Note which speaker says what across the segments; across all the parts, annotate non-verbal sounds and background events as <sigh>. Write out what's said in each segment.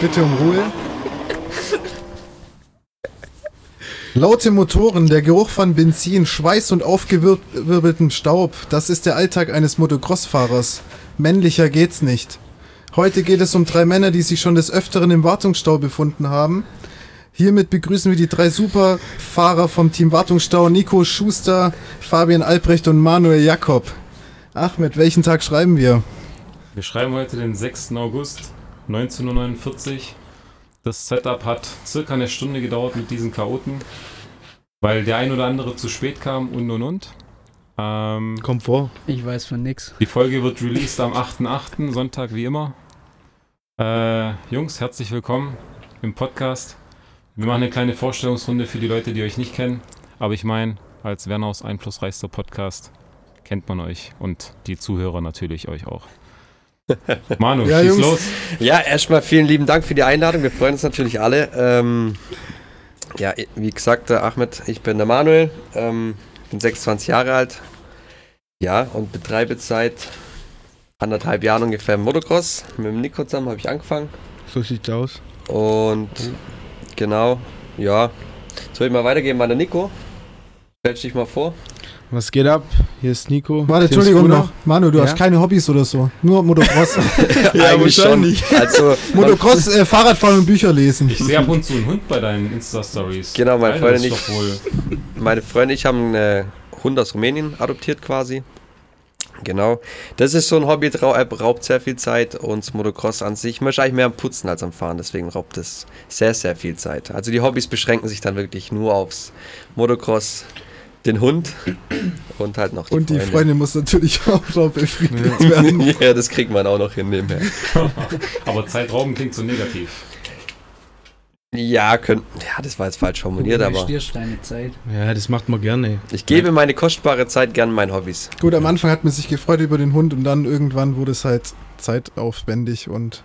Speaker 1: bitte um Ruhe. Laute Motoren, der Geruch von Benzin, Schweiß und aufgewirbeltem Staub, das ist der Alltag eines Motocross-Fahrers. Männlicher geht's nicht. Heute geht es um drei Männer, die sich schon des Öfteren im Wartungsstau befunden haben. Hiermit begrüßen wir die drei Superfahrer vom Team Wartungsstau, Nico Schuster, Fabian Albrecht und Manuel Jakob. Ahmed, welchen Tag schreiben wir?
Speaker 2: Wir schreiben heute den 6. August 1949. Das Setup hat circa eine Stunde gedauert mit diesen Chaoten, weil der ein oder andere zu spät kam und und und. Ähm,
Speaker 3: Kommt vor.
Speaker 4: Ich weiß von nix.
Speaker 2: die Folge wird released am 8.8., Sonntag wie immer. Äh, Jungs, herzlich willkommen im Podcast. Wir machen eine kleine Vorstellungsrunde für die Leute, die euch nicht kennen. Aber ich meine, als Wernerhaus einflussreichster Podcast kennt man euch und die Zuhörer natürlich
Speaker 1: <laughs>
Speaker 2: euch auch. Manu,
Speaker 1: Ja,
Speaker 2: schieß
Speaker 1: Jungs.
Speaker 2: los.
Speaker 5: Ja, erstmal vielen lieben Dank für die Einladung. Wir freuen uns natürlich alle. Ähm, ja, wie gesagt, der Ahmed, ich bin der Manuel, ähm, bin 26 Jahre alt. Ja, und betreibe seit anderthalb Jahren ungefähr Motocross. Mit dem Nico zusammen habe ich angefangen.
Speaker 3: So sieht's aus.
Speaker 5: Und genau, ja. Jetzt würde ich mal weitergeben an den Nico. Stell dich mal vor.
Speaker 3: Was geht ab? Hier ist Nico.
Speaker 1: Warte,
Speaker 3: Hier ist
Speaker 1: Entschuldigung
Speaker 3: Bruno.
Speaker 1: noch. Manu, du
Speaker 3: Ja?
Speaker 1: hast keine Hobbys oder so. Nur Motocross.
Speaker 3: <laughs>
Speaker 5: Eigentlich
Speaker 3: wahrscheinlich.
Speaker 5: Schon. Also, man-
Speaker 1: Motocross, äh, Fahrradfahren und Bücher lesen.
Speaker 2: Ich sehe ab und zu einen Hund bei deinen Insta-Stories.
Speaker 5: Genau, meine
Speaker 2: Alter,
Speaker 5: Freunde
Speaker 2: das ist
Speaker 5: nicht.
Speaker 2: doch wohl-
Speaker 5: Meine Freunde, ich habe einen äh, Hund aus Rumänien adoptiert quasi. Genau. Das ist so ein Hobby, trau- äh, raubt sehr viel Zeit und das Motocross an sich. Ich möchte eigentlich mehr am Putzen als am Fahren, deswegen raubt es sehr, sehr viel Zeit. Also die Hobbys beschränken sich dann wirklich nur aufs Motocross, den Hund und halt noch
Speaker 1: Und die Freundin muss natürlich <laughs> auch noch befriedigt werden.
Speaker 5: <laughs> ja, das kriegt man auch noch hin nebenher.
Speaker 2: Aber Zeitrauben klingt so negativ.
Speaker 5: Ja, könnt, ja, das war jetzt falsch formuliert, aber
Speaker 4: investierst deine Zeit.
Speaker 3: Ja, das macht man gerne.
Speaker 5: ich gebe meine kostbare Zeit gern meinen Hobbys.
Speaker 1: Gut, am Anfang hat man sich gefreut über den Hund und dann irgendwann wurde es halt zeitaufwendig und.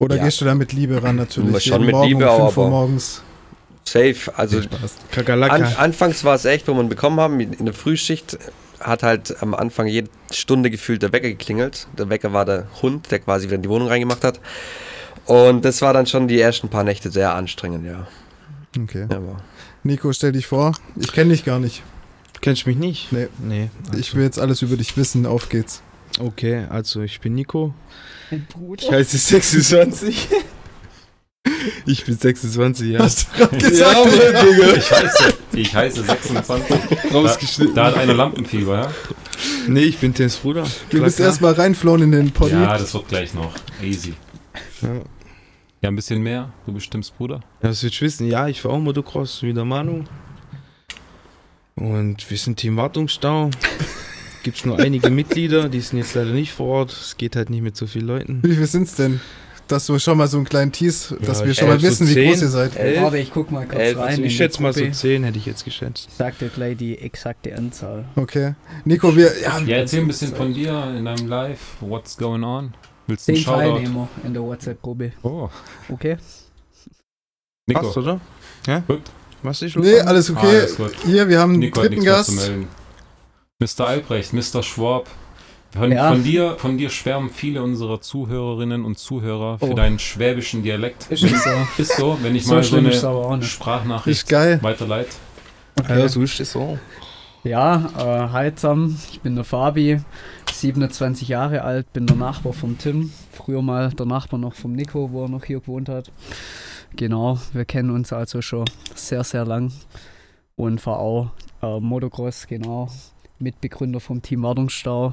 Speaker 1: Oder
Speaker 5: Ja.
Speaker 1: gehst du da mit Liebe ran natürlich?
Speaker 5: Aber schon
Speaker 1: Jeden
Speaker 5: mit
Speaker 1: Morgen
Speaker 5: Liebe,
Speaker 1: um 5 Uhr
Speaker 5: aber-
Speaker 1: morgens.
Speaker 5: Safe, also An,
Speaker 3: Kakerlaka.
Speaker 5: anfangs war es echt, wo wir ihn bekommen haben, in der Frühschicht hat halt am Anfang jede Stunde gefühlt der Wecker geklingelt. Der Wecker war der Hund, der quasi wieder in die Wohnung reingemacht hat. Und das war dann schon die ersten paar Nächte sehr anstrengend, ja.
Speaker 1: Okay.
Speaker 5: Aber
Speaker 1: Nico, stell dich vor. Ich kenne dich gar nicht.
Speaker 3: Kennst du mich nicht?
Speaker 1: Nee.
Speaker 3: Nee.
Speaker 1: Ich will jetzt alles über dich wissen. Auf geht's.
Speaker 3: Okay, also ich bin Nico.
Speaker 4: Mein
Speaker 3: Ich
Speaker 4: Bruder.
Speaker 3: heiße 26. <laughs> ich bin 26, ja.
Speaker 1: Hast du gerade
Speaker 3: Ja,
Speaker 1: gesagt?
Speaker 3: Mann, Digga.
Speaker 2: Ich heiße, ich heiße 26.
Speaker 1: <laughs>
Speaker 3: Rausgeschnitten.
Speaker 2: Da hat einer Lampenfieber, ja?
Speaker 3: Nee, ich bin Tims Bruder.
Speaker 1: du bist
Speaker 3: Klar,
Speaker 1: erstmal reinflohen in den Poddy.
Speaker 2: Ja, das wird gleich noch. Easy.
Speaker 3: klar. Ja.
Speaker 2: Ja, ein bisschen mehr. Du bestimmst, Bruder.
Speaker 3: Ja, das willst du wissen. Ja, ich fahre auch Motocross wie der Manu. Und wir sind Team Wartungsstau. Gibt es nur einige Mitglieder, die sind jetzt leider nicht vor Ort. Es geht halt nicht mit so vielen Leuten.
Speaker 1: Wie viel sind's denn? Dass du schon mal so einen kleinen Tease, dass
Speaker 3: Ja,
Speaker 1: wir
Speaker 3: ich
Speaker 1: schon mal
Speaker 3: glaub, so
Speaker 1: wissen, wie
Speaker 3: zehn.
Speaker 1: groß ihr seid.
Speaker 5: Elf?
Speaker 4: Warte, ich guck mal kurz
Speaker 5: Elf,
Speaker 4: rein.
Speaker 3: Also
Speaker 4: in
Speaker 3: ich
Speaker 4: die
Speaker 3: schätze mal so
Speaker 4: Gruppe.
Speaker 3: 10 hätte ich jetzt geschätzt.
Speaker 4: Sag dir gleich die exakte Anzahl.
Speaker 1: Okay. Nico, wir. Ja,
Speaker 2: Ja, erzähl ein bisschen von dir in deinem Live. What's going on? Willst du einen
Speaker 4: Zehn
Speaker 2: Shoutout?
Speaker 4: Teilnehmer in der WhatsApp-Gruppe.
Speaker 2: Oh,
Speaker 4: Okay?
Speaker 3: Passt,
Speaker 2: Nico.
Speaker 3: oder? Ja?
Speaker 2: Gut.
Speaker 3: Was ist los?
Speaker 1: nee, alles okay.
Speaker 2: Ah, Alles gut.
Speaker 1: Hier, wir haben einen
Speaker 2: Nico hat
Speaker 1: dritten
Speaker 2: nichts mehr zu
Speaker 1: Gast.
Speaker 2: melden. Mr. Albrecht, Mr. Schwab. Von,
Speaker 4: Ja.
Speaker 2: von, dir, von dir schwärmen viele unserer Zuhörerinnen und Zuhörer für
Speaker 4: Oh.
Speaker 2: deinen schwäbischen Dialekt.
Speaker 4: Ist schon so.
Speaker 2: Ist so, wenn ich
Speaker 4: so
Speaker 2: mal so
Speaker 4: schlimm
Speaker 2: eine
Speaker 4: ist es aber auch nicht.
Speaker 1: Ist
Speaker 2: Sprachnachricht
Speaker 1: geil.
Speaker 2: weiterleite.
Speaker 3: Ja, so ist es auch.
Speaker 4: Ja, äh, hi zusammen, ich bin der Fabi, 27 Jahre alt, bin der Nachbar vom Tim, früher mal der Nachbar noch vom Nico, wo er noch hier gewohnt hat. Genau, wir kennen uns also schon sehr, sehr lang und fahre auch äh, Motocross, genau, Mitbegründer vom Team Wartungsstau.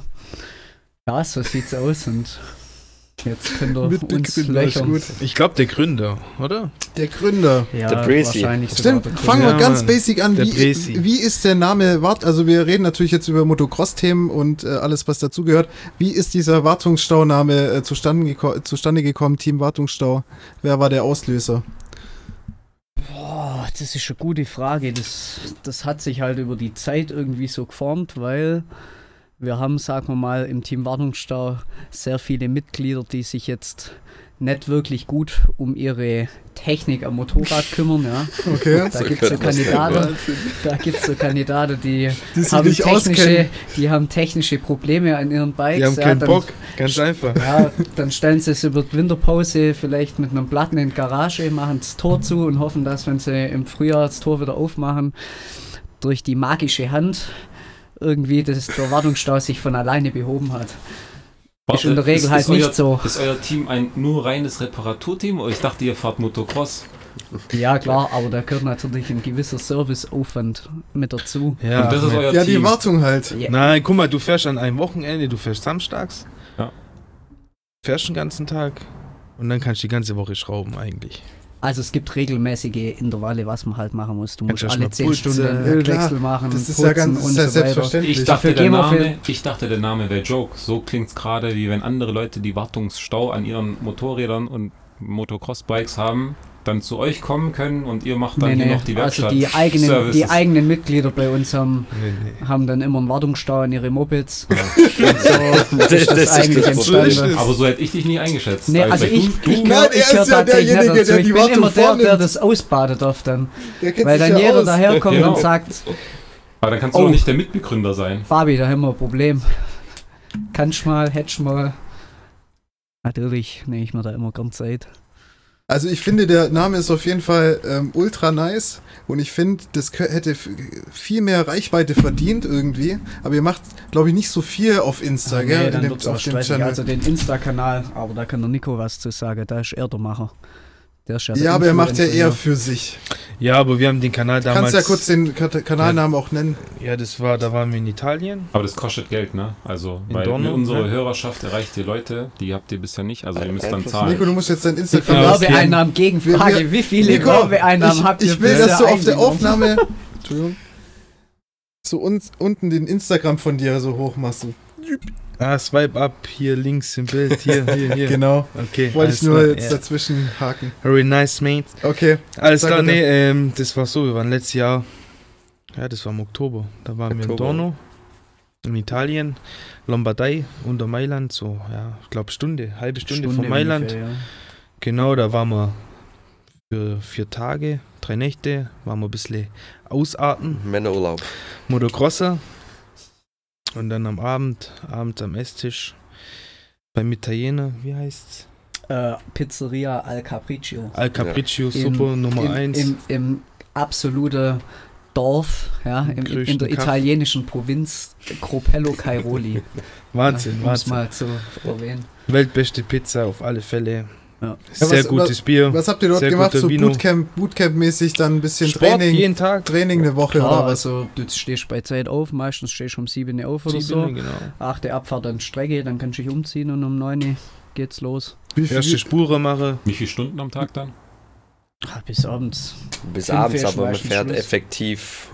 Speaker 4: Ja, so sieht's aus und jetzt könnt ihr uns
Speaker 1: Mitbegründer ist
Speaker 4: löchern.
Speaker 1: gut.
Speaker 3: Ich glaube, der Gründer, oder?
Speaker 1: Der Gründer.
Speaker 4: Ja,
Speaker 5: Der Bracey.
Speaker 4: wahrscheinlich sogar
Speaker 1: Stimmt,
Speaker 4: der
Speaker 1: fangen wir
Speaker 3: Ja,
Speaker 1: ganz
Speaker 3: Mann.
Speaker 1: basic an.
Speaker 3: Der
Speaker 1: Wie,
Speaker 3: Presi.
Speaker 1: wie ist der Name Wart? Also wir reden natürlich jetzt über Motocross-Themen und äh, alles, was dazugehört. Wie ist dieser Wartungsstauname äh, zustande, geko zustande gekommen, Team Wartungsstau? Wer war der Auslöser?
Speaker 4: Boah, Oh, das ist eine gute Frage. Das, das hat sich halt über die Zeit irgendwie so geformt, weil wir haben, sagen wir mal, im Team Wartungsstau sehr viele Mitglieder, die sich jetzt nicht wirklich gut um ihre Technik am Motorrad kümmern.
Speaker 3: <laughs>
Speaker 4: Ja.
Speaker 1: Okay.
Speaker 4: Da
Speaker 5: So
Speaker 4: gibt es so
Speaker 5: könnte man's nennen,
Speaker 4: Kandidaten, da gibt's so Kandidaten, die,
Speaker 1: Die sich
Speaker 4: haben
Speaker 1: nicht auskennen.
Speaker 4: technische, die haben technische Probleme an ihren Bikes.
Speaker 3: Die haben
Speaker 4: ja,
Speaker 3: keinen
Speaker 4: dann,
Speaker 3: Bock, ganz einfach.
Speaker 4: Ja, dann stellen sie es über die Winterpause vielleicht mit einem Platten in die Garage, machen das Tor zu und hoffen, dass, wenn sie im Frühjahr das Tor wieder aufmachen, durch die magische Hand irgendwie das, der Wartungsstau sich von alleine behoben hat. Ist in der Regel halt
Speaker 2: euer,
Speaker 4: nicht so.
Speaker 2: Ist euer Team ein nur reines Reparaturteam? Oder Ich dachte, ihr fahrt Motocross.
Speaker 4: Ja, klar, aber da gehört natürlich ein gewisser Serviceaufwand mit dazu.
Speaker 3: Ja,
Speaker 2: Und <laughs> das ist
Speaker 3: Ahmed.
Speaker 2: euer
Speaker 1: Ja,
Speaker 2: Team.
Speaker 1: die Wartung halt.
Speaker 3: Nein, guck mal, du fährst an einem Wochenende, du fährst samstags.
Speaker 2: Ja.
Speaker 3: Fährst den ganzen Tag und dann kannst du die ganze Woche schrauben eigentlich.
Speaker 4: Also es gibt regelmäßige Intervalle, was man halt machen muss. Du musst
Speaker 3: Kannst erst
Speaker 4: alle
Speaker 3: mal
Speaker 4: 10
Speaker 3: putzen,
Speaker 4: Stunden einen
Speaker 1: ja, klar.
Speaker 4: äh, Ölwechsel machen,
Speaker 1: Das ist ja ganz ist
Speaker 4: putzen
Speaker 1: ja
Speaker 4: und so weiter.
Speaker 1: selbstverständlich.
Speaker 2: Ich dachte,
Speaker 4: Dafür
Speaker 2: der
Speaker 4: gehen wir
Speaker 2: Name, ich dachte, der Name wäre Joke. So klingt es gerade, wie wenn andere Leute, die Wartungsstau an ihren Motorrädern und Motocross-Bikes haben, dann zu euch kommen können und ihr macht dann
Speaker 4: Nee,
Speaker 2: hier
Speaker 4: nee.
Speaker 2: noch die
Speaker 4: also
Speaker 2: Werkstatt.
Speaker 4: die eigenen, die
Speaker 2: Services.
Speaker 4: eigenen Mitglieder bei uns haben,
Speaker 3: Nee, nee.
Speaker 4: haben dann immer einen Wartungsstau an ihre Mopeds.
Speaker 1: <laughs>
Speaker 5: Das,
Speaker 4: ist eigentlich entstanden.
Speaker 5: das Problem.
Speaker 2: Aber so hätte ich dich nie eingeschätzt.
Speaker 4: Nee, also ich, ich
Speaker 1: Nein, er
Speaker 4: glaube, ich
Speaker 1: ist
Speaker 4: gehöre
Speaker 1: ja
Speaker 4: tatsächlich
Speaker 1: derjenige,
Speaker 4: nicht also dazu.
Speaker 1: der
Speaker 4: Ich
Speaker 1: die
Speaker 4: bin immer
Speaker 1: Wartung
Speaker 4: der, der
Speaker 1: vornimmt.
Speaker 4: das ausbadet darf dann.
Speaker 1: Der kennt
Speaker 4: Weil
Speaker 1: sich
Speaker 4: dann
Speaker 1: ja
Speaker 4: jeder
Speaker 1: aus. <laughs>
Speaker 4: daherkommt
Speaker 2: Genau.
Speaker 4: und sagt,
Speaker 2: Aber dann kannst du
Speaker 4: Oh.
Speaker 2: auch nicht der Mitbegründer sein.
Speaker 4: Fabi, da haben wir ein Problem. Kannst mal, hättest mal. Natürlich nehme ich mir da immer gern Zeit.
Speaker 1: Also ich finde, der Name ist auf jeden Fall ähm, ultra nice und ich finde, das kö- hätte f- viel mehr Reichweite verdient irgendwie. Aber ihr macht, glaube ich, nicht so viel auf Insta,
Speaker 4: Ah, nee,
Speaker 1: gell?
Speaker 4: dann
Speaker 1: in dem,
Speaker 4: wird's auch
Speaker 1: auf dem
Speaker 4: stressig.
Speaker 1: Channel.
Speaker 4: Also den Insta-Kanal, aber da kann der Nico was zu sagen, da ist er der Macher. Der ist ja, der
Speaker 1: ja, aber er macht ja
Speaker 4: Influencer.
Speaker 1: eher für sich.
Speaker 3: Ja, aber wir haben den Kanal damals.
Speaker 1: Kannst ja kurz den Kat Kanalnamen auch nennen.
Speaker 3: Ja, das war, da waren wir in Italien.
Speaker 2: Aber das kostet Geld, ne? Also,
Speaker 3: In
Speaker 2: weil
Speaker 3: Dornum,
Speaker 2: unsere
Speaker 3: ne?
Speaker 2: Hörerschaft erreicht die Leute, die habt ihr bisher nicht. Also, ihr müsst dann
Speaker 5: Einfluss.
Speaker 2: zahlen.
Speaker 1: Nico, du musst jetzt dein
Speaker 4: Die
Speaker 1: Instagram.
Speaker 3: Verwerbe-
Speaker 4: Werbeeinnahmen
Speaker 1: Wir-
Speaker 4: gegenfrage.
Speaker 1: wir-
Speaker 4: Wie viele
Speaker 1: Nico,
Speaker 4: Werbeeinnahmen
Speaker 1: ich,
Speaker 4: habt ihr?
Speaker 1: ich will,
Speaker 4: bisher
Speaker 1: dass du auf der
Speaker 4: eingenommen?
Speaker 1: Aufnahme. Entschuldigung. So uns, unten den Instagram von dir so hoch machst. Du.
Speaker 3: Ah, swipe up, hier links im Bild, hier, hier, hier.
Speaker 1: <laughs> Genau.
Speaker 3: Okay.
Speaker 1: Wollte
Speaker 3: alles
Speaker 1: ich nur
Speaker 3: klar,
Speaker 1: jetzt
Speaker 3: ja.
Speaker 1: dazwischen haken.
Speaker 3: Very nice, mate.
Speaker 1: Okay.
Speaker 3: Alles
Speaker 1: Sag
Speaker 3: klar,
Speaker 1: bitte.
Speaker 3: nee, ähm, das war so, wir waren letztes Jahr, ja, das war im Oktober, da waren wir in
Speaker 5: Oktober.
Speaker 3: Dorno, in Italien, Lombardei, unter Mailand, so, ja, ich glaube Stunde, halbe Stunde, von Mailand.
Speaker 4: ungefähr, ja.
Speaker 3: Genau, da waren wir für vier Tage, drei Nächte, waren wir ein bisschen ausarten,
Speaker 5: Männerurlaub.
Speaker 3: Motocrosser. Und dann am Abend, abends am Esstisch, beim Italiener, wie heißt's?
Speaker 4: Äh, Pizzeria Al Capriccio.
Speaker 3: Al Capriccio,
Speaker 4: Im-
Speaker 3: Super Nummer
Speaker 4: Im,
Speaker 3: 1.
Speaker 4: im, im absolute Dorf, ja, im, in
Speaker 3: Größten
Speaker 4: der
Speaker 3: Kaff.
Speaker 4: italienischen Provinz Cropello Cairoli.
Speaker 3: <laughs> Wahnsinn,
Speaker 4: um es
Speaker 3: Wahnsinn.
Speaker 4: mal zu erwähnen.
Speaker 3: Weltbeste Pizza auf alle Fälle.
Speaker 4: Ja.
Speaker 3: Sehr
Speaker 1: Ja, was-
Speaker 3: gutes Bier.
Speaker 1: Was habt ihr dort
Speaker 3: Sehr
Speaker 1: gemacht?
Speaker 3: guter
Speaker 1: So
Speaker 3: Vino.
Speaker 1: Bootcamp, Bootcamp-mäßig dann ein bisschen
Speaker 3: Sport
Speaker 1: Training,
Speaker 3: jeden Tag.
Speaker 1: Training eine Woche
Speaker 4: Klar,
Speaker 1: oder was?
Speaker 4: also du stehst bei Zeit auf, meistens stehst du um 7 auf oder
Speaker 3: Sieben,
Speaker 4: so.
Speaker 3: genau.
Speaker 4: Achte Abfahrt an die Strecke, dann kannst du dich umziehen und um 9 geht's los.
Speaker 1: Wie
Speaker 3: Erste
Speaker 1: viel?
Speaker 3: Spure mache.
Speaker 2: Wie viele Stunden am Tag dann?
Speaker 4: Ah, Bis abends.
Speaker 5: Bis
Speaker 4: Fünf
Speaker 5: abends,
Speaker 4: Fährst
Speaker 5: aber man
Speaker 4: meistens
Speaker 5: fährt
Speaker 4: Schluss.
Speaker 5: effektiv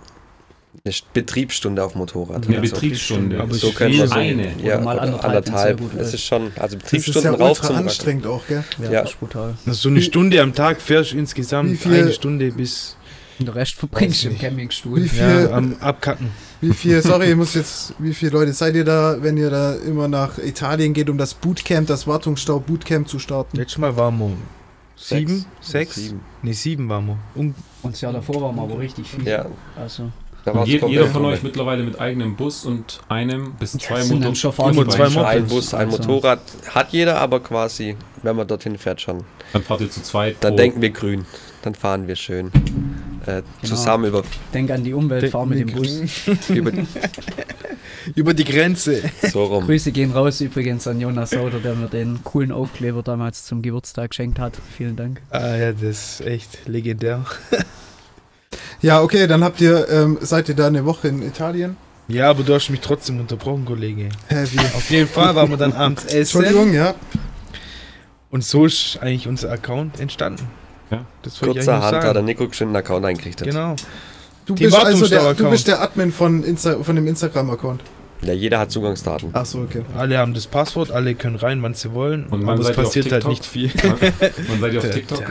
Speaker 5: eine St- Betriebsstunde auf dem Motorrad.
Speaker 2: Eine
Speaker 4: Ja, so
Speaker 2: Betriebsstunde.
Speaker 3: Aber
Speaker 5: so
Speaker 3: ich
Speaker 5: können wir
Speaker 2: viel.
Speaker 5: so
Speaker 2: Eine.
Speaker 5: Ja,
Speaker 4: Oder mal
Speaker 5: oder
Speaker 4: anderthalb,
Speaker 5: anderthalb.
Speaker 4: wenn's sehr gut
Speaker 5: Es
Speaker 4: ist.
Speaker 5: ist schon, also
Speaker 1: Das ist
Speaker 5: Betriebsstunden
Speaker 1: ja
Speaker 5: rauf
Speaker 1: ultra
Speaker 5: zum
Speaker 1: anstrengend auch, gell?
Speaker 4: Ja,
Speaker 5: Ja.
Speaker 4: das ist brutal.
Speaker 3: Das ist so eine
Speaker 1: Wie-
Speaker 3: Stunde am Tag fährst du
Speaker 1: Wie
Speaker 3: insgesamt
Speaker 1: viel-
Speaker 3: eine Stunde bis
Speaker 4: Und der Rest
Speaker 3: Weiß
Speaker 4: verbringst du im
Speaker 3: nicht.
Speaker 4: Campingstuhl.
Speaker 1: Wie viel,
Speaker 3: ja, am Abkacken.
Speaker 1: wie
Speaker 3: <laughs>
Speaker 1: viel, sorry, ich muss jetzt, wie viele Leute seid ihr da, wenn ihr da immer nach Italien geht, um das Bootcamp, das Wartungsstau-Bootcamp zu starten?
Speaker 3: Letztes Mal waren wir sieben, sechs,
Speaker 5: Sieben.
Speaker 3: nee sieben waren wir.
Speaker 1: <laughs>
Speaker 3: Um Und
Speaker 4: Und das Jahr davor waren wir aber richtig viel.
Speaker 5: Ja,
Speaker 4: Also,
Speaker 5: da
Speaker 2: Und
Speaker 5: war's
Speaker 2: je,
Speaker 5: komplett
Speaker 2: jeder von
Speaker 5: vorbei.
Speaker 2: euch mittlerweile mit eigenem Bus und einem bis zwei
Speaker 4: sind dann
Speaker 2: Motor-
Speaker 4: schon Fahrzeuge.
Speaker 2: Motorbikes.
Speaker 3: Immer zwei Mo-
Speaker 5: Ein
Speaker 3: Mopeds.
Speaker 5: Bus, ein
Speaker 4: Also.
Speaker 5: Motorrad hat jeder, aber quasi, wenn man dorthin fährt, schon.
Speaker 2: Dann fahrt ihr zu zweit.
Speaker 5: Dann
Speaker 3: Oh.
Speaker 2: pro-
Speaker 5: denken wir grün. Dann fahren wir schön. Äh,
Speaker 3: Genau.
Speaker 5: Zusammen
Speaker 3: <laughs>
Speaker 5: über,
Speaker 4: denk an die Umwelt,
Speaker 3: De-
Speaker 4: fahr mit dem Bus.
Speaker 5: über
Speaker 3: über die Grenze.
Speaker 5: so rum.
Speaker 4: Grüße gehen raus übrigens an Jonas Sauter, der mir den coolen Aufkleber damals zum Geburtstag geschenkt hat. Vielen Dank.
Speaker 3: Ah ja, das ist echt legendär.
Speaker 1: Ja, okay, dann habt ihr, ähm, seid ihr da eine Woche in Italien?
Speaker 3: Ja, aber du hast mich trotzdem unterbrochen, Kollege.
Speaker 1: Hä, wie?
Speaker 3: Auf jeden Fall waren wir
Speaker 1: <laughs>
Speaker 3: dann abends essen.
Speaker 1: Entschuldigung, ja.
Speaker 3: Und so ist eigentlich unser Account entstanden.
Speaker 2: Ja.
Speaker 3: Das wollte ich eigentlich
Speaker 5: Kurzerhand
Speaker 3: nur
Speaker 5: hat der
Speaker 3: sagen.
Speaker 5: Nico geschwind einen Account eingerichtet.
Speaker 3: Genau.
Speaker 1: Du
Speaker 3: Die
Speaker 1: bist also der,
Speaker 3: Wartungsstau-Account.
Speaker 1: du bist der Admin von, Insta von dem Instagram-Account.
Speaker 5: Ja, jeder hat Zugangsdaten.
Speaker 3: Ah,
Speaker 1: Ach so, okay.
Speaker 3: Alle haben das Passwort, alle können rein, wann sie wollen.
Speaker 2: Und wann
Speaker 3: aber es
Speaker 2: seid ihr auf
Speaker 3: passiert halt
Speaker 2: TikTok?
Speaker 3: nicht viel.
Speaker 2: Wann seid ihr auf
Speaker 3: <laughs> Der-
Speaker 2: TikTok?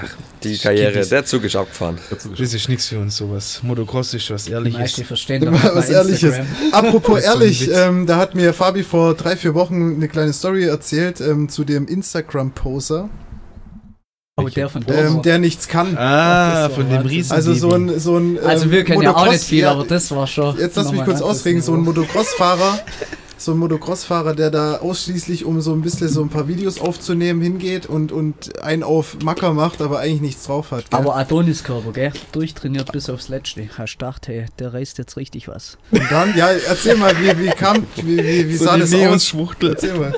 Speaker 5: Die
Speaker 3: Ich
Speaker 5: Karriere,
Speaker 3: geb
Speaker 5: der Zug ist abgefahren.
Speaker 2: Dazu
Speaker 3: Das ist nichts für uns sowas. Motocross ist was
Speaker 4: Die
Speaker 3: ehrliches.
Speaker 4: meisten verstehen
Speaker 1: <laughs>
Speaker 4: doch
Speaker 1: Was
Speaker 4: nicht mal
Speaker 1: Ehrliches.
Speaker 4: Instagram.
Speaker 1: Apropos
Speaker 3: Das ist so ein
Speaker 1: ehrlich,
Speaker 3: Witz.
Speaker 1: ähm, da hat mir Fabi vor drei, vier Wochen eine kleine Story erzählt ähm, zu dem Instagram-Poser.
Speaker 4: Oh, der von
Speaker 1: ähm, der nichts kann.
Speaker 3: Ah,
Speaker 4: Das war
Speaker 3: von dem
Speaker 4: Wahnsinn.
Speaker 3: Riesen.
Speaker 1: Also so ein, so ein
Speaker 4: also
Speaker 1: ähm,
Speaker 4: wir können ja auch nicht viel,
Speaker 1: ja,
Speaker 4: aber das war schon.
Speaker 1: Jetzt lass mich
Speaker 4: nochmal
Speaker 1: kurz
Speaker 4: anderes
Speaker 1: ausregen, so ein
Speaker 4: Niveau.
Speaker 1: Motocross-Fahrer, so ein Motocross-Fahrer, der da ausschließlich, um so ein bisschen so ein paar Videos aufzunehmen, hingeht und, und einen auf Macker macht, aber eigentlich nichts drauf hat. Gell?
Speaker 4: Aber Adonis-Körper, gell? Durchtrainiert bis aufs Letzte. Hast gedacht, hey, der reißt jetzt richtig was.
Speaker 1: und dann, ja, erzähl mal, wie, wie kam, wie, wie, wie
Speaker 3: so
Speaker 1: sah
Speaker 3: eine
Speaker 1: das aus?
Speaker 3: Neonschwuchtel.
Speaker 1: Erzähl mal,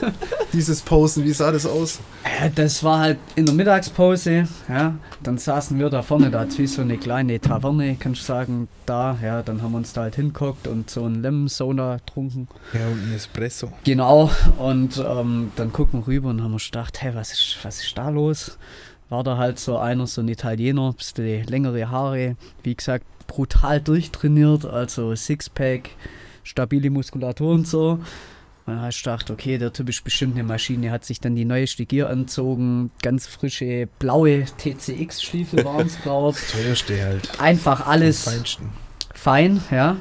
Speaker 1: dieses Posen, wie sah das aus?
Speaker 4: Äh, Das war halt in der Mittagspause, ja. Dann saßen wir da vorne, da hat's wie so eine kleine Taverne, kannst du sagen, da, ja. Dann haben wir uns da halt hinguckt und so einen Lemon-Soda getrunken.
Speaker 3: Ja, und ein Espresso.
Speaker 4: Genau, und ähm, dann gucken wir rüber und haben uns gedacht, hey, was ist, was ist da los? War da halt so einer, so ein Italiener, bisschen längere Haare, wie gesagt, brutal durchtrainiert, also Sixpack, stabile Muskulatur und so. Und dann habe ich gedacht, okay, der Typ ist bestimmt eine Maschine, hat sich dann die neueste Gier anzogen, ganz frische blaue TCX-Stiefel waren es, glaube ich.
Speaker 3: Teuerste halt.
Speaker 4: Einfach alles
Speaker 3: Feinsten.
Speaker 4: fein, ja.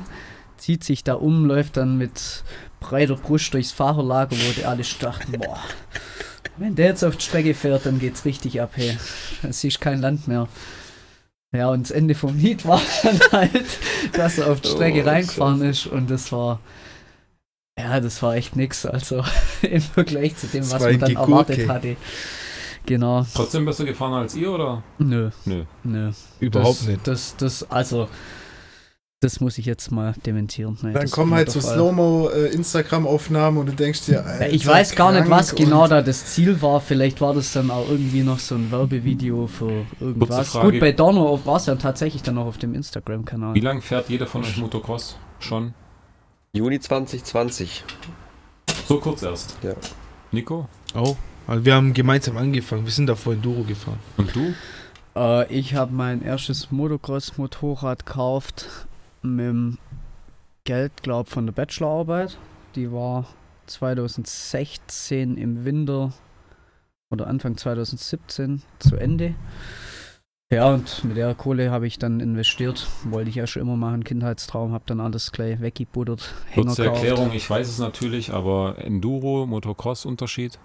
Speaker 4: Zieht sich da um, läuft dann mit breiter Brust durchs Fahrerlager, wo die alle dachten, boah, wenn der jetzt auf die Strecke fährt, dann geht's richtig ab, hey. Es ist kein Land mehr. Ja, und das Ende vom Lied war <laughs> dann halt, dass er auf die Strecke
Speaker 5: Oh,
Speaker 4: reingefahren ist und das war. Ja, das war echt nix, also <laughs> im Vergleich zu dem,
Speaker 3: Das
Speaker 4: was
Speaker 3: war
Speaker 4: man
Speaker 3: ein
Speaker 4: dann
Speaker 3: Gegurke.
Speaker 4: erwartet hatte. Genau.
Speaker 2: Trotzdem besser gefahren als ihr, oder?
Speaker 4: Nö.
Speaker 2: Nö.
Speaker 4: Nö.
Speaker 3: Überhaupt
Speaker 4: das,
Speaker 3: nicht.
Speaker 4: Das, das, also, das muss ich jetzt mal dementieren. Nee,
Speaker 1: Dann
Speaker 4: das
Speaker 1: kommen
Speaker 4: war
Speaker 1: halt
Speaker 4: der
Speaker 1: so
Speaker 4: Fall.
Speaker 1: Slow-Mo-Instagram-Aufnahmen und du denkst dir,
Speaker 4: Ja,
Speaker 1: Alter,
Speaker 4: ich weiß gar nicht, was
Speaker 1: krank und-
Speaker 4: genau da das Ziel war. Vielleicht war das dann auch irgendwie noch so ein Werbevideo für irgendwas.
Speaker 2: Frage.
Speaker 4: Gut, bei Donner war es ja tatsächlich dann auch auf dem Instagram-Kanal.
Speaker 2: Wie lange fährt jeder von euch Motocross? Schon?
Speaker 5: Juni 2020.
Speaker 2: So kurz erst.
Speaker 5: Ja.
Speaker 2: Nico?
Speaker 3: Oh, also wir haben gemeinsam angefangen. Wir sind da vorhin Duro gefahren.
Speaker 2: Und du?
Speaker 4: Äh, ich habe mein erstes Motocross-Motorrad gekauft mit dem Geld, glaube von der Bachelorarbeit. Die war 2016 im Winter oder Anfang 2017 zu Ende. Ja, und mit der Kohle habe ich dann investiert. Wollte ich ja schon immer machen, Kindheitstraum. Habe dann alles gleich weggebuddert, Hänger
Speaker 2: Kurze
Speaker 4: gekauft.
Speaker 2: Erklärung, ich weiß es natürlich, aber Enduro, Motocross-Unterschied.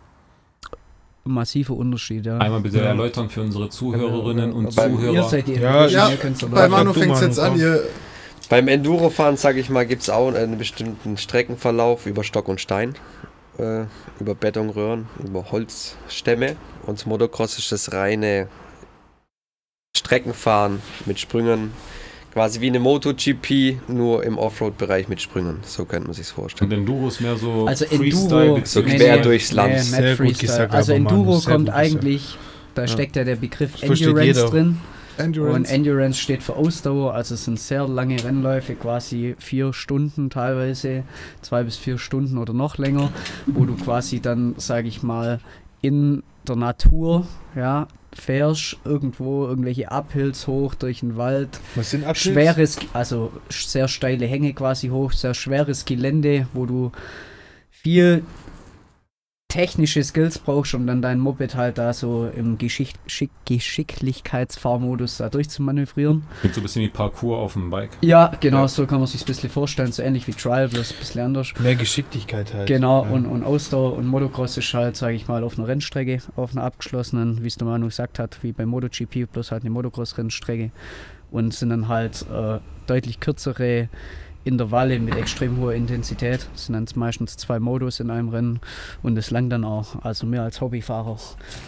Speaker 4: Massiver Unterschied, ja.
Speaker 2: Einmal bitte
Speaker 3: Ja.
Speaker 2: erläutern für unsere Zuhörerinnen und
Speaker 5: Beim-
Speaker 4: Ihr
Speaker 2: Zuhörer.
Speaker 4: seid die
Speaker 3: Ja,
Speaker 4: Entwicklung,
Speaker 1: ja,
Speaker 4: ihr könnt's
Speaker 1: Bei
Speaker 4: erläutern.
Speaker 1: Manu
Speaker 3: du,
Speaker 1: fängt's
Speaker 3: Manu,
Speaker 1: jetzt an,
Speaker 3: komm.
Speaker 1: ihr
Speaker 5: Beim Endurofahren, sage ich mal, gibt es auch einen bestimmten Streckenverlauf über Stock und Stein, äh, über Betonröhren, über Holzstämme. Und zum Motocross ist das reine Streckenfahren mit Sprüngen. Quasi wie eine MotoGP, nur im Offroad-Bereich mit Sprüngen. So könnte man sich vorstellen.
Speaker 2: Und Enduro ist mehr so
Speaker 4: Also
Speaker 2: Freestyle
Speaker 4: Enduro-
Speaker 5: So
Speaker 2: beziehungsweise-
Speaker 4: Nee,
Speaker 5: quer
Speaker 4: nee.
Speaker 5: durchs Land.
Speaker 4: Nee,
Speaker 3: Sehr
Speaker 4: nicht
Speaker 3: gut
Speaker 4: Freestyle.
Speaker 3: gesagt,
Speaker 4: also
Speaker 3: aber
Speaker 4: Enduro
Speaker 3: Manu, sehr
Speaker 4: kommt
Speaker 3: gut gesagt.
Speaker 4: eigentlich, da
Speaker 3: Ja.
Speaker 4: steckt ja der Begriff
Speaker 3: Das versteht
Speaker 4: Endurance
Speaker 3: jeder.
Speaker 4: drin. Und
Speaker 1: Endurance.
Speaker 4: Endurance steht für Ausdauer, also es sind sehr lange Rennläufe, quasi vier Stunden teilweise, zwei bis vier Stunden oder noch länger, wo du quasi dann, sage ich mal, in der Natur, ja, fährst irgendwo irgendwelche Uphills hoch durch den Wald,
Speaker 3: Was sind
Speaker 4: schweres, also sch- sehr steile Hänge quasi hoch, sehr schweres Gelände, wo du viel technische Skills brauchst, um dann dein Moped halt da so im Geschicht Schick Geschicklichkeitsfahrmodus da durchzumanövrieren.
Speaker 2: Klingt so ein bisschen wie Parkour auf dem Bike.
Speaker 4: Ja, genau,
Speaker 2: Ja.
Speaker 4: so kann man sich ein bisschen vorstellen, so ähnlich wie Trial, bloß ein bisschen anders.
Speaker 3: Mehr Geschicklichkeit halt.
Speaker 4: Genau,
Speaker 3: Ja.
Speaker 4: und, und Ausdauer und Motocross ist halt, sage ich mal, auf einer Rennstrecke, auf einer abgeschlossenen, wie es der Manu gesagt hat, wie bei MotoGP, bloß halt eine Motocross-Rennstrecke und sind dann halt äh, deutlich kürzere Intervalle mit extrem hoher Intensität. Es sind dann meistens zwei Modus in einem Rennen und das langt dann auch. Also mehr als Hobbyfahrer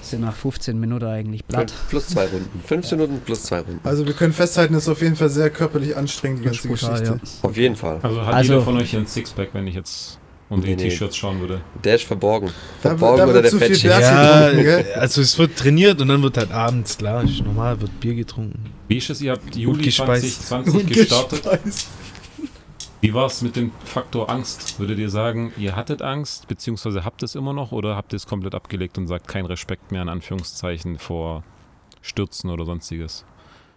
Speaker 4: sind nach 15 Minuten eigentlich platt.
Speaker 5: Fünf, plus zwei Runden. 15 Minuten plus zwei Runden.
Speaker 1: Also wir können festhalten, es ist auf jeden Fall sehr körperlich anstrengend, die
Speaker 4: Ganz
Speaker 1: ganze
Speaker 4: brutal,
Speaker 1: Geschichte.
Speaker 5: Auf jeden Fall.
Speaker 2: Also hat
Speaker 4: Also-
Speaker 2: jeder von euch hier ein Sixpack, wenn ich jetzt unter die
Speaker 5: Nee, nee.
Speaker 2: T-Shirts schauen würde.
Speaker 5: Der ist verborgen.
Speaker 1: Da,
Speaker 5: Verborgen
Speaker 1: da
Speaker 5: oder
Speaker 1: wird
Speaker 5: der
Speaker 1: zu viel
Speaker 5: Fettschicht.
Speaker 1: Berg
Speaker 3: Ja,
Speaker 1: getrunken, gell?
Speaker 3: also es wird trainiert und dann wird halt abends, klar, ist normal, wird Bier getrunken.
Speaker 2: Wie ist es, ihr habt Juli
Speaker 3: gespeist.
Speaker 2: 2020 gestartet. Wie war es mit dem Faktor Angst? Würdet ihr sagen, ihr hattet Angst, beziehungsweise habt es immer noch oder habt ihr es komplett abgelegt und sagt kein Respekt mehr in Anführungszeichen vor Stürzen oder sonstiges?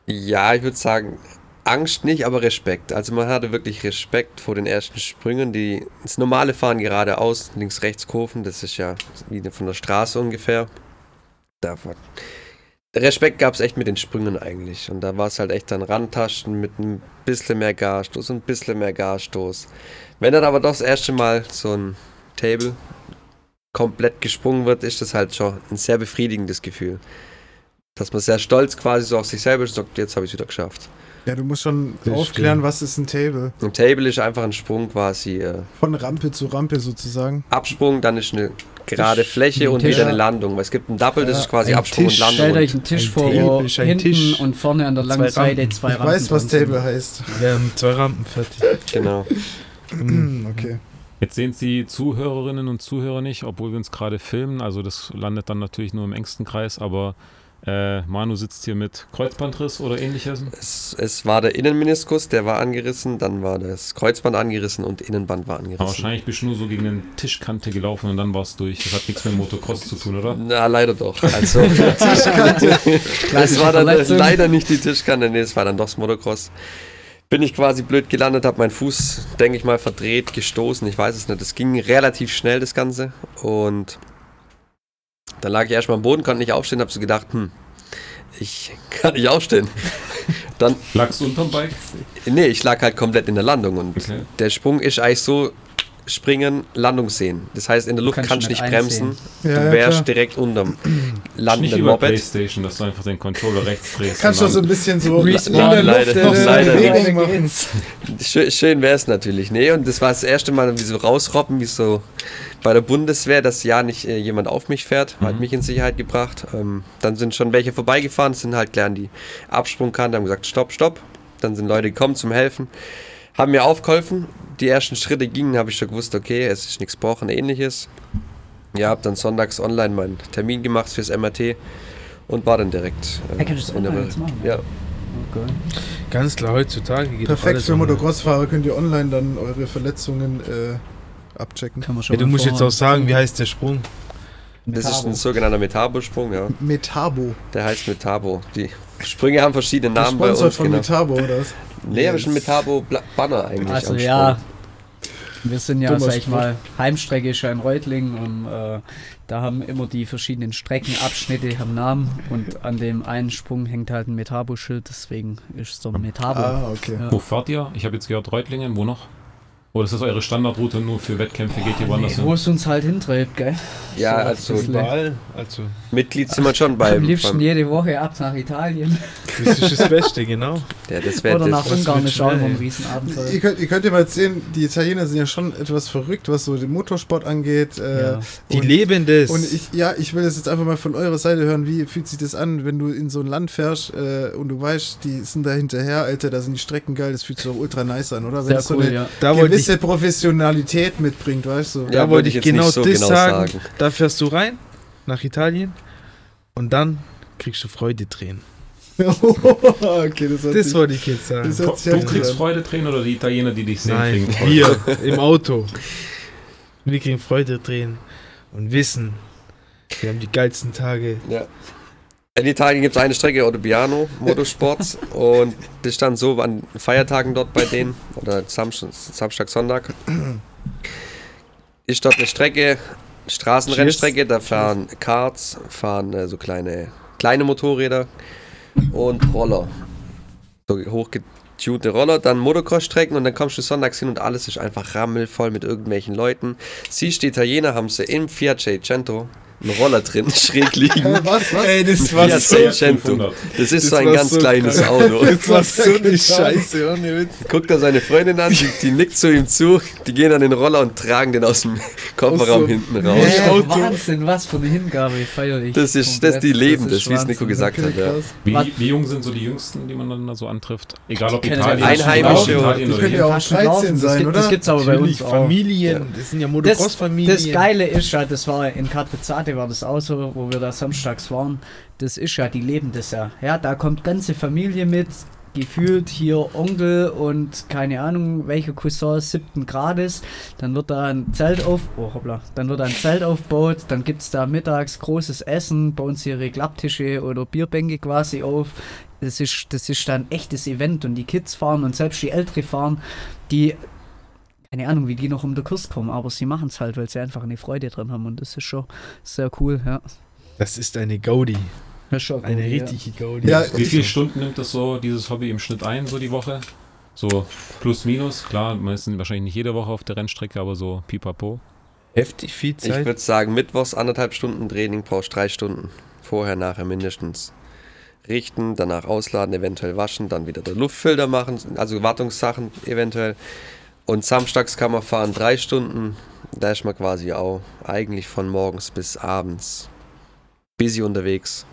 Speaker 5: Ja, ich würde sagen, Angst nicht, aber Respekt. Also man hatte wirklich Respekt vor den ersten Sprüngen. Die, das normale Fahren geradeaus, links, rechts Kurven, das ist ja wie von der Straße ungefähr. Da war, Respekt gab es echt mit den Sprüngen eigentlich. Und da war es halt echt dann Rantasten mit ein bisschen mehr Gasstoß und ein bisschen mehr Gasstoß. Wenn dann aber doch das erste Mal so ein Table komplett gesprungen wird, ist das halt schon ein sehr befriedigendes Gefühl. dass man sehr stolz quasi so auf sich selber ist und sagt, jetzt habe ich es wieder geschafft.
Speaker 1: Ja, du musst schon
Speaker 3: Das
Speaker 1: aufklären,
Speaker 3: stimmt.
Speaker 1: was ist ein Table.
Speaker 5: Ein Table ist einfach ein Sprung quasi. Äh,
Speaker 1: Von Rampe zu Rampe sozusagen.
Speaker 5: Absprung, dann ist eine gerade
Speaker 3: Tisch,
Speaker 5: Fläche
Speaker 4: ein
Speaker 5: und
Speaker 4: Tisch.
Speaker 5: wieder eine Landung. Weil es gibt ein Double, das
Speaker 1: Ja,
Speaker 5: ist quasi
Speaker 3: ein
Speaker 5: Absprung
Speaker 3: Tisch.
Speaker 5: und
Speaker 4: Stellt
Speaker 5: Landung.
Speaker 4: euch einen Tisch
Speaker 3: Ein
Speaker 4: vor,
Speaker 3: Table
Speaker 4: wo
Speaker 3: ist ein
Speaker 4: hinten
Speaker 3: Tisch.
Speaker 4: und vorne an der
Speaker 3: Zwei
Speaker 4: langen Seite
Speaker 3: Rampen.
Speaker 4: zwei
Speaker 1: ich
Speaker 4: Rampen
Speaker 1: weiß, was
Speaker 4: dran sind.
Speaker 1: Table heißt.
Speaker 3: Wir haben zwei Rampen fertig.
Speaker 5: und, genau.
Speaker 4: Mhm.
Speaker 1: Okay.
Speaker 2: Jetzt sehen es die Zuhörerinnen und Zuhörer nicht, obwohl wir uns gerade filmen. Also das landet dann natürlich nur im engsten Kreis, aber äh, Manu sitzt hier mit Kreuzbandriss oder ähnliches.
Speaker 5: Es, es war der Innenmeniskus, der war angerissen, dann war das Kreuzband angerissen und Innenband war angerissen.
Speaker 2: Aber wahrscheinlich bist du nur so gegen den Tischkante gelaufen und dann warst du durch. Das hat nichts mit Motocross zu tun, oder?
Speaker 5: Na, leider doch. Also, <laughs> das war dann
Speaker 4: Verletzung.
Speaker 5: leider nicht die Tischkante, nee, es war dann doch das Motocross. Bin ich quasi blöd gelandet, habe meinen Fuß, denke ich mal, verdreht, gestoßen, ich weiß es nicht. Es ging relativ schnell, das Ganze. Und dann lag ich erstmal am Boden, konnte nicht aufstehen, habe so gedacht, hm, ich <laughs> kann nicht aufstehen. dann
Speaker 2: Lagst du unterm Bike?
Speaker 5: Nee, ich lag halt komplett in der Landung und
Speaker 2: Okay.
Speaker 5: der Sprung ist eigentlich so springen, Landung sehen. Das heißt, in der Luft
Speaker 4: kannst
Speaker 5: kannst du
Speaker 4: nicht
Speaker 5: nicht bremsen.
Speaker 1: Ja, ja,
Speaker 5: du wärst
Speaker 1: klar.
Speaker 5: direkt unterm
Speaker 2: Nicht
Speaker 5: landenden
Speaker 2: über
Speaker 5: Moped.
Speaker 2: Playstation, dass du einfach den Controller rechts drehst.
Speaker 1: Kannst du
Speaker 2: und
Speaker 1: so
Speaker 2: dann-
Speaker 1: ein bisschen so
Speaker 4: Respawn.
Speaker 5: Leider-
Speaker 1: äh, eine
Speaker 5: leider
Speaker 1: Bewegung machen.
Speaker 5: Schön, schön wäre es natürlich. Nee, und das war das erste Mal, wie so rausroppen, wie so bei der Bundeswehr, dass ja nicht äh, jemand auf mich fährt,
Speaker 4: Mhm.
Speaker 5: hat mich in Sicherheit gebracht. Ähm, dann sind schon welche vorbeigefahren, sind halt gleich an die Absprungkante, haben gesagt, stopp, stopp. Dann sind Leute gekommen zum Helfen, haben mir aufgeholfen. Die ersten Schritte gingen, habe ich schon gewusst, okay, es ist nichts gebrochen, ähnliches. Ja, habe dann sonntags online meinen Termin gemacht fürs MRT und war dann direkt. äh,
Speaker 4: Hey, kannst du das
Speaker 5: in der
Speaker 4: online
Speaker 5: Welt.
Speaker 4: jetzt machen?
Speaker 5: Ja,
Speaker 4: Okay.
Speaker 3: Ganz klar, heutzutage geht doch
Speaker 1: Perfekt
Speaker 3: alles
Speaker 1: für
Speaker 3: online.
Speaker 1: Motocross-Fahrer könnt ihr online dann eure Verletzungen äh, abchecken.
Speaker 4: Können wir schon
Speaker 3: Ja, du
Speaker 4: mal
Speaker 3: musst jetzt
Speaker 4: vorhaben.
Speaker 3: auch sagen, wie heißt der Sprung?
Speaker 5: das ist
Speaker 4: Metabo.
Speaker 5: ein sogenannter Metabosprung, ja.
Speaker 1: Metabo.
Speaker 5: Der heißt Metabo. Die Sprünge haben verschiedene Namen bei
Speaker 1: Gesponsert
Speaker 5: uns.
Speaker 1: von
Speaker 5: Genau.
Speaker 1: Metabo, oder was?
Speaker 5: Nee, aber schon Metabo Bla- Banner eigentlich.
Speaker 4: Also
Speaker 5: am
Speaker 4: ja, wir sind ja,
Speaker 1: Dummer
Speaker 4: sag ich
Speaker 1: Spruch.
Speaker 4: mal, Heimstrecke ist ja in Reutlingen und äh, da haben immer die verschiedenen Streckenabschnitte haben Namen und an dem einen Sprung hängt halt ein Metabo-Schild, deswegen ist es so ein Metabo.
Speaker 1: Ah, okay.
Speaker 4: Ja.
Speaker 2: Wo fahrt ihr? Ich habe jetzt gehört Reutlingen, wo noch? Oder ist das eure Standardroute nur für Wettkämpfe? Geht ihr woanders
Speaker 4: Nee, wo
Speaker 2: hin?
Speaker 4: es uns halt hintreibt, gell?
Speaker 5: Sprung. Ja, also
Speaker 4: das ist leer.
Speaker 3: Also,
Speaker 5: Mitglied sind wir schon
Speaker 4: Am
Speaker 5: beim.
Speaker 4: liebsten
Speaker 5: beim
Speaker 4: jede Woche ab nach
Speaker 5: <laughs>
Speaker 4: Italien
Speaker 3: das ist das Beste, genau.
Speaker 5: ja, das wäre
Speaker 4: oder nach
Speaker 5: das. ne?
Speaker 3: was
Speaker 4: Ungarn,
Speaker 3: wird
Speaker 4: ist auch immer ein
Speaker 3: schnell.
Speaker 1: Ihr
Speaker 4: Riesenabenteuer.
Speaker 1: könnt, ihr könnt ja mal sehen, die Italiener sind ja schon etwas verrückt, was so den Motorsport angeht. Äh,
Speaker 4: Ja.
Speaker 3: Die
Speaker 1: und-
Speaker 3: leben das.
Speaker 1: Und ich, ja, ich will das jetzt einfach mal von eurer Seite hören. Wie fühlt sich das an, wenn du in so ein Land fährst äh, und du weißt, die sind da hinterher, Alter, da sind die Strecken geil, das fühlt sich doch ultra nice an, oder? Wenn
Speaker 4: Sehr
Speaker 1: das
Speaker 4: cool,
Speaker 1: so eine
Speaker 4: ja.
Speaker 3: da wollte ich,
Speaker 1: gewisse Professionalität mitbringt, weißt du?
Speaker 5: Ja,
Speaker 3: da
Speaker 5: wollte
Speaker 3: wollte
Speaker 5: ich
Speaker 3: ich
Speaker 5: jetzt nicht
Speaker 3: genau
Speaker 5: so
Speaker 3: das
Speaker 5: genau
Speaker 3: sagen.
Speaker 5: sagen.
Speaker 3: Da fährst du rein, nach Italien, und dann kriegst du Freudetränen.
Speaker 1: <laughs> okay, das, hat
Speaker 3: Das
Speaker 1: sich-
Speaker 3: wollte ich jetzt sagen.
Speaker 1: Das hört sich
Speaker 2: Du
Speaker 1: heftig
Speaker 2: kriegst
Speaker 1: an.
Speaker 2: Freudetränen oder die Italiener, die dich sehen,
Speaker 3: Nein,
Speaker 2: kriegen Freude?
Speaker 3: wir im Auto. Wir kriegen Freudetränen und wissen, wir haben die geilsten Tage.
Speaker 5: Ja. In Italien gibt es eine Strecke, Autobiano,
Speaker 4: <laughs>
Speaker 5: Motorsports. und das stand so an Feiertagen dort bei denen. Oder Samstag, Samstag Sonntag. Ist dort eine Strecke, Straßenrennstrecke. Da fahren Karts, fahren äh, so kleine, kleine Motorräder und Roller. So hochgetunte Roller, dann Motocross-Strecken und dann kommst du sonntags hin und alles ist einfach rammelvoll mit irgendwelchen Leuten. Siehst die Italiener, haben sie im Fiat Seicento einen Roller drin, <laughs> schräg liegen.
Speaker 1: Äh, was, was?
Speaker 3: Ey, das
Speaker 5: Fiat Seicento.
Speaker 2: 500.
Speaker 5: Das ist
Speaker 3: Das
Speaker 5: so ein
Speaker 3: war
Speaker 5: ganz
Speaker 3: so
Speaker 5: kleines
Speaker 3: krank.
Speaker 5: Auto.
Speaker 3: Das war so eine
Speaker 1: Total.
Speaker 3: Scheiße, ohne Witz.
Speaker 5: Guckt er seine Freundin an, die, die nickt zu ihm zu, die gehen an den Roller und tragen den aus dem Kofferraum
Speaker 3: Aus so-
Speaker 5: hinten
Speaker 4: Ja,
Speaker 5: raus.
Speaker 3: Aus
Speaker 4: ja,
Speaker 3: Auto.
Speaker 4: Äh, Wahnsinn, was für eine Hingabe, feier ich.
Speaker 5: Das ist, das, die
Speaker 4: komplett.
Speaker 5: leben
Speaker 4: ist
Speaker 5: das, wie es Nico
Speaker 4: Wahnsinn.
Speaker 5: gesagt hat. Ja.
Speaker 1: Krass.
Speaker 2: Wie, wie jung sind so die Jüngsten, die man dann da so antrifft? Egal ob
Speaker 4: Die können
Speaker 2: Italien,
Speaker 4: ja
Speaker 5: nicht Einheimische
Speaker 2: Italien
Speaker 5: oder-
Speaker 2: oder
Speaker 1: Die können
Speaker 2: hier.
Speaker 1: ja auch
Speaker 4: Fast schon
Speaker 1: 13
Speaker 4: draußen, das
Speaker 1: sein,
Speaker 4: gibt, Das
Speaker 1: oder?
Speaker 4: gibt's aber bei uns auch.
Speaker 3: Familien, das sind ja
Speaker 4: Das, das
Speaker 3: Motocross-Familien.
Speaker 4: Geile ist halt, das war in Katrizate war das auch so, wo wir da samstags waren. Das ist ja, die leben das ja. Ja, da kommt ganze Familie mit, gefühlt hier Onkel und keine Ahnung, welche Cousin siebten Grades. Dann wird da ein Zelt auf, oh hoppla, dann wird da ein Zelt aufgebaut, dann gibt's da mittags großes Essen, bauen sie ihre Klapptische oder Bierbänke quasi auf. Das ist, das ist dann ein echtes Event und die Kids fahren und selbst die Ältere fahren, die keine Ahnung, wie die noch um den Kurs kommen, aber sie machen es halt, weil sie einfach eine Freude dran haben und das ist schon sehr cool, ja.
Speaker 3: Das ist eine Gaudi.
Speaker 4: Das ist schon
Speaker 3: Eine
Speaker 4: cool,
Speaker 3: richtige Gaudi.
Speaker 1: Ja,
Speaker 2: Wie viele Stunden nimmt das so, dieses Hobby im Schnitt ein, so die Woche? So plus minus, klar, man ist wahrscheinlich nicht jede Woche auf der Rennstrecke, aber so pipapo.
Speaker 3: Heftig viel
Speaker 5: Ich
Speaker 3: Zeit.
Speaker 5: würde sagen, mittwochs anderthalb Stunden Training brauchst drei Stunden. Vorher, nachher mindestens. richten, danach ausladen, eventuell waschen, dann wieder der Luftfilter machen, also Wartungssachen eventuell. Und samstags kann man fahren drei Stunden. Da ist man quasi auch eigentlich von morgens bis abends busy unterwegs.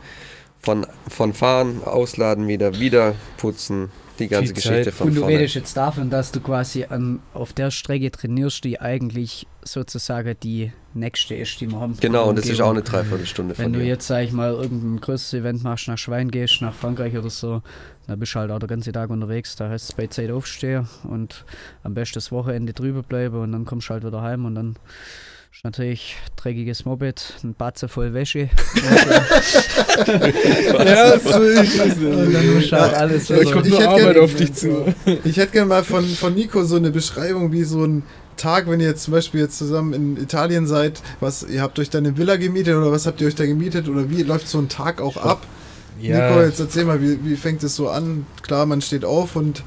Speaker 5: Von, von fahren, ausladen wieder, wieder putzen, die ganze
Speaker 3: Viel
Speaker 5: Geschichte
Speaker 3: Zeit.
Speaker 5: von
Speaker 4: Und du
Speaker 5: vorne.
Speaker 4: redest jetzt davon, dass du quasi an, auf der Strecke trainierst, die eigentlich sozusagen die nächste ist, die wir haben.
Speaker 5: Genau, und das ist auch eine
Speaker 4: Umgebung.
Speaker 5: Dreiviertelstunde von
Speaker 4: Wenn du
Speaker 5: dir.
Speaker 4: jetzt, sag ich mal, irgendein größeres Event machst, nach Schwein gehst, nach Frankreich oder so, dann bist du halt auch den ganzen Tag unterwegs. Da heißt es bei Zeit aufstehen und am besten das Wochenende drüber bleiben und dann kommst du halt wieder heim und dann ist natürlich dreckiges Moped, ein Batze voll
Speaker 3: <laughs>
Speaker 4: Wäsche.
Speaker 1: <laughs>
Speaker 3: Ja, so ist
Speaker 4: und dann musst du halt alles
Speaker 1: Ich-
Speaker 3: Da
Speaker 4: wieder.
Speaker 3: kommt
Speaker 1: ich
Speaker 3: also nur
Speaker 1: hätte
Speaker 3: Arbeit
Speaker 1: gerne-
Speaker 3: auf dich zu.
Speaker 1: Ich hätte gerne mal von, von Nico so eine Beschreibung, wie so ein Tag, wenn ihr jetzt zum Beispiel jetzt zusammen in Italien seid, was ihr habt euch dann eine Villa gemietet oder was habt ihr euch da gemietet oder wie läuft so ein Tag
Speaker 3: Oh,
Speaker 1: auch ab? Nico, jetzt erzähl mal, wie, wie fängt es so an? Klar, man steht auf und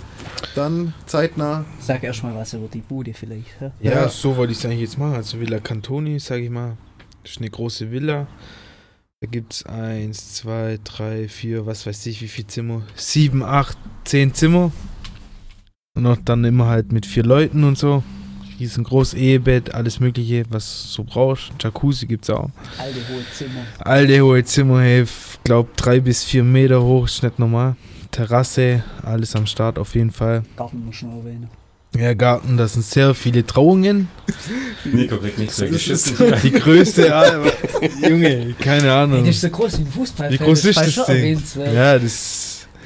Speaker 1: dann zeitnah.
Speaker 4: Sag erstmal was über die Bude vielleicht. Ja?
Speaker 3: Ja,
Speaker 1: Ja.
Speaker 3: so wollte ich es eigentlich jetzt machen. Also Villa Cantoni, sage ich mal. Das ist eine große Villa. Da gibt es eins, zwei, drei, vier, was weiß ich, wie viel Zimmer. Sieben, acht, zehn Zimmer. Und auch dann immer halt mit vier Leuten und so. Riesengroß, Ehebett, alles mögliche, was du so brauchst. Jacuzzi gibt's auch.
Speaker 4: Alte hohe Zimmer.
Speaker 3: Alte hohe Zimmer, hey, f- glaub drei bis vier Meter hoch, ist nicht normal. Terrasse, alles am Start auf jeden Fall.
Speaker 4: Garten muss man erwähnen.
Speaker 3: Ja, Garten, das sind sehr viele Trauungen. <laughs>
Speaker 2: Nico kriegt nichts mehr
Speaker 1: Das ist-
Speaker 2: geschissen.
Speaker 3: Die größte, aber, <laughs> Junge, keine Ahnung.
Speaker 4: Das ist so groß wie ein Fußballfeld.
Speaker 3: Wie groß ist
Speaker 4: war
Speaker 3: das
Speaker 4: schon
Speaker 3: Ding?
Speaker 4: erwähnenswert.
Speaker 3: Ja, das.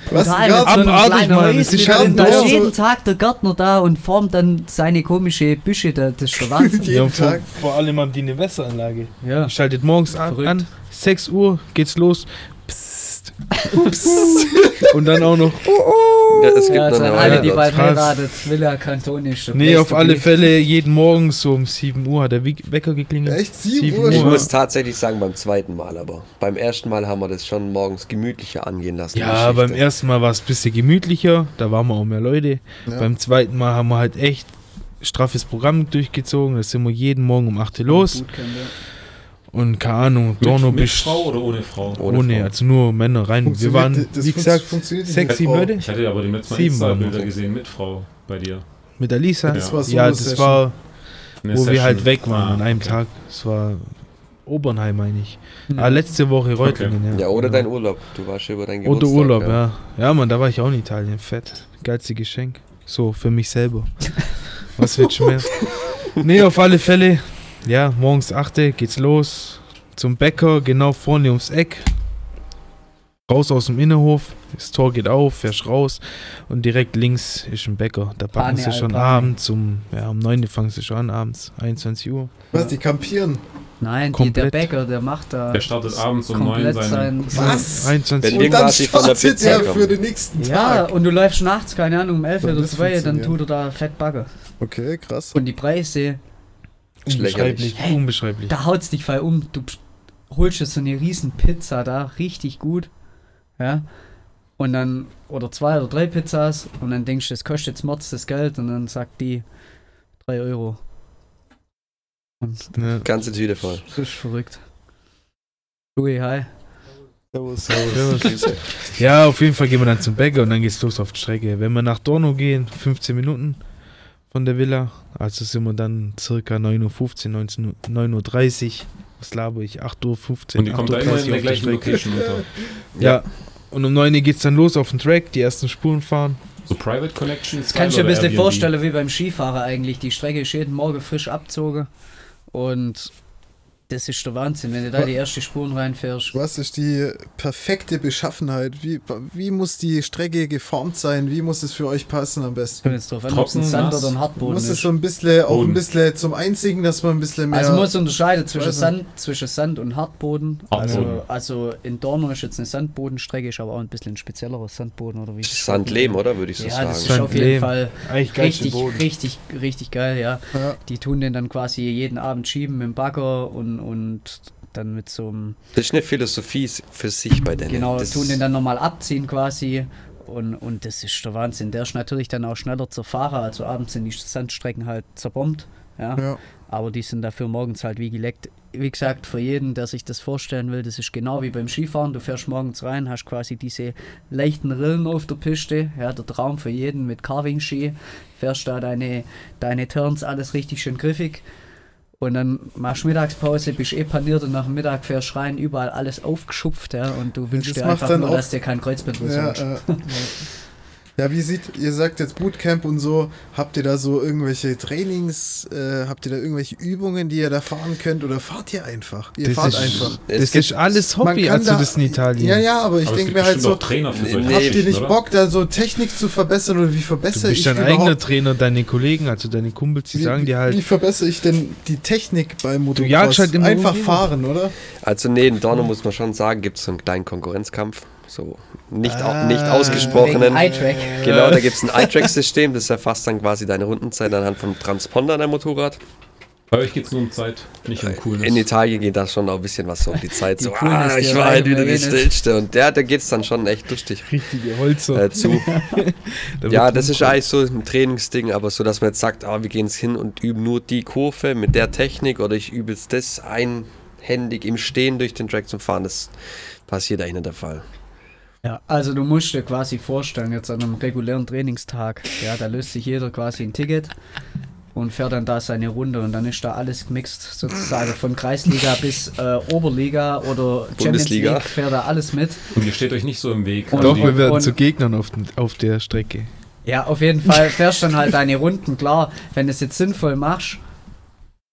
Speaker 1: Was?
Speaker 4: Total,
Speaker 1: Ja,
Speaker 4: mit so einem
Speaker 3: abartig,
Speaker 4: kleinen
Speaker 3: Mann,
Speaker 4: Häuschen
Speaker 3: das ist
Speaker 4: drin.
Speaker 1: schon
Speaker 4: da ist
Speaker 1: groß.
Speaker 4: jeden Tag der Gärtner da und formt dann seine komische Büsche da. Das ist schon Wahnsinn.
Speaker 1: Jeden
Speaker 3: ja, vor,
Speaker 1: Tag.
Speaker 3: vor allem haben die eine Wässeranlage.
Speaker 4: ja.
Speaker 3: Schaltet morgens an,
Speaker 4: Verrückt.
Speaker 3: an, 6 Uhr geht's los. Psst. <laughs> Und dann auch noch.
Speaker 5: Ja, es
Speaker 4: Ja,
Speaker 5: gibt noch
Speaker 4: also an
Speaker 5: eine
Speaker 4: alle,
Speaker 5: Weile
Speaker 4: die
Speaker 5: dort.
Speaker 4: bald
Speaker 3: Krass.
Speaker 4: heiratet, Villa Cantonisch.
Speaker 3: Nee, auf alle Fälle jeden Morgen so um 7 Uhr hat der Wec- Wecker geklingelt.
Speaker 1: Echt? Sieben
Speaker 3: Sieben
Speaker 1: Uhr?
Speaker 3: Uhr.
Speaker 5: Ich
Speaker 1: schon?
Speaker 3: Ja.
Speaker 5: muss tatsächlich sagen, beim zweiten Mal aber. Beim ersten Mal haben wir das schon morgens gemütlicher angehen lassen. die
Speaker 3: Ja, beim
Speaker 5: Geschichte.
Speaker 3: ersten Mal war es ein bisschen gemütlicher, da waren wir auch mehr Leute.
Speaker 1: Ja.
Speaker 3: Beim zweiten Mal haben wir halt echt straffes Programm durchgezogen. Da sind wir jeden Morgen um 8 Uhr los. Und keine Ahnung, Dorno
Speaker 2: Mit, mit
Speaker 3: bis
Speaker 2: Frau oder ohne Frau?
Speaker 5: Ohne
Speaker 3: Ohne,
Speaker 5: Frau.
Speaker 3: also nur Männer rein. Wir
Speaker 1: Funktioniert-
Speaker 3: waren,
Speaker 1: das
Speaker 3: wie
Speaker 1: funkt-
Speaker 3: gesagt,
Speaker 1: funktioniert nicht Oh,
Speaker 3: sechs,
Speaker 1: mit
Speaker 3: sieben
Speaker 1: Frau.
Speaker 3: Leute
Speaker 2: Ich hatte aber dem letzten Mal
Speaker 3: Sieben
Speaker 2: Insta-Bilder
Speaker 3: waren-
Speaker 2: gesehen mit Frau bei dir.
Speaker 3: mit Alisa.
Speaker 1: Das war so
Speaker 3: ja,
Speaker 1: eine
Speaker 3: das
Speaker 1: Session.
Speaker 3: war,
Speaker 2: Eine
Speaker 3: wo wir
Speaker 2: Session.
Speaker 3: halt weg waren
Speaker 2: Ah,
Speaker 3: an einem
Speaker 2: okay.
Speaker 3: Tag. Das war Obernheim, meine ich.
Speaker 4: Mhm.
Speaker 3: Ah, letzte Woche Reutlingen, ja.
Speaker 5: Ja, oder
Speaker 3: Genau.
Speaker 5: dein Urlaub. Du warst ja über deinen
Speaker 3: Oder
Speaker 5: Geburtstag.
Speaker 3: Urlaub, ja. Ja, Mann, da war ich auch in Italien. Fett. Geilste Geschenk. So, für mich selber. Was willst du mehr?
Speaker 5: <laughs>
Speaker 3: Nee, auf alle Fälle. Ja, morgens 8 Uhr geht's los. Zum Bäcker, genau vorne ums Eck. Raus aus dem Innenhof. Das Tor geht auf, fährst raus. Und direkt links ist ein Bäcker. Da backen
Speaker 4: Pane
Speaker 3: sie schon
Speaker 4: al pane.
Speaker 3: abends um, ja, um 9 Uhr fangen sie schon an, abends, 21 Uhr.
Speaker 1: Was, die kampieren?
Speaker 4: Nein, die, der
Speaker 3: Komplett.
Speaker 4: Bäcker, der macht da
Speaker 2: Der startet abends um neun
Speaker 4: komplett
Speaker 2: seinen.
Speaker 4: sein.
Speaker 1: Was?
Speaker 3: 21
Speaker 5: Berlin
Speaker 1: und dann
Speaker 5: war sie von der
Speaker 1: startet
Speaker 5: Pizza
Speaker 1: er
Speaker 5: gekommen.
Speaker 1: für den nächsten
Speaker 4: Ja,
Speaker 1: Tag.
Speaker 4: und du läufst nachts, keine Ahnung, um 11
Speaker 1: Dann
Speaker 4: oder
Speaker 1: das
Speaker 4: 2, dann
Speaker 1: funktioniert.
Speaker 4: tut er da fett Backe.
Speaker 1: Okay, krass.
Speaker 4: Und die Preise,
Speaker 5: Ist lächerlich.
Speaker 3: Unbeschreiblich. Unbeschreiblich.
Speaker 4: da haut's dich voll um. Du pst- holst dir so eine riesen Pizza da, richtig gut. Ja. Und dann, oder zwei oder drei Pizzas und dann denkst du, das kostet jetzt Mords das Geld und dann sagt die 3 Euro. Und
Speaker 3: Ja.
Speaker 5: Ganze Tüte voll.
Speaker 4: das ist verrückt. Ui, hi.
Speaker 3: Servus. Ja, auf jeden Fall gehen wir dann zum Bäcker und dann geht's los auf die Strecke. Wenn wir nach Dorno gehen, 15 Minuten von der Villa, also sind wir dann circa 9.15 Uhr, 19 Uhr, 9.30 Uhr, was laber ich, 8.15 Uhr,
Speaker 2: Und die kommt da immer in der
Speaker 3: 8.30 Uhr auf der
Speaker 2: gleichen
Speaker 3: Strecke.
Speaker 2: Location unter.
Speaker 3: Ja, und um 9 Uhr geht's dann los auf den Track, die ersten Spuren fahren.
Speaker 2: So Private Connections.
Speaker 4: Das kannst du dir
Speaker 2: oder
Speaker 4: ein bisschen
Speaker 2: Airbnb?
Speaker 4: vorstellen wie beim Skifahrer eigentlich. Die Strecke ist jeden Morgen frisch abzogen und das ist der Wahnsinn, wenn du da die ersten Spuren reinfährst.
Speaker 1: Was ist die perfekte Beschaffenheit? Wie, wie muss die Strecke geformt sein? Wie muss es für euch passen am besten?
Speaker 4: Kommt jetzt drauf an, ob es ein
Speaker 2: Trocken,
Speaker 4: Sand
Speaker 2: nass.
Speaker 4: oder ein Hartboden
Speaker 1: Muss
Speaker 4: ist.
Speaker 1: es so ein bisschen, auch ein
Speaker 2: Boden.
Speaker 1: bisschen zum Einzigen, dass man ein bisschen mehr.
Speaker 4: Also muss unterscheiden zwischen
Speaker 1: Weiß
Speaker 4: Sand, zwischen Sand und Hartboden.
Speaker 2: Hartboden.
Speaker 4: Also, also in Dornau ist jetzt eine Sandbodenstrecke, ist aber auch ein bisschen ein speziellerer Sandboden oder wie?
Speaker 5: Sandleben, oder? Würde ich so
Speaker 4: Ja,
Speaker 5: sagen.
Speaker 4: das ist
Speaker 3: Sandlehm.
Speaker 4: auf jeden Fall
Speaker 3: Eigentlich
Speaker 4: richtig, richtig, richtig geil, ja.
Speaker 1: ja.
Speaker 4: Die tun den dann quasi jeden Abend schieben mit dem Bagger und, und dann mit so einem
Speaker 5: Das ist eine Philosophie für sich bei denen.
Speaker 4: Genau,
Speaker 5: ne, das
Speaker 4: tun den dann nochmal abziehen quasi. Und, und das ist der Wahnsinn. Der ist natürlich dann auch schneller zur Fahrer. Also abends sind die Sandstrecken halt zerbombt. Ja.
Speaker 1: ja.
Speaker 4: Aber die sind dafür morgens halt wie geleckt. Wie gesagt, für jeden, der sich das vorstellen will, das ist genau wie beim Skifahren. Du fährst morgens rein, hast quasi diese leichten Rillen auf der Piste. Ja, der Traum für jeden mit Carving-Ski. Fährst da deine, deine Turns, alles richtig schön griffig. Und dann machst du Mittagspause, bist eh paniert und nach dem Mittag fährst rein, überall alles aufgeschupft, ja, und du wünschst
Speaker 1: Das
Speaker 4: dir
Speaker 1: macht
Speaker 4: einfach
Speaker 1: dann
Speaker 4: nur,
Speaker 1: auch-
Speaker 4: dass dir kein Kreuzbandriss
Speaker 1: Ja,
Speaker 4: rutscht.
Speaker 1: äh, ja, wie sieht, ihr sagt jetzt Bootcamp und so, habt ihr da so irgendwelche Trainings, äh, habt ihr da irgendwelche Übungen, die ihr da fahren könnt oder fahrt ihr einfach? Ihr fahrt
Speaker 3: ist,
Speaker 1: einfach.
Speaker 5: Es
Speaker 3: Das
Speaker 5: gibt-
Speaker 3: ist alles
Speaker 1: Man
Speaker 3: Hobby,
Speaker 1: kann
Speaker 3: als du das in Italien.
Speaker 1: Ja, ja, aber ich
Speaker 2: Aber es
Speaker 1: denke
Speaker 2: gibt
Speaker 1: mir halt
Speaker 2: bestimmt
Speaker 1: so,
Speaker 2: auch Trainer für
Speaker 5: Nee,
Speaker 2: solche
Speaker 5: nee.
Speaker 1: habt ihr
Speaker 2: Geschichten,
Speaker 1: nicht
Speaker 2: oder?
Speaker 1: Bock, da so Technik zu verbessern oder wie
Speaker 3: Du
Speaker 1: verbessere
Speaker 3: bist
Speaker 1: ich
Speaker 3: dein
Speaker 1: überhaupt
Speaker 3: eigener Trainer, deine Kollegen, also deine Kumpels, die
Speaker 1: Wie-
Speaker 3: sagen dir
Speaker 1: wie, wie
Speaker 3: halt,
Speaker 1: verbessere ich denn die Technik beim Motocross?
Speaker 3: jagst halt immer
Speaker 1: Einfach
Speaker 3: irgendwo.
Speaker 1: fahren, oder?
Speaker 5: Also nee, in Dorno muss man schon sagen, gibt es so einen kleinen Konkurrenzkampf. So nicht, au-
Speaker 1: Ah,
Speaker 5: nicht
Speaker 4: Wegen
Speaker 5: ausgesprochenen.
Speaker 4: Eye-Track.
Speaker 1: äh,
Speaker 5: Genau, da gibt es ein iTrack-System, das erfasst dann quasi deine Rundenzeit anhand vom Transponder an deinem Motorrad.
Speaker 2: Bei euch geht es nur um Zeit, nicht
Speaker 4: Äh,
Speaker 2: um Coolness.
Speaker 5: Äh, In Italien geht da schon auch ein bisschen was so um die Zeit.
Speaker 4: Die
Speaker 5: so,
Speaker 4: Coolness,
Speaker 5: ah, ich
Speaker 4: die
Speaker 5: war halt
Speaker 4: rein,
Speaker 5: wieder die
Speaker 4: Marines.
Speaker 5: Schnellste. Und der, da geht es dann schon echt lustig
Speaker 3: richtige Holzer.
Speaker 5: äh, zu.
Speaker 3: Da wird
Speaker 5: Ja, das ist
Speaker 3: rumgeguckt.
Speaker 5: eigentlich so ein Trainingsding, aber so, dass man jetzt sagt, ah, wir gehen jetzt hin und üben nur die Kurve mit der Technik oder ich übe jetzt das einhändig im Stehen durch den Track zum Fahren, das passiert eigentlich nicht der Fall.
Speaker 4: Ja, also du musst dir quasi vorstellen, jetzt an einem regulären Trainingstag, ja, da löst sich jeder quasi ein Ticket und fährt dann da seine Runde und dann ist da alles gemixt, sozusagen von Kreisliga bis äh, Oberliga oder Champions
Speaker 5: Bundesliga.
Speaker 4: League fährt da alles mit.
Speaker 2: Und ihr steht euch nicht so im Weg.
Speaker 4: Und-
Speaker 2: Also
Speaker 3: Doch,
Speaker 2: die-
Speaker 3: wir werden
Speaker 4: und-
Speaker 3: zu Gegnern auf, den- auf der Strecke.
Speaker 4: Ja, auf jeden Fall fährst dann halt deine Runden, klar, wenn du es jetzt sinnvoll machst,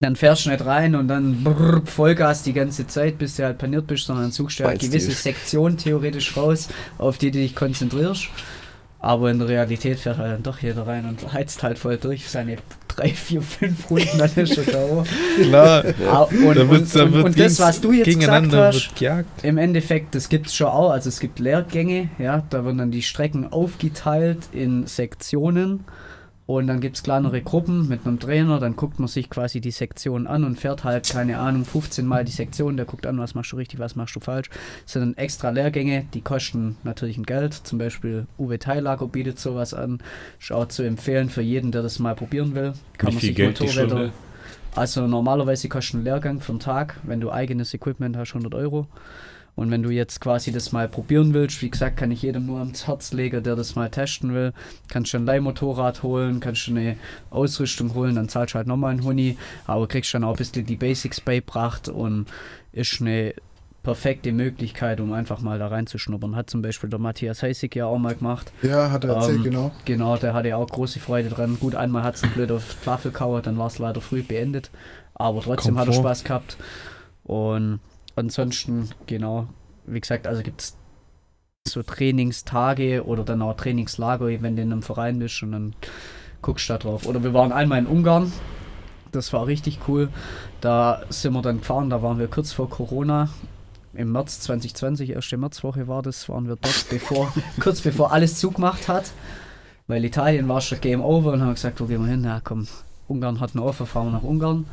Speaker 4: dann fährst du nicht rein und dann brrr, Vollgas die ganze Zeit, bis du halt paniert bist, sondern suchst dir halt
Speaker 5: Beinstil.
Speaker 4: gewisse Sektionen theoretisch raus, auf die du dich konzentrierst. Aber in der Realität fährt halt dann doch jeder rein und heizt halt voll durch seine 3, 4, 5 Runden, dann ist er K.O.
Speaker 3: Klar, <laughs>
Speaker 4: Ah, Und,
Speaker 3: da
Speaker 4: und,
Speaker 3: wird, da
Speaker 4: und,
Speaker 3: wird
Speaker 4: und das,
Speaker 3: gegen-
Speaker 4: was du jetzt gesagt
Speaker 3: gegeneinander
Speaker 4: hast,
Speaker 3: wird gejagt.
Speaker 4: im Endeffekt, das gibt es schon auch. Also es gibt Lehrgänge, ja, da werden dann die Strecken aufgeteilt in Sektionen und dann gibt es kleinere Gruppen mit einem Trainer, dann guckt man sich quasi die Sektion an und fährt halt, keine Ahnung, 15 Mal die Sektion, der guckt an, was machst du richtig, was machst du falsch. Das sind dann extra Lehrgänge, die kosten natürlich ein Geld. Zum Beispiel Uwe Teilager bietet sowas an. Ist auch zu empfehlen für jeden, der das mal probieren will.
Speaker 2: Wie viel Geld die Stunde?
Speaker 4: Also normalerweise kostet ein Lehrgang für einen Tag, wenn du eigenes Equipment hast, 100 Euro. Und wenn du jetzt quasi das mal probieren willst, wie gesagt, kann ich jedem nur ans Herz legen, der das mal testen will. Kannst du ein Leihmotorrad holen, kannst du eine Ausrüstung holen, dann zahlst du halt nochmal einen Huni, aber kriegst dann auch ein bisschen die Basics beibracht und ist eine perfekte Möglichkeit, um einfach mal da reinzuschnuppern. Hat zum Beispiel der Matthias Heisig ja auch mal gemacht.
Speaker 1: Ja, hat er erzählt,
Speaker 4: Ähm,
Speaker 1: genau.
Speaker 4: Genau, der hatte auch große Freude dran. Gut, einmal hat es ein blöder Tafelkauer, dann war es leider früh beendet. Aber trotzdem hat er
Speaker 3: Komfort.
Speaker 4: Spaß gehabt. Und ansonsten, genau, wie gesagt, also gibt es so Trainingstage oder dann auch Trainingslager, wenn du in einem Verein bist und dann guckst du da drauf. Oder wir waren einmal in Ungarn. Das war richtig cool. Da sind wir dann gefahren, da waren wir kurz vor Corona. Im März 2020, erste Märzwoche war das, waren wir dort, bevor, <laughs> kurz bevor alles zugemacht hat. Weil Italien war schon Game Over und haben gesagt, wo gehen wir hin? Na komm, Ungarn hat einen Offer, fahren wir nach Ungarn.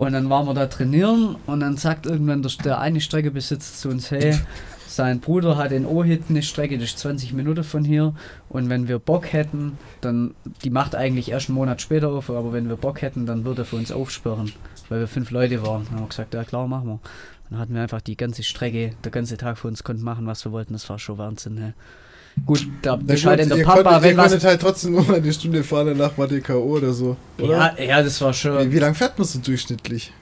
Speaker 4: Und dann waren wir da trainieren und dann sagt irgendwann der, der eine Streckenbesitzer zu uns, hey, sein Bruder hat in Ohit eine Strecke, das ist 20 Minuten von hier und wenn wir Bock hätten, dann, die macht eigentlich erst einen Monat später auf, aber wenn wir Bock hätten, dann würde er für uns aufsperren, weil wir fünf Leute waren. Dann haben wir gesagt, ja klar, machen wir. Dann hatten wir einfach die ganze Strecke, der ganze Tag für uns, konnten machen, was wir wollten, das war schon Wahnsinn, hey. Gut, da
Speaker 1: Na
Speaker 4: bist halt
Speaker 1: gut,
Speaker 4: in der
Speaker 1: ihr
Speaker 4: Papa,
Speaker 1: konntet,
Speaker 4: wenn
Speaker 1: ihr
Speaker 4: was
Speaker 1: konntet halt trotzdem nur mal eine Stunde fahren, danach war die K.O. oder so. Oder?
Speaker 4: Ja, ja, das war
Speaker 1: Wie,
Speaker 4: schon.
Speaker 1: wie lange fährt man so durchschnittlich?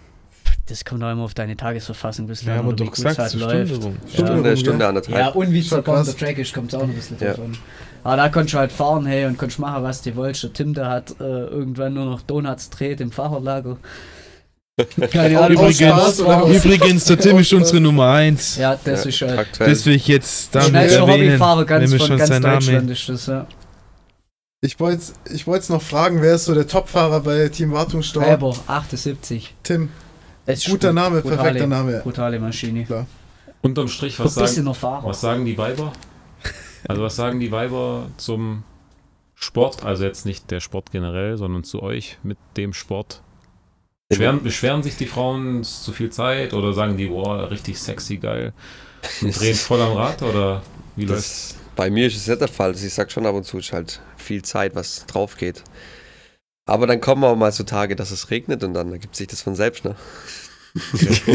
Speaker 4: Das kommt auch immer auf deine Tagesverfassung bis
Speaker 3: Ja, haben wir doch gesagt,
Speaker 4: halt
Speaker 3: zur Stunde
Speaker 4: läuft.
Speaker 3: rum.
Speaker 1: Stunde
Speaker 5: Stunde,
Speaker 1: rum,
Speaker 5: Stunde
Speaker 1: gell?
Speaker 5: anderthalb.
Speaker 4: Ja, und wie
Speaker 1: Schon
Speaker 4: zerkommen der
Speaker 1: krass.
Speaker 4: Track ist, kommt es auch noch ein bisschen
Speaker 5: Ja.
Speaker 4: drauf an. Aber da konntest du halt fahren, hey, und konntest machen, was du wolltest. Der Tim, der hat äh, irgendwann nur noch Donuts dreht im Fahrerlager. Keine Ahnung, was
Speaker 1: Übrigens-
Speaker 4: das war.
Speaker 3: Übrigens, der Tim ist unsere Nummer 1.
Speaker 4: Ja, das ist halt.
Speaker 5: aktuell.
Speaker 3: Das will ich jetzt damit
Speaker 4: Schnellster
Speaker 3: erwähnen,
Speaker 4: Hobbyfahrer ganz
Speaker 3: wenn wir
Speaker 4: von
Speaker 3: schon
Speaker 4: ganz
Speaker 3: seinen
Speaker 4: Deutschland
Speaker 3: Namen...
Speaker 4: ist das, ja.
Speaker 1: Ich wollte ich wollt's noch fragen, wer ist so der Topfahrer bei Team Wartungsstau?
Speaker 4: Weber, 78.
Speaker 1: Tim.
Speaker 4: Es ist
Speaker 1: Guter Name,
Speaker 4: brutale-
Speaker 1: perfekter Name.
Speaker 4: Brutale Maschine.
Speaker 2: Unterm Strich, was
Speaker 4: Verbiss
Speaker 2: sagen,
Speaker 4: ihn noch Fahrer.
Speaker 2: was sagen die Weiber? Also was sagen die Weiber zum Sport? Also jetzt nicht der Sport generell, sondern zu euch mit dem Sport. Beschweren, beschweren sich die Frauen es ist zu viel Zeit oder sagen die, boah, richtig sexy, geil und drehen voll am Rad oder wie läuft's?
Speaker 5: Das, bei mir ist es nicht der Fall. Also ich sag schon ab und zu, ist halt viel Zeit, was drauf geht. Aber dann kommen auch mal so Tage, dass es regnet und dann ergibt sich das von selbst, ne?
Speaker 1: <laughs>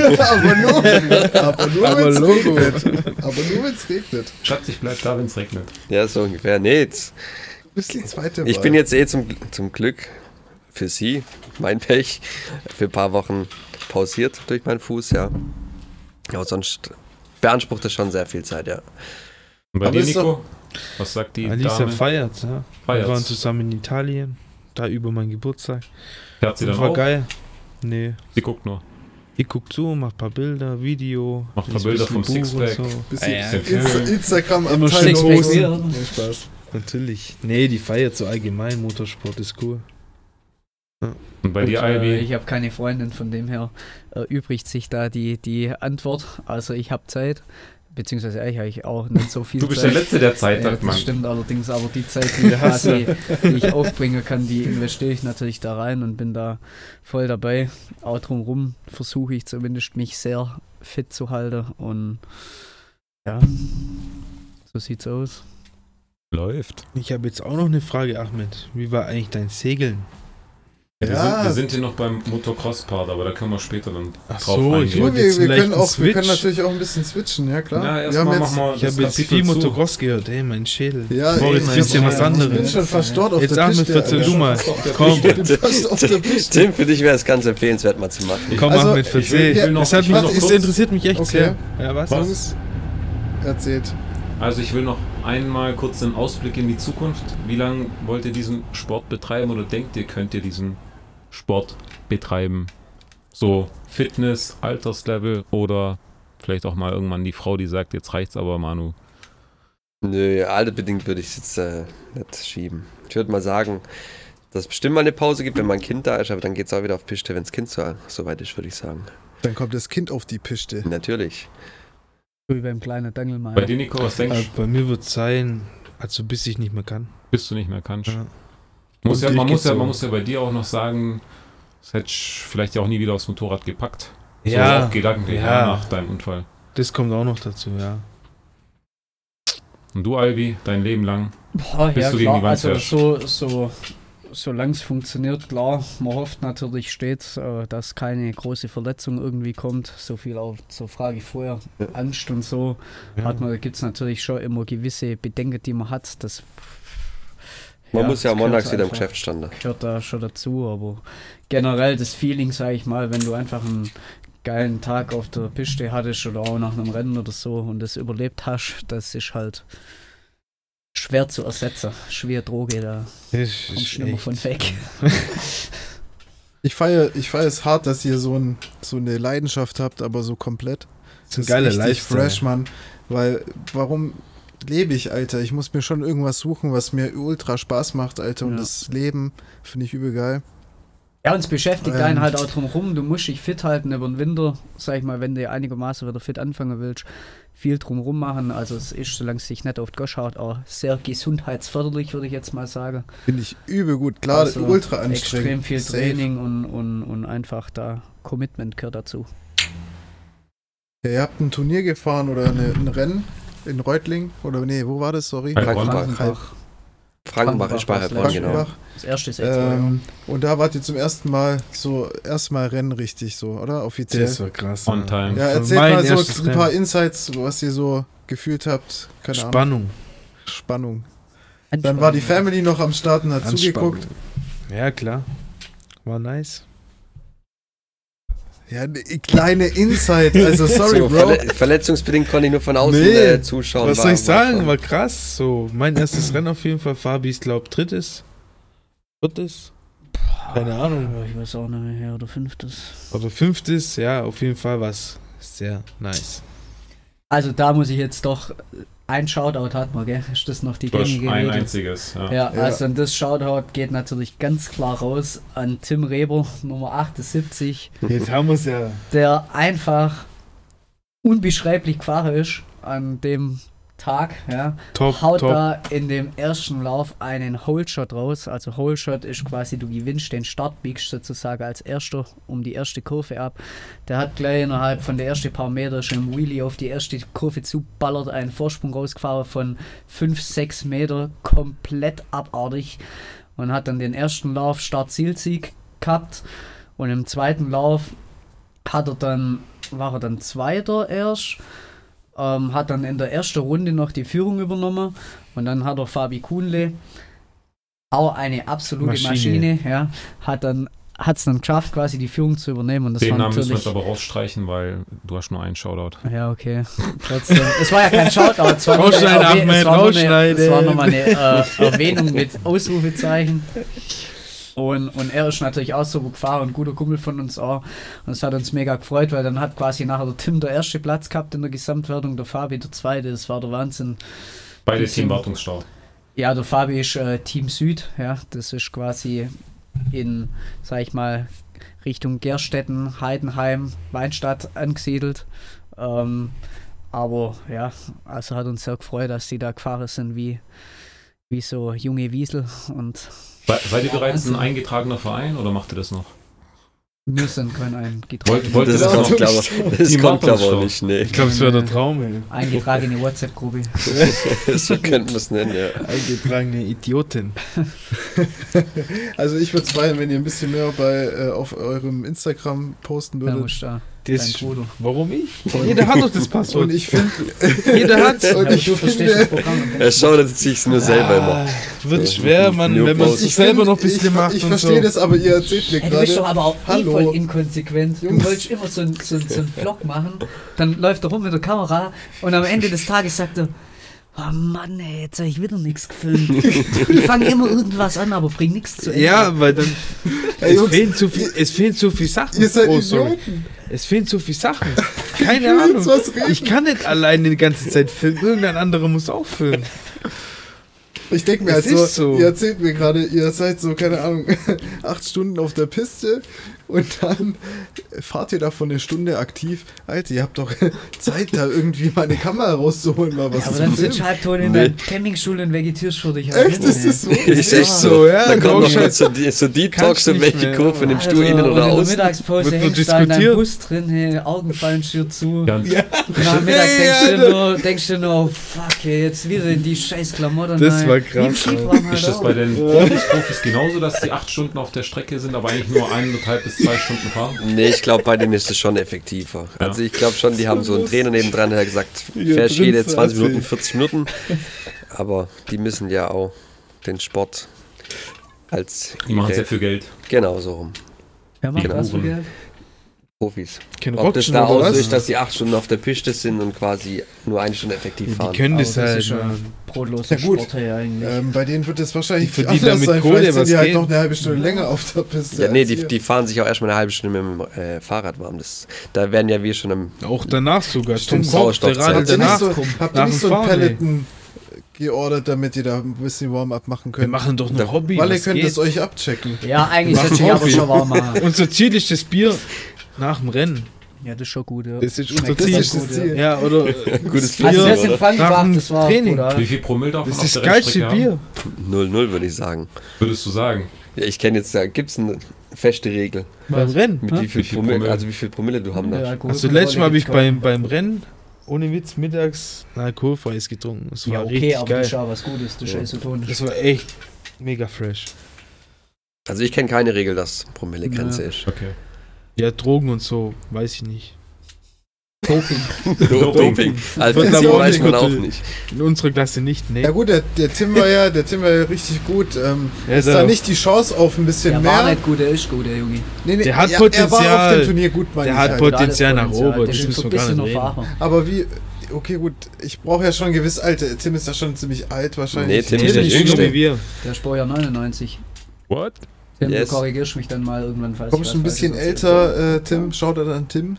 Speaker 1: aber
Speaker 4: <laughs>
Speaker 1: nur, aber nur
Speaker 3: Aber
Speaker 1: wenn es
Speaker 3: Logo.
Speaker 1: regnet. Aber nur wenn es regnet.
Speaker 2: Schatz, ich bleib da, wenn es regnet.
Speaker 5: Ja, so ungefähr. Nee, jetzt,
Speaker 1: Du bist die zweite
Speaker 5: ich
Speaker 1: Wahl.
Speaker 5: bin jetzt eh zum, zum Glück für Sie, mein Pech, für ein paar Wochen pausiert durch meinen Fuß, ja. Aber sonst beansprucht das schon sehr viel Zeit, ja.
Speaker 2: Und bei
Speaker 1: Aber
Speaker 2: dir,
Speaker 1: ist doch-
Speaker 2: Nico? Was sagt die
Speaker 3: Alisa
Speaker 2: Dame?
Speaker 3: feiert, ja. Wir
Speaker 2: Feiert's.
Speaker 3: waren zusammen in Italien, da über meinen Geburtstag.
Speaker 2: Fährt sie dann
Speaker 3: das war
Speaker 2: auch?
Speaker 3: geil. Nee.
Speaker 2: Sie guckt nur.
Speaker 3: Ich guck zu, mach ein paar Bilder, Video.
Speaker 2: Macht paar
Speaker 3: lies ein
Speaker 2: Bilder
Speaker 3: bisschen
Speaker 2: vom
Speaker 3: Buch und
Speaker 2: Sixpack.
Speaker 3: So.
Speaker 1: Bist
Speaker 2: Ah, ja.
Speaker 1: jetzt Insta Instagram am
Speaker 4: Immer
Speaker 1: Teil
Speaker 4: Sixpack
Speaker 1: großen.
Speaker 4: hier.
Speaker 1: Nee, Spaß.
Speaker 3: Natürlich. Nee, die feiert so allgemein. Motorsport ist cool.
Speaker 2: Und bei dir,
Speaker 4: äh,
Speaker 2: Ivy?
Speaker 4: ich habe keine Freundin, von dem her erübrigt sich da die, die Antwort. Also ich habe Zeit, beziehungsweise eigentlich habe ich auch nicht so viel
Speaker 2: Du bist
Speaker 4: Zeit.
Speaker 2: der Letzte, der Zeit
Speaker 4: Ja,
Speaker 2: hat,
Speaker 4: das
Speaker 2: Mann.
Speaker 4: stimmt allerdings, aber die Zeit, die ich, quasi, die ich aufbringen kann, die investiere ich natürlich da rein und bin da voll dabei. Auch drumherum versuche ich zumindest mich sehr fit zu halten und ja, so sieht's aus.
Speaker 2: Läuft.
Speaker 3: Ich habe jetzt auch noch eine Frage, Ahmed. Wie war eigentlich dein Segeln?
Speaker 2: Ja, wir,
Speaker 1: Ja.
Speaker 2: sind, wir sind hier noch beim Motocross-Part, aber da können wir später dann
Speaker 3: Ach
Speaker 2: drauf
Speaker 3: so, ich
Speaker 2: eingehen.
Speaker 1: Du,
Speaker 3: wollte
Speaker 1: wir,
Speaker 3: jetzt
Speaker 1: wir,
Speaker 3: vielleicht
Speaker 1: können
Speaker 3: einen
Speaker 1: auch, wir können
Speaker 3: Switch.
Speaker 1: natürlich auch ein bisschen switchen, ja klar.
Speaker 2: Ja,
Speaker 1: wir haben
Speaker 2: erstmal
Speaker 1: jetzt,
Speaker 2: machen wir
Speaker 3: Ich
Speaker 2: das
Speaker 3: habe jetzt
Speaker 2: Kapitel
Speaker 3: viel
Speaker 2: zu.
Speaker 3: Motocross gehört. Ey, mein Schädel.
Speaker 1: ja,
Speaker 3: Boah, jetzt wisst ihr was
Speaker 1: Ich bin
Speaker 3: anderes.
Speaker 1: schon verstaut auf
Speaker 3: Jetzt
Speaker 1: der
Speaker 3: sag mir
Speaker 1: Piste.
Speaker 3: 14,
Speaker 1: Alter. <laughs>
Speaker 3: du mal.
Speaker 2: Stopp,
Speaker 3: Komm,
Speaker 1: Ich bin fast auf der Piste.
Speaker 5: Tim, für dich wäre es ganz empfehlenswert, mal zu machen.
Speaker 3: komm,
Speaker 1: Also,
Speaker 3: Ahmed,
Speaker 2: ich will-
Speaker 3: verzeih.
Speaker 2: ich will noch-
Speaker 3: Es hat
Speaker 2: ich will
Speaker 3: mich-
Speaker 2: noch
Speaker 3: es
Speaker 2: kurz-
Speaker 3: interessiert mich echt
Speaker 1: Okay.
Speaker 3: sehr. Ja, was?
Speaker 1: Was ist erzählt?
Speaker 2: Also ich will noch einmal kurz einen Ausblick in die Zukunft. Wie lange wollt ihr diesen Sport betreiben oder denkt ihr, könnt ihr diesen Sport betreiben? So Fitness, Alterslevel oder vielleicht auch mal irgendwann die Frau, die sagt, jetzt reicht's aber, Manu.
Speaker 5: Nö, alterbedingt würde ich es jetzt äh, nicht schieben. Ich würde mal sagen, dass es bestimmt mal eine Pause gibt, wenn mein Kind da ist, aber dann geht es auch wieder auf Piste, wenn das Kind so, so weit ist, würde ich sagen.
Speaker 1: Dann kommt das Kind auf die Piste.
Speaker 5: Natürlich.
Speaker 4: Wie beim kleinen
Speaker 2: Bei
Speaker 4: Dangelmeier.
Speaker 2: dir, Nico, Oh, was denkst
Speaker 3: Äh,
Speaker 2: du,
Speaker 3: bei mir wird es sein, also bis ich nicht mehr kann.
Speaker 2: bis du nicht mehr kannst?
Speaker 3: Ja.
Speaker 2: Muss
Speaker 3: Und
Speaker 2: ja, man, muss ja,
Speaker 3: durchgezogen.
Speaker 2: man muss ja bei dir auch noch sagen, das hättest du vielleicht ja auch nie wieder aufs Motorrad gepackt. So
Speaker 3: Ja,
Speaker 2: Also auch gedanklich
Speaker 3: Ja.
Speaker 2: nach deinem Unfall.
Speaker 3: das kommt auch noch dazu, ja.
Speaker 2: Und du, Albi, dein Leben lang.
Speaker 4: Boah,
Speaker 2: Bis
Speaker 4: ja,
Speaker 2: du gegen die
Speaker 4: klar,
Speaker 2: Wand
Speaker 4: also
Speaker 2: fährst.
Speaker 4: so, so, solange es funktioniert, klar, man hofft natürlich stets, äh, dass keine große Verletzung irgendwie kommt. So viel auch zur Frage vorher. Angst und so
Speaker 3: ja.
Speaker 4: hat man, gibt es natürlich schon immer gewisse Bedenken, die man hat. Das
Speaker 5: Man muss ja
Speaker 4: das
Speaker 5: montags
Speaker 4: gehört
Speaker 5: wieder im
Speaker 4: einfach-
Speaker 5: Geschäft standen.
Speaker 4: Gehört da schon dazu, aber generell das Feeling, sage ich mal, wenn du einfach einen geilen Tag auf der Piste hattest oder auch nach einem Rennen oder so und das überlebt hast, das ist halt schwer zu ersetzen. Schwer Droge da.
Speaker 3: Das
Speaker 4: Kommst
Speaker 3: ist
Speaker 4: schlimmer
Speaker 3: echt.
Speaker 4: von weg.
Speaker 1: Ich feiere ich feier es hart, dass ihr so, ein, so eine Leidenschaft habt, aber so komplett.
Speaker 3: Das ist ein geiler
Speaker 1: richtig
Speaker 3: Lifestyle.
Speaker 1: fresh, Mann. Weil, warum lebe ich, Alter? Ich muss mir schon irgendwas suchen, was mir ultra Spaß macht, Alter. Und
Speaker 4: Ja.
Speaker 1: das Leben finde ich übel geil.
Speaker 4: Ja, uns beschäftigt
Speaker 1: Ähm.
Speaker 4: einen halt auch drum rum. Du musst dich fit halten über den Winter, sag ich mal, wenn du einigermaßen wieder fit anfangen willst. Viel drum rum machen. Also, es ist, solange es dich nicht auf die Gosch haut, auch sehr gesundheitsförderlich, würde ich jetzt mal sagen.
Speaker 1: Finde ich übel gut. Klar,
Speaker 4: Also,
Speaker 1: ultra anstrengend.
Speaker 4: Extrem viel
Speaker 1: Safe.
Speaker 4: Training und, und, und einfach da Commitment gehört dazu.
Speaker 1: Ja, ihr habt ein Turnier gefahren oder eine, ein Rennen in Reutlingen oder nee, wo war das? Sorry.
Speaker 2: Heilbronn.
Speaker 5: Frankenbach.
Speaker 4: Frankenbach.
Speaker 5: Frankenbach ist bei
Speaker 4: Frankenbach,
Speaker 5: Heilbronn, genau.
Speaker 1: Frankenbach.
Speaker 4: Das erste ist jetzt.
Speaker 1: Ähm, und da wart ihr zum ersten Mal so erstmal Rennen richtig so, oder? Offiziell.
Speaker 3: Das war krass.
Speaker 2: On
Speaker 3: ja.
Speaker 2: time.
Speaker 1: ja,
Speaker 3: Für
Speaker 1: erzählt
Speaker 3: mein
Speaker 1: mal
Speaker 3: erstes
Speaker 1: so ein paar
Speaker 3: Rennen.
Speaker 1: Insights, was ihr so gefühlt habt. Keine Ahnung.
Speaker 3: Spannung.
Speaker 1: Spannung. Dann war die Family noch am Start und hat
Speaker 3: Anspannung.
Speaker 1: zugeguckt.
Speaker 3: Ja, klar. War nice.
Speaker 1: Ja, ne, kleine Insight. Also sorry,
Speaker 5: <laughs> so,
Speaker 1: Bro.
Speaker 5: verle verletzungsbedingt konnte ich nur von außen
Speaker 3: Nee,
Speaker 5: äh, zuschauen.
Speaker 3: Was
Speaker 5: war-
Speaker 3: soll ich sagen?
Speaker 5: schon-
Speaker 3: War krass. So, mein
Speaker 5: <clears throat>
Speaker 3: erstes Rennen auf jeden Fall. Fabi ist, glaub, drittes. Viertes. Keine Ahnung.
Speaker 4: Ich weiß auch nicht mehr, oder fünftes.
Speaker 3: Oder fünftes. Ja, auf jeden Fall war es sehr nice.
Speaker 4: Also, da muss ich jetzt doch. Ein Shoutout hat man, gell? Ist das noch die
Speaker 2: Du hast
Speaker 4: gängige
Speaker 2: ein
Speaker 4: Regel?
Speaker 2: einziges. Ja.
Speaker 4: Ja,
Speaker 1: Ja.
Speaker 4: also und das Shoutout geht natürlich ganz klar raus an Tim Reber, Nummer 78,
Speaker 3: Jetzt haben wir es ja.
Speaker 4: der einfach unbeschreiblich gefahren ist an dem Tag. Ja.
Speaker 3: Top,
Speaker 4: Haut
Speaker 3: top.
Speaker 4: da in dem ersten Lauf einen Holeshot raus. Also Holeshot ist quasi, du gewinnst den Start, biegst sozusagen als erster um die erste Kurve ab. Der hat gleich innerhalb von der ersten paar Meter schon im Wheelie auf die erste Kurve zuballert, einen Vorsprung rausgefahren von 5, 6 Meter, komplett abartig. und hat dann den ersten Lauf Start-Ziel-Sieg gehabt und im zweiten Lauf hat er dann, war er dann Zweiter erst, ähm, hat dann in der ersten Runde noch die Führung übernommen und dann hat er Fabi Kuhnle, auch eine absolute
Speaker 3: Maschine.
Speaker 4: Maschine, ja, hat dann hat es dann geschafft, quasi die Führung zu übernehmen und das
Speaker 2: Den
Speaker 4: war
Speaker 2: Namen müssen wir
Speaker 4: natürlich
Speaker 2: jetzt aber rausstreichen, weil du hast nur einen Shoutout.
Speaker 4: ja, okay. Trotzdem. Es war ja kein Shoutout. Es war nur eine
Speaker 3: Rausschneiden,
Speaker 4: Erwäh-
Speaker 3: Ahmed,
Speaker 4: es war nur eine-
Speaker 3: <laughs> rausschneiden.
Speaker 4: Es war nochmal eine äh, Erwähnung mit Ausrufezeichen. Und, und er ist natürlich auch so gefahren, ein guter Kumpel von uns auch. Und es hat uns mega gefreut, weil dann hat quasi nachher der Tim der erste Platz gehabt in der Gesamtwertung, der Fabi der zweite. Das war der Wahnsinn.
Speaker 2: Beide
Speaker 4: Bisschen-
Speaker 2: Team Wartungsstau.
Speaker 4: Ja, der Fabi ist äh, Team Süd, ja, das ist quasi in, sag ich mal, Richtung Gerstetten, Heidenheim, Weinstadt angesiedelt. Ähm, aber ja, also hat uns sehr gefreut, dass die da gefahren sind wie, wie so junge Wiesel und
Speaker 2: Se- Seid ihr bereits ein
Speaker 4: Wahnsinn.
Speaker 2: eingetragener Verein oder macht ihr das noch?
Speaker 4: müssen können ein
Speaker 2: Wollt,
Speaker 4: getragene,
Speaker 2: wollt ihr
Speaker 5: Das,
Speaker 2: das noch?
Speaker 5: kommt, glaube das
Speaker 2: Team
Speaker 5: kommt, glaube ich,
Speaker 2: Wartungsstau.
Speaker 5: nicht. Nee,
Speaker 3: Ich glaube, es wäre der Traum, ey.
Speaker 4: eingetragene WhatsApp-Gruppe.
Speaker 5: <laughs> so könnten wir es nennen,
Speaker 3: <laughs>
Speaker 5: ja.
Speaker 3: Eingetragene Idiotin.
Speaker 1: Also ich würde es feiern, wenn ihr ein bisschen mehr bei äh, auf eurem Instagram posten
Speaker 4: Da
Speaker 1: würdet.
Speaker 4: musst du da dein
Speaker 3: Das
Speaker 4: Bruder.
Speaker 3: warum ich? Jeder hat doch das Passwort. <laughs>
Speaker 1: Und ich finde,
Speaker 3: Jeder hat
Speaker 1: <laughs> und
Speaker 4: aber
Speaker 1: ich
Speaker 4: du verstehst
Speaker 1: finde,
Speaker 4: das Programm. und
Speaker 5: Er schaut sich nur selber immer.
Speaker 3: Ah, Wird schwer, Mann, wenn man
Speaker 5: Ich
Speaker 3: es selber noch ein
Speaker 1: ich,
Speaker 3: bisschen macht.
Speaker 1: Ich
Speaker 3: und
Speaker 1: verstehe
Speaker 3: so.
Speaker 1: das, aber ihr erzählt mir
Speaker 4: Hey, du bist doch
Speaker 1: gerade.
Speaker 4: aber auch eh
Speaker 1: Hallo.
Speaker 4: voll inkonsequent. Du
Speaker 1: Jungs.
Speaker 4: wolltest immer so einen so, ein- so ein Vlog machen, dann läuft er rum mit der Kamera und am Ende des Tages sagt er, oh Mann, ey, jetzt habe ich wieder nichts gefilmt. Die fangen immer irgendwas an, aber bringen nichts zu Ende.
Speaker 3: Ja, weil dann.
Speaker 1: Ey,
Speaker 3: es,
Speaker 1: Jungs,
Speaker 3: fehlen zu viel, es fehlen zu viel Sachen.
Speaker 1: Ihr seid
Speaker 3: oh, sorry.
Speaker 1: Idioten.
Speaker 3: Es fehlen zu
Speaker 1: <laughs>
Speaker 3: viel Sachen. Keine
Speaker 1: will jetzt
Speaker 3: Ahnung.
Speaker 1: was reden.
Speaker 3: Ich kann nicht alleine die ganze Zeit filmen. Irgendein anderer muss auch filmen.
Speaker 1: Ich denke mir,
Speaker 3: Es
Speaker 1: also,
Speaker 3: ist so.
Speaker 1: ihr erzählt mir gerade, ihr seid so, keine Ahnung, <laughs> acht Stunden auf der Piste und dann fahrt ihr davon eine Stunde aktiv. Alter, ihr habt doch <laughs> Zeit, da irgendwie mal eine Kamera rauszuholen, mal was
Speaker 4: aber
Speaker 1: zu
Speaker 4: dann halt sitzt
Speaker 1: filmen.
Speaker 4: du halbtot in
Speaker 5: Nee.
Speaker 4: deinem Campingstuhl und vegetierst für dich. Also,
Speaker 1: Echt, ist das so?
Speaker 5: Ist echt
Speaker 3: so,
Speaker 5: so.
Speaker 3: ja,
Speaker 5: Da kommt noch
Speaker 3: Dogshit.
Speaker 5: mal so, die- so Deep
Speaker 3: Kannst
Speaker 5: Talks, in
Speaker 3: nicht
Speaker 5: welche
Speaker 3: mehr.
Speaker 5: Kurve nimmst du
Speaker 4: Also,
Speaker 5: innen
Speaker 4: und
Speaker 5: oder
Speaker 4: in der
Speaker 5: außen?
Speaker 4: Mittagspause
Speaker 3: Wird nur
Speaker 4: hängst du da in deinem
Speaker 3: diskutiert.
Speaker 4: Bus drin, hey, Augen fallen schier zu.
Speaker 2: Ja,
Speaker 4: Nachmittag
Speaker 3: Ey,
Speaker 4: denkst, du
Speaker 3: Alter.
Speaker 4: nur, denkst du nur, "Oh, fuck, ey, jetzt wieder in die scheiß Klamotten.
Speaker 3: Das
Speaker 4: rein.
Speaker 3: war
Speaker 4: Wie im
Speaker 3: krass, Alter.
Speaker 4: Skifahren halt
Speaker 2: Ist das
Speaker 4: auch.
Speaker 2: bei den Profis, Profis genauso, dass die acht Stunden auf der Strecke sind, aber eigentlich nur eineinhalb bis zwei Stunden fahren?
Speaker 5: Nee, ich glaube, bei denen ist es schon effektiver.
Speaker 2: Ja.
Speaker 5: Also ich glaube schon, die haben so einen Trainer nebendran, der hat gesagt,
Speaker 3: Ja,
Speaker 5: fährst jede
Speaker 3: 23.
Speaker 5: 20 Minuten, 40 Minuten. Aber die müssen ja auch den Sport als
Speaker 2: Die machen sehr
Speaker 5: ihre-
Speaker 2: viel Geld.
Speaker 5: genau so rum.
Speaker 4: Wer macht
Speaker 2: Genau.
Speaker 4: was für Geld?
Speaker 5: Profis.
Speaker 3: Kein
Speaker 5: Ob das
Speaker 3: Rotschen
Speaker 5: da
Speaker 3: oder
Speaker 5: auch so
Speaker 3: was?
Speaker 5: ist, dass die acht Stunden auf der Piste sind und quasi nur eine Stunde effektiv
Speaker 3: Die
Speaker 5: fahren.
Speaker 3: können
Speaker 4: Aber
Speaker 3: das halt.
Speaker 4: ist ja
Speaker 3: Mann.
Speaker 4: ein brotloser
Speaker 1: Ja, gut.
Speaker 4: Sport hier eigentlich.
Speaker 1: Ähm, bei denen wird es wahrscheinlich
Speaker 3: Die verdienen
Speaker 1: anders
Speaker 3: damit
Speaker 1: sein,
Speaker 3: Kohle,
Speaker 1: vielleicht sind
Speaker 3: was
Speaker 1: die halt
Speaker 3: geht.
Speaker 1: noch eine halbe Stunde länger auf der Piste.
Speaker 5: Ja, nee,
Speaker 1: als
Speaker 5: die,
Speaker 1: ihr.
Speaker 5: die fahren sich auch erstmal eine halbe Stunde mit dem äh, Fahrrad warm. Das, da werden ja wir schon am.
Speaker 3: Auch danach sogar.
Speaker 5: Stimmt,
Speaker 3: Stimmt, Kopf,
Speaker 5: Sauerstoff-
Speaker 3: der radelt
Speaker 1: habt ihr nicht
Speaker 3: danach.
Speaker 1: so, habt ihr
Speaker 3: nach
Speaker 1: nicht
Speaker 3: dem
Speaker 1: so einen
Speaker 3: Fahren, ey.
Speaker 1: Pelleten geordert, damit ihr da ein bisschen Warm-up machen
Speaker 3: Wir
Speaker 1: könnt?
Speaker 3: machen doch noch Hobby.
Speaker 1: Weil ihr
Speaker 3: was
Speaker 1: könnt
Speaker 3: geht?
Speaker 1: es euch abchecken.
Speaker 4: Ja, eigentlich
Speaker 3: Mach
Speaker 4: sollte ich aber
Speaker 3: Profi.
Speaker 4: schon warm machen.
Speaker 3: Unser Ziel ist das Bier nach dem Rennen.
Speaker 4: <laughs> Ja, das ist schon gut, ja.
Speaker 3: Das ist
Speaker 4: Schmeckt
Speaker 3: unser
Speaker 1: Das
Speaker 3: Ziel.
Speaker 1: ist
Speaker 4: ganz
Speaker 1: das
Speaker 4: gut,
Speaker 1: Ziel.
Speaker 3: Ja, oder äh,
Speaker 5: Gutes
Speaker 4: Ja. Also
Speaker 5: Bier,
Speaker 4: das
Speaker 5: oder?
Speaker 4: in Frankfurt,
Speaker 3: Nach dem
Speaker 4: das war
Speaker 3: Training.
Speaker 4: Oder?
Speaker 2: Wie viel Promille darf man
Speaker 3: das
Speaker 2: auf
Speaker 3: ist
Speaker 2: der
Speaker 3: das geilste
Speaker 2: Rennstrecke haben?
Speaker 3: Bier.
Speaker 5: 0-0, würde ich sagen.
Speaker 2: Würdest du sagen?
Speaker 5: Ja, ich kenne jetzt, da gibt es eine feste Regel,
Speaker 3: Beim Rennen.
Speaker 5: mit
Speaker 4: Hä?
Speaker 5: wie viel,
Speaker 2: Wie viel
Speaker 5: Promille,
Speaker 2: Promille?
Speaker 5: also wie viel Promille du haben darfst.
Speaker 4: Ja, gut,
Speaker 3: Also
Speaker 4: Kontrolle
Speaker 3: letztes Mal habe ich
Speaker 4: gibt's gar
Speaker 3: beim, beim Rennen, ohne Witz, mittags alkoholfreies getrunken. Das
Speaker 4: nicht.
Speaker 3: war
Speaker 4: Ja, okay,
Speaker 3: richtig
Speaker 4: aber das ist
Speaker 3: geil.
Speaker 4: ja was Gutes, das ist
Speaker 5: Ja.
Speaker 4: isotonisch.
Speaker 3: Das war echt mega fresh.
Speaker 5: Also ich kenne keine Regel, dass
Speaker 2: <laughs>
Speaker 5: Promillegrenze ist.
Speaker 2: Okay.
Speaker 3: Ja, Drogen und so, weiß ich nicht.
Speaker 4: Doping.
Speaker 5: Doping. Also
Speaker 3: Wird
Speaker 5: das
Speaker 3: aber auch
Speaker 5: weiß
Speaker 3: nicht
Speaker 5: man auch
Speaker 3: gute-
Speaker 5: nicht.
Speaker 3: In unserer Klasse nicht, nee.
Speaker 1: Ja gut, der, der Tim war ja, der Tim war ja richtig gut. Ähm,
Speaker 3: Ja,
Speaker 1: ist
Speaker 3: der-
Speaker 1: da nicht die Chance auf ein bisschen
Speaker 4: Der war
Speaker 1: mehr?
Speaker 4: nicht gut, der ist gut, der Junge.
Speaker 1: Nee, nee,
Speaker 3: Der hat
Speaker 1: ja, Er war auf
Speaker 3: Potenzial.
Speaker 1: dem Turnier gut, meine
Speaker 3: Der
Speaker 1: ich.
Speaker 3: hat
Speaker 1: halt.
Speaker 3: Pot-
Speaker 4: Der hat
Speaker 3: Potenzial nach
Speaker 4: Potenzial,
Speaker 3: oben,
Speaker 4: äh, der
Speaker 3: das
Speaker 4: ist
Speaker 3: müssen
Speaker 4: so
Speaker 3: wir gar
Speaker 4: ein
Speaker 3: nicht
Speaker 4: bisschen
Speaker 3: reden.
Speaker 4: erfahren.
Speaker 1: Aber wie, okay gut, ich brauche ja schon ein gewiss Alter. Tim ist ja schon ziemlich alt wahrscheinlich.
Speaker 5: Nee, Tim ist
Speaker 3: Tim
Speaker 5: der
Speaker 3: ist jünger
Speaker 5: Jüngste. <laughs>
Speaker 3: wie wir.
Speaker 4: Der ist Baujahr 99.
Speaker 2: What?
Speaker 4: Tim,
Speaker 5: Yes.
Speaker 4: du korrigierst mich dann mal irgendwann, falls
Speaker 1: Kommst
Speaker 4: ich
Speaker 1: schon ein
Speaker 4: was
Speaker 1: bisschen
Speaker 4: Falsches erzähle.
Speaker 1: älter, äh, Tim. Schaut er dann Tim?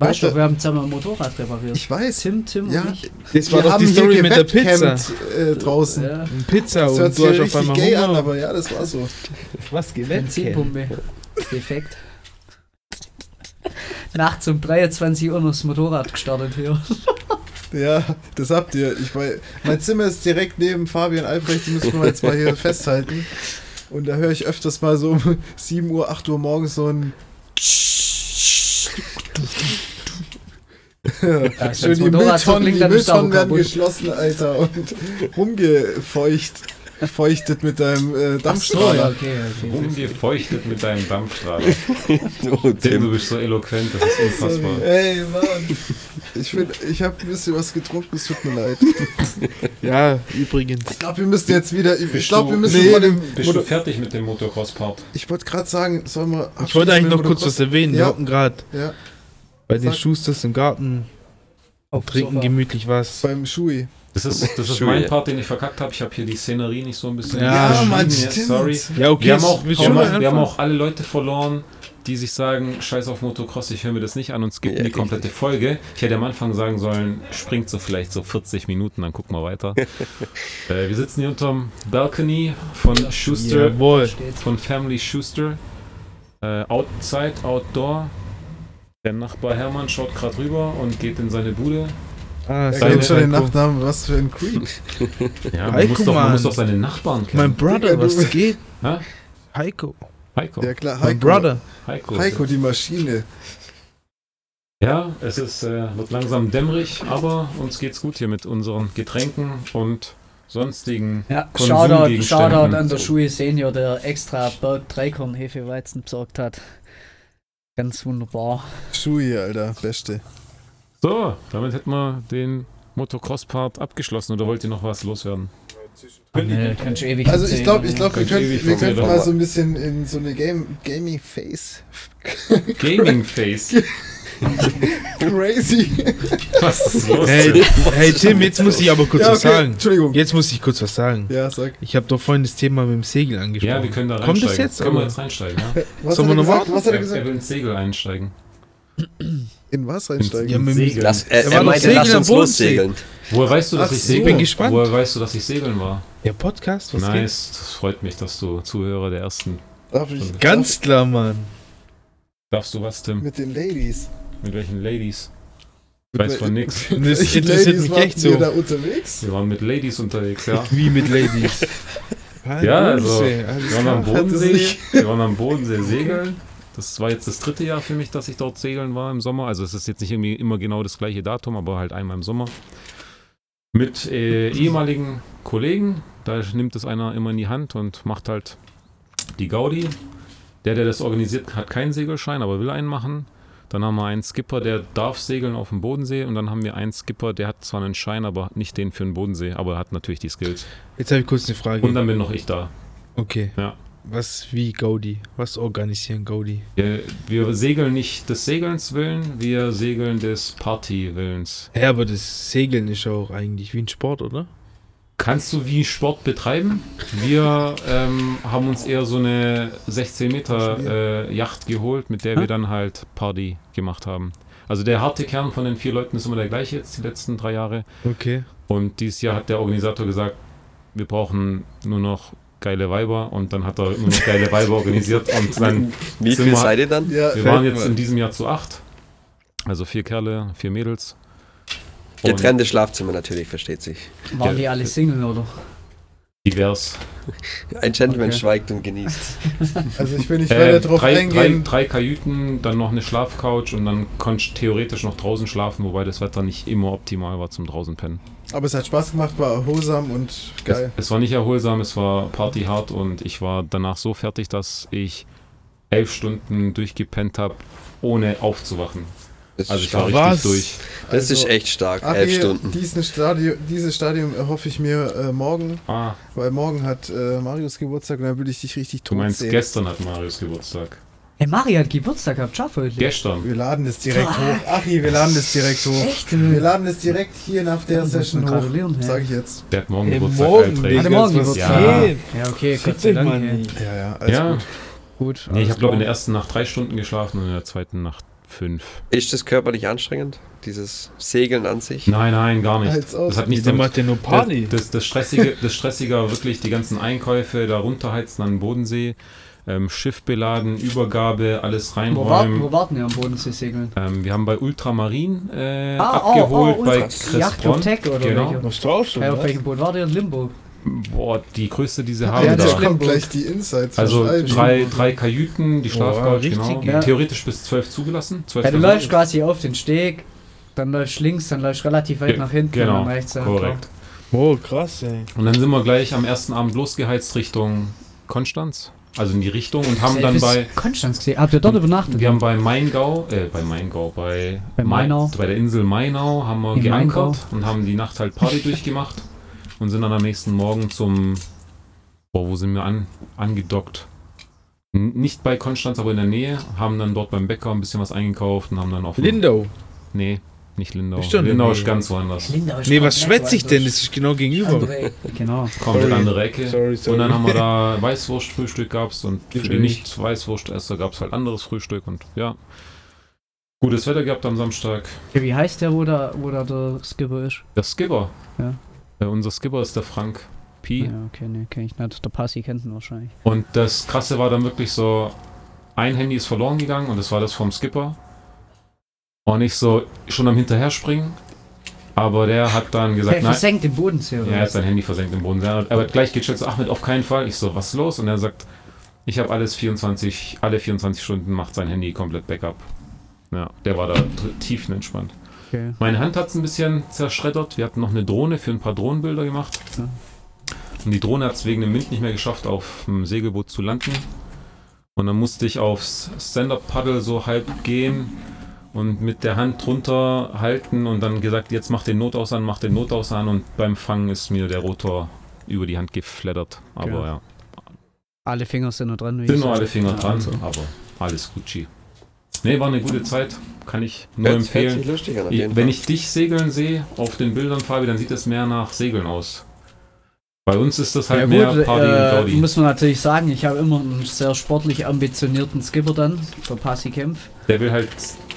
Speaker 4: Weißt du,
Speaker 1: Alter.
Speaker 4: wir haben zusammen ein Motorrad repariert.
Speaker 1: Ich weiß.
Speaker 4: Tim, Tim
Speaker 1: Ja,
Speaker 4: und ich.
Speaker 3: Das war doch die
Speaker 1: hier
Speaker 3: Story mit der Pizza.
Speaker 1: gewebcampt, Äh, draußen.
Speaker 4: Ja,
Speaker 3: Und Pizza
Speaker 1: Das hört
Speaker 3: und
Speaker 1: sich ja
Speaker 3: du hast auf
Speaker 1: richtig
Speaker 3: einmal
Speaker 1: gay an,
Speaker 3: Hunger.
Speaker 1: aber ja, das war so.
Speaker 3: Was gewettet?
Speaker 4: Benzinpumpe. Defekt. Nachts um 23 Uhr noch das Motorrad gestartet hier.
Speaker 1: Ja, das habt ihr. Ich mein, mein Zimmer ist direkt neben Fabian Albrecht, die müssen wir jetzt mal hier festhalten. Und da höre ich öfters mal so um 7 Uhr, 8 Uhr morgens so ein. <laughs>
Speaker 4: Da ist
Speaker 1: Schön
Speaker 4: das
Speaker 1: die
Speaker 4: Motorrad so
Speaker 1: Mülltonnen,
Speaker 4: klingt,
Speaker 1: die
Speaker 4: dann ist
Speaker 1: Mülltonnen
Speaker 4: Mülltonnen
Speaker 1: werden geschlossen, Alter, und rumgefeucht. Feuchtet mit deinem äh, Dampfstrahler.
Speaker 4: okay, okay.
Speaker 2: Umgefeuchtet mit deinem Dampfstrahler.
Speaker 5: Oh,
Speaker 2: Tim, du
Speaker 5: Tim.
Speaker 2: bist so eloquent, das ist unfassbar.
Speaker 1: Ey, Mann. Ich, bin- ich habe ein bisschen was getrunken, es tut mir leid.
Speaker 3: Ja, übrigens.
Speaker 1: Ich glaube, wir müssen jetzt wieder. Ich
Speaker 2: Bist
Speaker 1: glaube, wir
Speaker 2: du-
Speaker 1: müssen
Speaker 2: nee,
Speaker 1: von dem.
Speaker 2: Bist du fertig mit dem Motocross-Part?
Speaker 1: Ich wollte gerade sagen, sollen wir.
Speaker 3: Ich wollte eigentlich noch
Speaker 1: abschließen mit
Speaker 3: kurz was erwähnen. Wir
Speaker 1: Ja.
Speaker 3: hocken gerade
Speaker 1: Ja,
Speaker 3: bei den
Speaker 1: Sag.
Speaker 3: Schusters im Garten,
Speaker 4: Auf
Speaker 3: trinken
Speaker 4: Sofa.
Speaker 3: gemütlich was.
Speaker 1: beim Schui.
Speaker 2: Das ist, das ist
Speaker 5: Entschuldige.
Speaker 2: mein Part, den ich verkackt habe. Ich habe hier die Szenerie nicht so ein bisschen.
Speaker 3: Ja,
Speaker 2: geschrieben,
Speaker 1: Mann,
Speaker 2: ja,
Speaker 1: stimmt.
Speaker 2: Sorry.
Speaker 3: Ja, okay.
Speaker 2: Wir, haben
Speaker 3: jetzt
Speaker 2: auch,
Speaker 3: willst
Speaker 2: wir,
Speaker 3: du mal
Speaker 2: haben, wir haben
Speaker 3: anfangen?
Speaker 2: auch alle Leute verloren, die sich sagen, scheiß auf Motocross, ich höre mir das nicht an und skippen
Speaker 5: Ja,
Speaker 2: die komplette Folge. Ich hätte am Anfang sagen sollen, springt so vielleicht so 40 Minuten, dann gucken wir weiter. äh, wir sitzen hier unterm Balcony von Schuster,
Speaker 3: Jawohl.
Speaker 4: Steht's.
Speaker 2: von Family Schuster. Äh, outside, Outdoor. Der Nachbar Hermann schaut gerade rüber und geht in seine Bude.
Speaker 3: Ah,
Speaker 1: Er
Speaker 2: Seine
Speaker 1: kennt schon den
Speaker 3: Heiko.
Speaker 1: Nachnamen, was für ein Creep.
Speaker 3: <laughs>
Speaker 2: Ja,
Speaker 3: Hey,
Speaker 2: man, muss
Speaker 3: guck
Speaker 2: doch, man
Speaker 3: mal.
Speaker 2: muss doch seine Nachbarn kennen.
Speaker 3: Mein Brother,
Speaker 1: Digga, du-
Speaker 3: was geht?
Speaker 2: Hä?
Speaker 3: Heiko.
Speaker 2: Heiko.
Speaker 1: Ja, klar,
Speaker 3: Mein
Speaker 1: Heiko.
Speaker 3: Brother.
Speaker 2: Heiko.
Speaker 1: Heiko, die Maschine.
Speaker 2: Ja, es ist, äh, wird langsam dämmerig, aber uns geht's gut hier mit unseren Getränken und sonstigen.
Speaker 4: Ja, Shoutout,
Speaker 2: Konsumgegenständen.
Speaker 4: Shoutout an der Schuhe Senior, der extra Berg Dreikorn Hefeweizen besorgt hat. Ganz wunderbar.
Speaker 1: Schui, Alter, Beste.
Speaker 2: So, damit hätten wir den Motocross-Part abgeschlossen oder wollt ihr noch was loswerden?
Speaker 4: Nee, kannst du ewig
Speaker 1: Also ich glaube, ich
Speaker 4: erzählen. ne?
Speaker 1: glaub, wir
Speaker 2: Könnte ewig
Speaker 1: können, wir
Speaker 2: von
Speaker 1: können
Speaker 2: mir
Speaker 1: mal
Speaker 2: dauern.
Speaker 1: so ein bisschen in so eine Game, <laughs> Gaming-Face. <laughs>
Speaker 2: Gaming Face.
Speaker 1: Crazy.
Speaker 2: Was ist los?
Speaker 3: Hey, hey Tim, jetzt muss ich aber kurz
Speaker 1: Ja,
Speaker 3: was
Speaker 1: okay,
Speaker 3: sagen.
Speaker 1: Entschuldigung.
Speaker 3: Jetzt muss ich kurz was sagen.
Speaker 1: Ja, sag.
Speaker 3: Ich habe doch vorhin das Thema mit dem Segel angesprochen.
Speaker 2: Ja, wir können da reinsteigen.
Speaker 3: Kommt das jetzt?
Speaker 2: Können wir
Speaker 3: Oder?
Speaker 2: jetzt reinsteigen, ja?
Speaker 1: Was
Speaker 3: Sollen
Speaker 1: hat
Speaker 3: wir
Speaker 1: er
Speaker 3: noch
Speaker 1: gesagt? Was hat
Speaker 2: Er,
Speaker 1: er
Speaker 2: er
Speaker 1: gesagt?
Speaker 2: will ins Segel einsteigen.
Speaker 1: In was
Speaker 3: Ja,
Speaker 1: reinsteigen?
Speaker 3: mit dem
Speaker 2: Segel.
Speaker 5: Lass, äh,
Speaker 3: Er
Speaker 5: er
Speaker 3: war doch
Speaker 5: meinte, lass
Speaker 3: Segler,
Speaker 5: uns
Speaker 3: Boden
Speaker 5: lossegeln.
Speaker 2: Woher weißt du, dass
Speaker 1: Ach
Speaker 2: ich
Speaker 1: so.
Speaker 2: segeln?
Speaker 3: Bin gespannt.
Speaker 2: Woher weißt du, dass ich segeln war?
Speaker 3: Der Podcast, was geht?
Speaker 2: nice. Das freut mich, dass du Zuhörer der ersten.
Speaker 1: Darf ich
Speaker 3: Ganz
Speaker 4: <laughs>
Speaker 3: klar, Mann.
Speaker 2: Darfst du was, Tim?
Speaker 1: mit den Ladies.
Speaker 2: Mit welchen Ladies? Ich weiß von nix.
Speaker 3: Das
Speaker 1: Welche
Speaker 3: interessiert mich
Speaker 1: waren
Speaker 3: echt so.
Speaker 1: hier da unterwegs?
Speaker 2: Wir waren mit Ladies unterwegs,
Speaker 3: <laughs>
Speaker 2: ja.
Speaker 3: Wie mit Ladies.
Speaker 2: <laughs> Ja, also,
Speaker 3: Halleluja, alles
Speaker 2: Wir waren am
Speaker 3: klar.
Speaker 2: Bodensee, wir waren am
Speaker 3: <laughs>
Speaker 2: Bodensee segeln. Das war jetzt das dritte Jahr für mich, dass ich dort segeln war im Sommer. Also es ist jetzt nicht irgendwie immer genau das gleiche Datum, aber halt einmal im Sommer. Mit äh, ehemaligen Kollegen, da nimmt es einer immer in die Hand und macht halt die Gaudi. Der, der das organisiert, hat keinen Segelschein, aber will einen machen. Dann haben wir einen Skipper, der darf segeln auf dem Bodensee. Und dann haben wir einen Skipper, der hat zwar einen Schein, aber nicht den für den Bodensee, aber er hat natürlich die Skills.
Speaker 3: Jetzt habe ich kurz eine Frage.
Speaker 2: Und dann bin noch ich da.
Speaker 3: okay.
Speaker 2: Ja.
Speaker 3: Was wie Gaudi? Was organisieren Gaudi?
Speaker 2: Wir, wir segeln nicht des Segelns willen, wir segeln des Partywillens.
Speaker 3: Ja, aber das Segeln ist ja auch eigentlich wie ein Sport, oder?
Speaker 2: Kannst du wie Sport betreiben? Wir ähm, haben uns eher so eine 16 Meter äh, Yacht geholt, mit der wir dann halt Party gemacht haben. Also der harte Kern von den vier Leuten ist immer der gleiche jetzt die letzten drei Jahre.
Speaker 3: Okay.
Speaker 2: Und dieses Jahr hat der Organisator gesagt, wir brauchen nur noch geile Weiber und dann hat er nur noch geile Weiber organisiert und dann
Speaker 5: Wie
Speaker 2: Sind
Speaker 5: viel
Speaker 2: wir-
Speaker 5: seid ihr dann?
Speaker 1: Ja,
Speaker 2: Wir waren jetzt in diesem Jahr zu acht. Also vier Kerle, vier Mädels. Und
Speaker 5: Getrennte Schlafzimmer natürlich, versteht sich.
Speaker 4: Waren die alle Single, oder?
Speaker 2: Divers.
Speaker 5: Ein Gentleman
Speaker 4: Okay.
Speaker 5: schweigt und genießt.
Speaker 1: also ich will nicht
Speaker 2: Äh,
Speaker 1: weiter drauf
Speaker 2: drei, drei,
Speaker 1: eingehen.
Speaker 2: drei Kajüten, dann noch eine Schlafcouch und dann konnte ich theoretisch noch draußen schlafen, wobei das Wetter nicht immer optimal war zum draußen pennen.
Speaker 1: Aber es hat Spaß gemacht, war erholsam und geil.
Speaker 2: Es, es war nicht erholsam, es war partyhart und ich war danach so fertig, dass ich elf Stunden durchgepennt habe, ohne aufzuwachen.
Speaker 5: Das,
Speaker 2: Also
Speaker 5: ist,
Speaker 2: ich war richtig Also,
Speaker 3: stark. Was?
Speaker 2: durch.
Speaker 5: das ist echt stark, elf
Speaker 1: Abi,
Speaker 5: Stunden.
Speaker 1: diesen Stadium, dieses Stadium erhoffe ich mir äh, morgen,
Speaker 2: Ah,
Speaker 1: weil morgen hat äh, Marius Geburtstag und dann will ich dich richtig
Speaker 2: du
Speaker 1: tot
Speaker 2: meinst,
Speaker 1: sehen.
Speaker 2: gestern hat Marius Geburtstag.
Speaker 4: Hey, Mari hat Geburtstag gehabt, schaff heute.
Speaker 2: Gestern.
Speaker 1: Wir laden das direkt hoch. Achi, wir laden das direkt hoch. Wir laden das direkt hier nach der
Speaker 4: Ja, muss man
Speaker 1: Session hoch.
Speaker 4: gratulieren, ja.
Speaker 1: Sag ich jetzt.
Speaker 2: Der hat morgen
Speaker 3: Ey,
Speaker 2: Geburtstag.
Speaker 3: morgen,
Speaker 2: Alter.
Speaker 3: Digga.
Speaker 4: Hatte morgen
Speaker 3: was
Speaker 4: Geburtstag.
Speaker 2: geht?
Speaker 4: Ja, okay, Gott
Speaker 3: Fick
Speaker 4: sei
Speaker 3: dich,
Speaker 4: Dank.
Speaker 3: Mann.
Speaker 4: ey.
Speaker 1: Ja, also, ja, alles
Speaker 2: Ja,
Speaker 1: gut.
Speaker 4: Gut.
Speaker 2: Nee, ich habe glaube in der
Speaker 4: ersten.
Speaker 2: ersten Nacht drei Stunden geschlafen und in der zweiten Nacht fünf.
Speaker 5: Ist das körperlich anstrengend? Dieses Segeln an sich?
Speaker 2: Nein, nein, gar nicht.
Speaker 1: Halt's auf.
Speaker 2: Das hat nichts
Speaker 3: Wieso
Speaker 2: damit
Speaker 3: macht der nur Party?
Speaker 2: Das, das, Stressige, das Stressige war wirklich die ganzen Einkäufe, da runterheizen an den Bodensee, ähm, Schiff beladen, Übergabe, alles
Speaker 4: Wo, war, wo
Speaker 2: reinräumen.
Speaker 4: warten wir am Bodensee segeln?
Speaker 2: Ähm, wir haben bei Ultramarin äh,
Speaker 4: Ah, oh,
Speaker 2: abgeholt,
Speaker 4: oh,
Speaker 2: bei
Speaker 4: Ultra-
Speaker 2: Chris
Speaker 4: Yacht
Speaker 2: Bronn.
Speaker 4: Hotel oder
Speaker 2: genau.
Speaker 4: welche?
Speaker 3: Was draufst
Speaker 4: Hey, auf welchem Boot war der? Limburg.
Speaker 2: Boah, die größte, die sie
Speaker 1: Ja,
Speaker 2: haben
Speaker 1: also da
Speaker 4: das
Speaker 2: da.
Speaker 1: kommt
Speaker 4: Schlimmburg.
Speaker 1: gleich die Insights.
Speaker 2: Also
Speaker 1: von allen.
Speaker 2: drei, drei Kajüten, die Schlafcouch,
Speaker 3: richtig
Speaker 2: genau.
Speaker 3: geil.
Speaker 2: Theoretisch bis zwölf zugelassen. Zwölf
Speaker 4: Ja, du
Speaker 2: Personen.
Speaker 4: läufst quasi auf den Steg, dann läufst links, dann läufst relativ weit
Speaker 2: Ge-
Speaker 4: nach hinten
Speaker 2: genau,
Speaker 4: und dann rechts. ja,
Speaker 2: Korrekt.
Speaker 3: Oh, krass, ey.
Speaker 2: Und dann sind wir gleich am ersten Abend losgeheizt Richtung Konstanz. Also in die Richtung und haben dann bei. Hm.
Speaker 4: Konstanz gesehen. Habt ihr dort übernachtet?
Speaker 2: Wir haben bei Maingau, äh, bei Maingau, bei,
Speaker 4: Genau. Bei
Speaker 2: Main-
Speaker 4: Mainau.
Speaker 2: bei der Insel Mainau haben wir
Speaker 4: In
Speaker 2: geankert und haben die Nacht halt Party <laughs> durchgemacht und sind dann am nächsten Morgen zum, boah, wo sind wir an, angedockt? N- Nicht bei Konstanz, aber in der Nähe, haben dann dort beim Bäcker ein bisschen was eingekauft und haben dann auf.
Speaker 3: Lindau.
Speaker 2: Nee, nicht Lindau.
Speaker 3: Ist schon in
Speaker 2: Lindau
Speaker 3: der
Speaker 2: ist
Speaker 3: Nähe.
Speaker 2: ganz woanders.
Speaker 3: Nee, was schwätze ich denn? Das ist genau gegenüber.
Speaker 4: <laughs> genau.
Speaker 2: Komplett
Speaker 3: Sorry.
Speaker 2: andere Ecke.
Speaker 3: Sorry, sorry. eh
Speaker 2: Und dann haben wir
Speaker 3: <laughs>
Speaker 2: da Weißwurstfrühstück gab's und für die
Speaker 3: Natürlich.
Speaker 2: Nicht-Weißwurstesser gab's halt anderes Frühstück und ja. Gutes Wetter gehabt am Samstag.
Speaker 4: Ja, wie heißt der, wo da, wo da der Skipper ist?
Speaker 2: Der Skipper.
Speaker 4: Ja.
Speaker 2: Äh, unser Skipper ist der Frank Pi.
Speaker 4: Ja, okay, nee, kenn ich nicht. Der Passi kennt ihn wahrscheinlich.
Speaker 2: Und das Krasse war dann wirklich so, ein Handy ist verloren gegangen und das war das vom Skipper. Und ich so schon am Hinterher springen. Aber der hat dann gesagt,
Speaker 4: Der
Speaker 2: nein.
Speaker 4: versenkt den Bodensee, oder?
Speaker 2: Ja, er hat
Speaker 4: was?
Speaker 2: sein Handy versenkt im Boden. Er hat er hat gleich gecheckt, so, Ahmed, auf keinen Fall. Ich so, was ist los? Und er sagt, ich habe alles 24, alle 24 Stunden macht sein Handy komplett Backup. Ja, der war da dr- tiefenentspannt.
Speaker 4: Okay.
Speaker 2: Meine Hand hat es ein bisschen zerschreddert. Wir hatten noch eine Drohne für ein paar Drohnenbilder gemacht.
Speaker 4: Ja.
Speaker 2: Und die Drohne hat es wegen dem Wind nicht mehr geschafft, auf dem Segelboot zu landen. Und dann musste ich aufs Stand-Up-Paddle so halb gehen und mit der Hand drunter halten und dann gesagt, jetzt mach den Notaus an, mach den Notaus an. Und beim Fangen ist mir der Rotor über die Hand geflattert. Aber
Speaker 4: Ja.
Speaker 2: ja,
Speaker 4: Alle Finger sind noch dran. wie
Speaker 2: sind
Speaker 4: ich
Speaker 2: noch
Speaker 4: sag.
Speaker 2: alle Finger
Speaker 4: Ja,
Speaker 2: dran,
Speaker 4: also.
Speaker 2: aber alles Gucci. Nee, war eine gute Zeit. Kann ich nur
Speaker 5: Hört, hört
Speaker 2: empfehlen.
Speaker 5: sich lustig an, auf
Speaker 2: Ich-
Speaker 5: jeden
Speaker 2: Wenn
Speaker 5: Fall.
Speaker 2: ich dich segeln sehe auf den Bildern, Fabi, dann sieht das mehr nach Segeln aus. Bei uns ist das halt
Speaker 4: Ja
Speaker 2: mehr
Speaker 4: gut,
Speaker 2: Party und
Speaker 4: äh,
Speaker 2: Gaudi.
Speaker 4: muss man natürlich sagen, ich habe immer einen sehr sportlich ambitionierten Skipper dann, der Passi Kempf,
Speaker 2: Der will halt.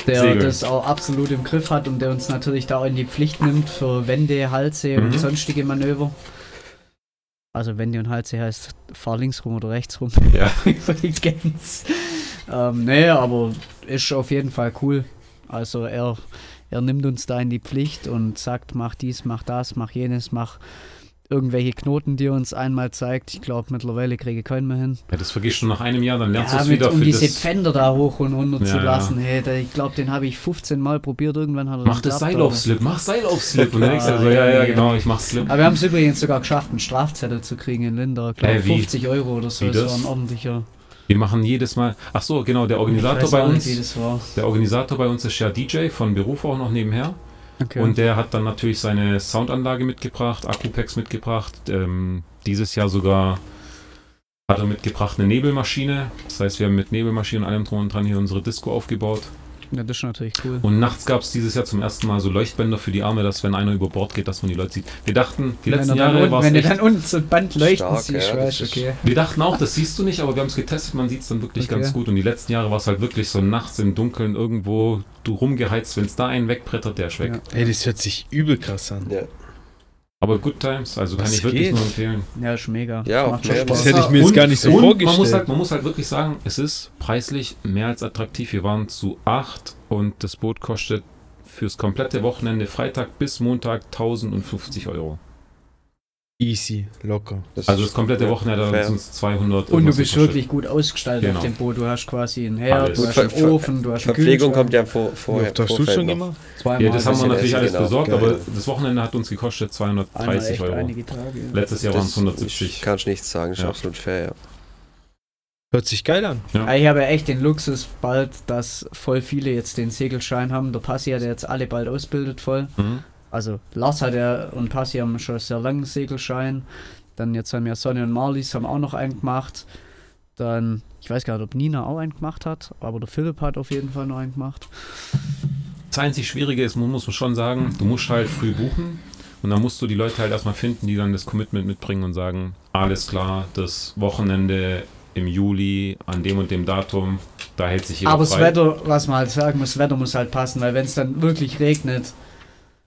Speaker 4: der
Speaker 2: Segeln.
Speaker 4: das auch absolut im Griff hat und der uns natürlich da auch in die Pflicht nimmt für Wände, Halse
Speaker 2: Mhm.
Speaker 4: und sonstige Manöver. Also Wände und Halse heißt, fahr links rum oder rechts rum. <laughs>
Speaker 2: Ja.
Speaker 4: Über die Gans. Ähm, nee, aber ist auf jeden Fall cool. Also er, er nimmt uns da in die Pflicht und sagt, mach dies, mach das, mach jenes, mach irgendwelche Knoten, die er uns einmal zeigt. Ich glaube, mittlerweile kriege ich keinen mehr hin.
Speaker 2: Ja, das vergisst du nach einem Jahr, dann lernst
Speaker 4: Ja,
Speaker 2: du es
Speaker 4: mit,
Speaker 2: wieder
Speaker 4: um
Speaker 2: für
Speaker 4: diese
Speaker 2: das.
Speaker 4: Pfänder da hoch und runter zu
Speaker 2: Ja, ja.
Speaker 4: lassen. Hey, da, ich glaube, den habe ich 15 Mal probiert. Irgendwann hat er
Speaker 2: Mach
Speaker 4: nicht
Speaker 2: das
Speaker 4: geklappt,
Speaker 2: Seil
Speaker 4: aber-
Speaker 2: auf Slip, mach Seil auf Slip. Und dann
Speaker 4: Ah,
Speaker 2: denkst du so,
Speaker 4: ja,
Speaker 2: ja, ja,
Speaker 4: ja.
Speaker 2: genau, ich mach Slip.
Speaker 4: Aber wir haben es übrigens sogar geschafft, einen Strafzettel zu kriegen in Lindau. Ich glaub,
Speaker 2: Äh, wie?
Speaker 4: 50 Euro oder so.
Speaker 2: Wie
Speaker 4: das
Speaker 2: das?
Speaker 4: war ein ordentlicher.
Speaker 2: Wir machen jedes Mal. Ach so, genau, der
Speaker 4: Ich
Speaker 2: Organisator
Speaker 4: weiß
Speaker 2: bei
Speaker 4: auch nicht, Wie
Speaker 2: uns.
Speaker 4: das war.
Speaker 2: Der Organisator bei uns ist ja DJ von Beruf auch noch nebenher.
Speaker 4: Okay.
Speaker 2: Und der hat dann natürlich seine Soundanlage mitgebracht, Akku-Packs mitgebracht. Ähm, dieses Jahr sogar hat er mitgebracht eine Nebelmaschine. Das heißt, wir haben mit Nebelmaschine und allem drum und dran hier unsere Disco aufgebaut.
Speaker 4: ja, das ist natürlich cool.
Speaker 2: Und nachts gab es dieses Jahr zum ersten Mal so Leuchtbänder für die Arme, dass wenn einer über Bord geht, dass man die Leute sieht. Wir dachten, die letzten
Speaker 4: wenn er dann
Speaker 2: Jahre
Speaker 4: unten,
Speaker 2: war es
Speaker 4: Wenn du
Speaker 2: echt...
Speaker 4: dann unten so ein Band leuchten
Speaker 5: Stark,
Speaker 4: siehst,
Speaker 5: ja,
Speaker 4: weißt du,
Speaker 5: das ist-
Speaker 4: okay.
Speaker 2: Wir dachten auch, das siehst du nicht, aber wir haben es getestet, man sieht es dann wirklich
Speaker 4: Okay.
Speaker 2: ganz gut. Und die letzten Jahre war es halt wirklich so nachts im Dunkeln irgendwo du rumgeheizt, wenn es da einen wegbrettert, der ist weg.
Speaker 4: Ja.
Speaker 3: Ey, das hört sich übel krass an.
Speaker 5: Ja.
Speaker 2: Aber Good Times, also kann
Speaker 3: Was
Speaker 2: ich wirklich
Speaker 3: geht?
Speaker 2: nur empfehlen.
Speaker 4: Ja, ist mega.
Speaker 5: Ja,
Speaker 4: Macht
Speaker 5: auf
Speaker 4: schon
Speaker 5: mehr-
Speaker 4: Spaß.
Speaker 3: Das hätte ich mir jetzt
Speaker 2: Und-
Speaker 3: gar nicht so
Speaker 2: und Man muss, halt,
Speaker 3: vorgestellt.
Speaker 2: man muss halt wirklich sagen, es ist preislich mehr als attraktiv. Wir waren zu acht und das Boot kostet fürs komplette Wochenende Freitag bis Montag 1050 Euro.
Speaker 3: Easy, locker.
Speaker 5: Das
Speaker 2: Also
Speaker 5: ist-
Speaker 2: das komplette
Speaker 5: ja,
Speaker 2: Wochenende hat
Speaker 5: fair.
Speaker 2: uns 200
Speaker 4: Und du
Speaker 2: irgendwas
Speaker 4: bist
Speaker 2: gekostet.
Speaker 4: wirklich gut ausgestaltet
Speaker 2: Genau.
Speaker 4: auf dem Boot. Du hast quasi einen Herd,
Speaker 2: Alles.
Speaker 4: du hast einen
Speaker 5: Ver-
Speaker 4: Ofen, du hast einen
Speaker 5: Verpflegung kommt
Speaker 4: Kühlschrank.
Speaker 5: ja vor,
Speaker 3: Wie
Speaker 5: vorher.
Speaker 3: oft hast du
Speaker 5: vorher
Speaker 3: schon
Speaker 5: noch.
Speaker 3: gemacht?
Speaker 4: Zweimal
Speaker 2: Ja, das haben wir
Speaker 5: Einmal
Speaker 2: natürlich
Speaker 5: essen,
Speaker 2: alles
Speaker 5: genau.
Speaker 2: besorgt,
Speaker 5: Geil.
Speaker 2: aber das Wochenende hat uns gekostet
Speaker 4: Einmal
Speaker 2: 230
Speaker 4: echt
Speaker 2: Euro.
Speaker 4: einige Tage. ja.
Speaker 2: Letztes Jahr waren es 170.
Speaker 5: Kann ich nichts sagen, ist
Speaker 2: Ja.
Speaker 5: absolut fair, ja.
Speaker 3: Hört sich geil an.
Speaker 4: Ja, Ah, Ich habe ja echt den Luxus bald, dass voll viele jetzt den Segelschein haben. Der Passi hat ja jetzt alle bald ausbildet voll.
Speaker 2: Mhm.
Speaker 4: Also Lars hat ja und Passi haben schon sehr langen Segelschein. Dann jetzt haben ja Sonny und Marlies haben auch noch einen gemacht. Dann, ich weiß gar nicht, ob Nina auch einen gemacht hat, aber der Philipp hat auf jeden Fall noch einen gemacht.
Speaker 2: Das einzig Schwierige ist, man muss schon sagen, du musst halt früh buchen und dann musst du die Leute halt erstmal finden, die dann das Commitment mitbringen und sagen, alles klar, das Wochenende im Juli an dem und dem Datum, da hält sich jeder
Speaker 4: aber das
Speaker 2: frei.
Speaker 4: Wetter, was man halt sagen muss, das Wetter muss halt passen, weil wenn es dann wirklich regnet,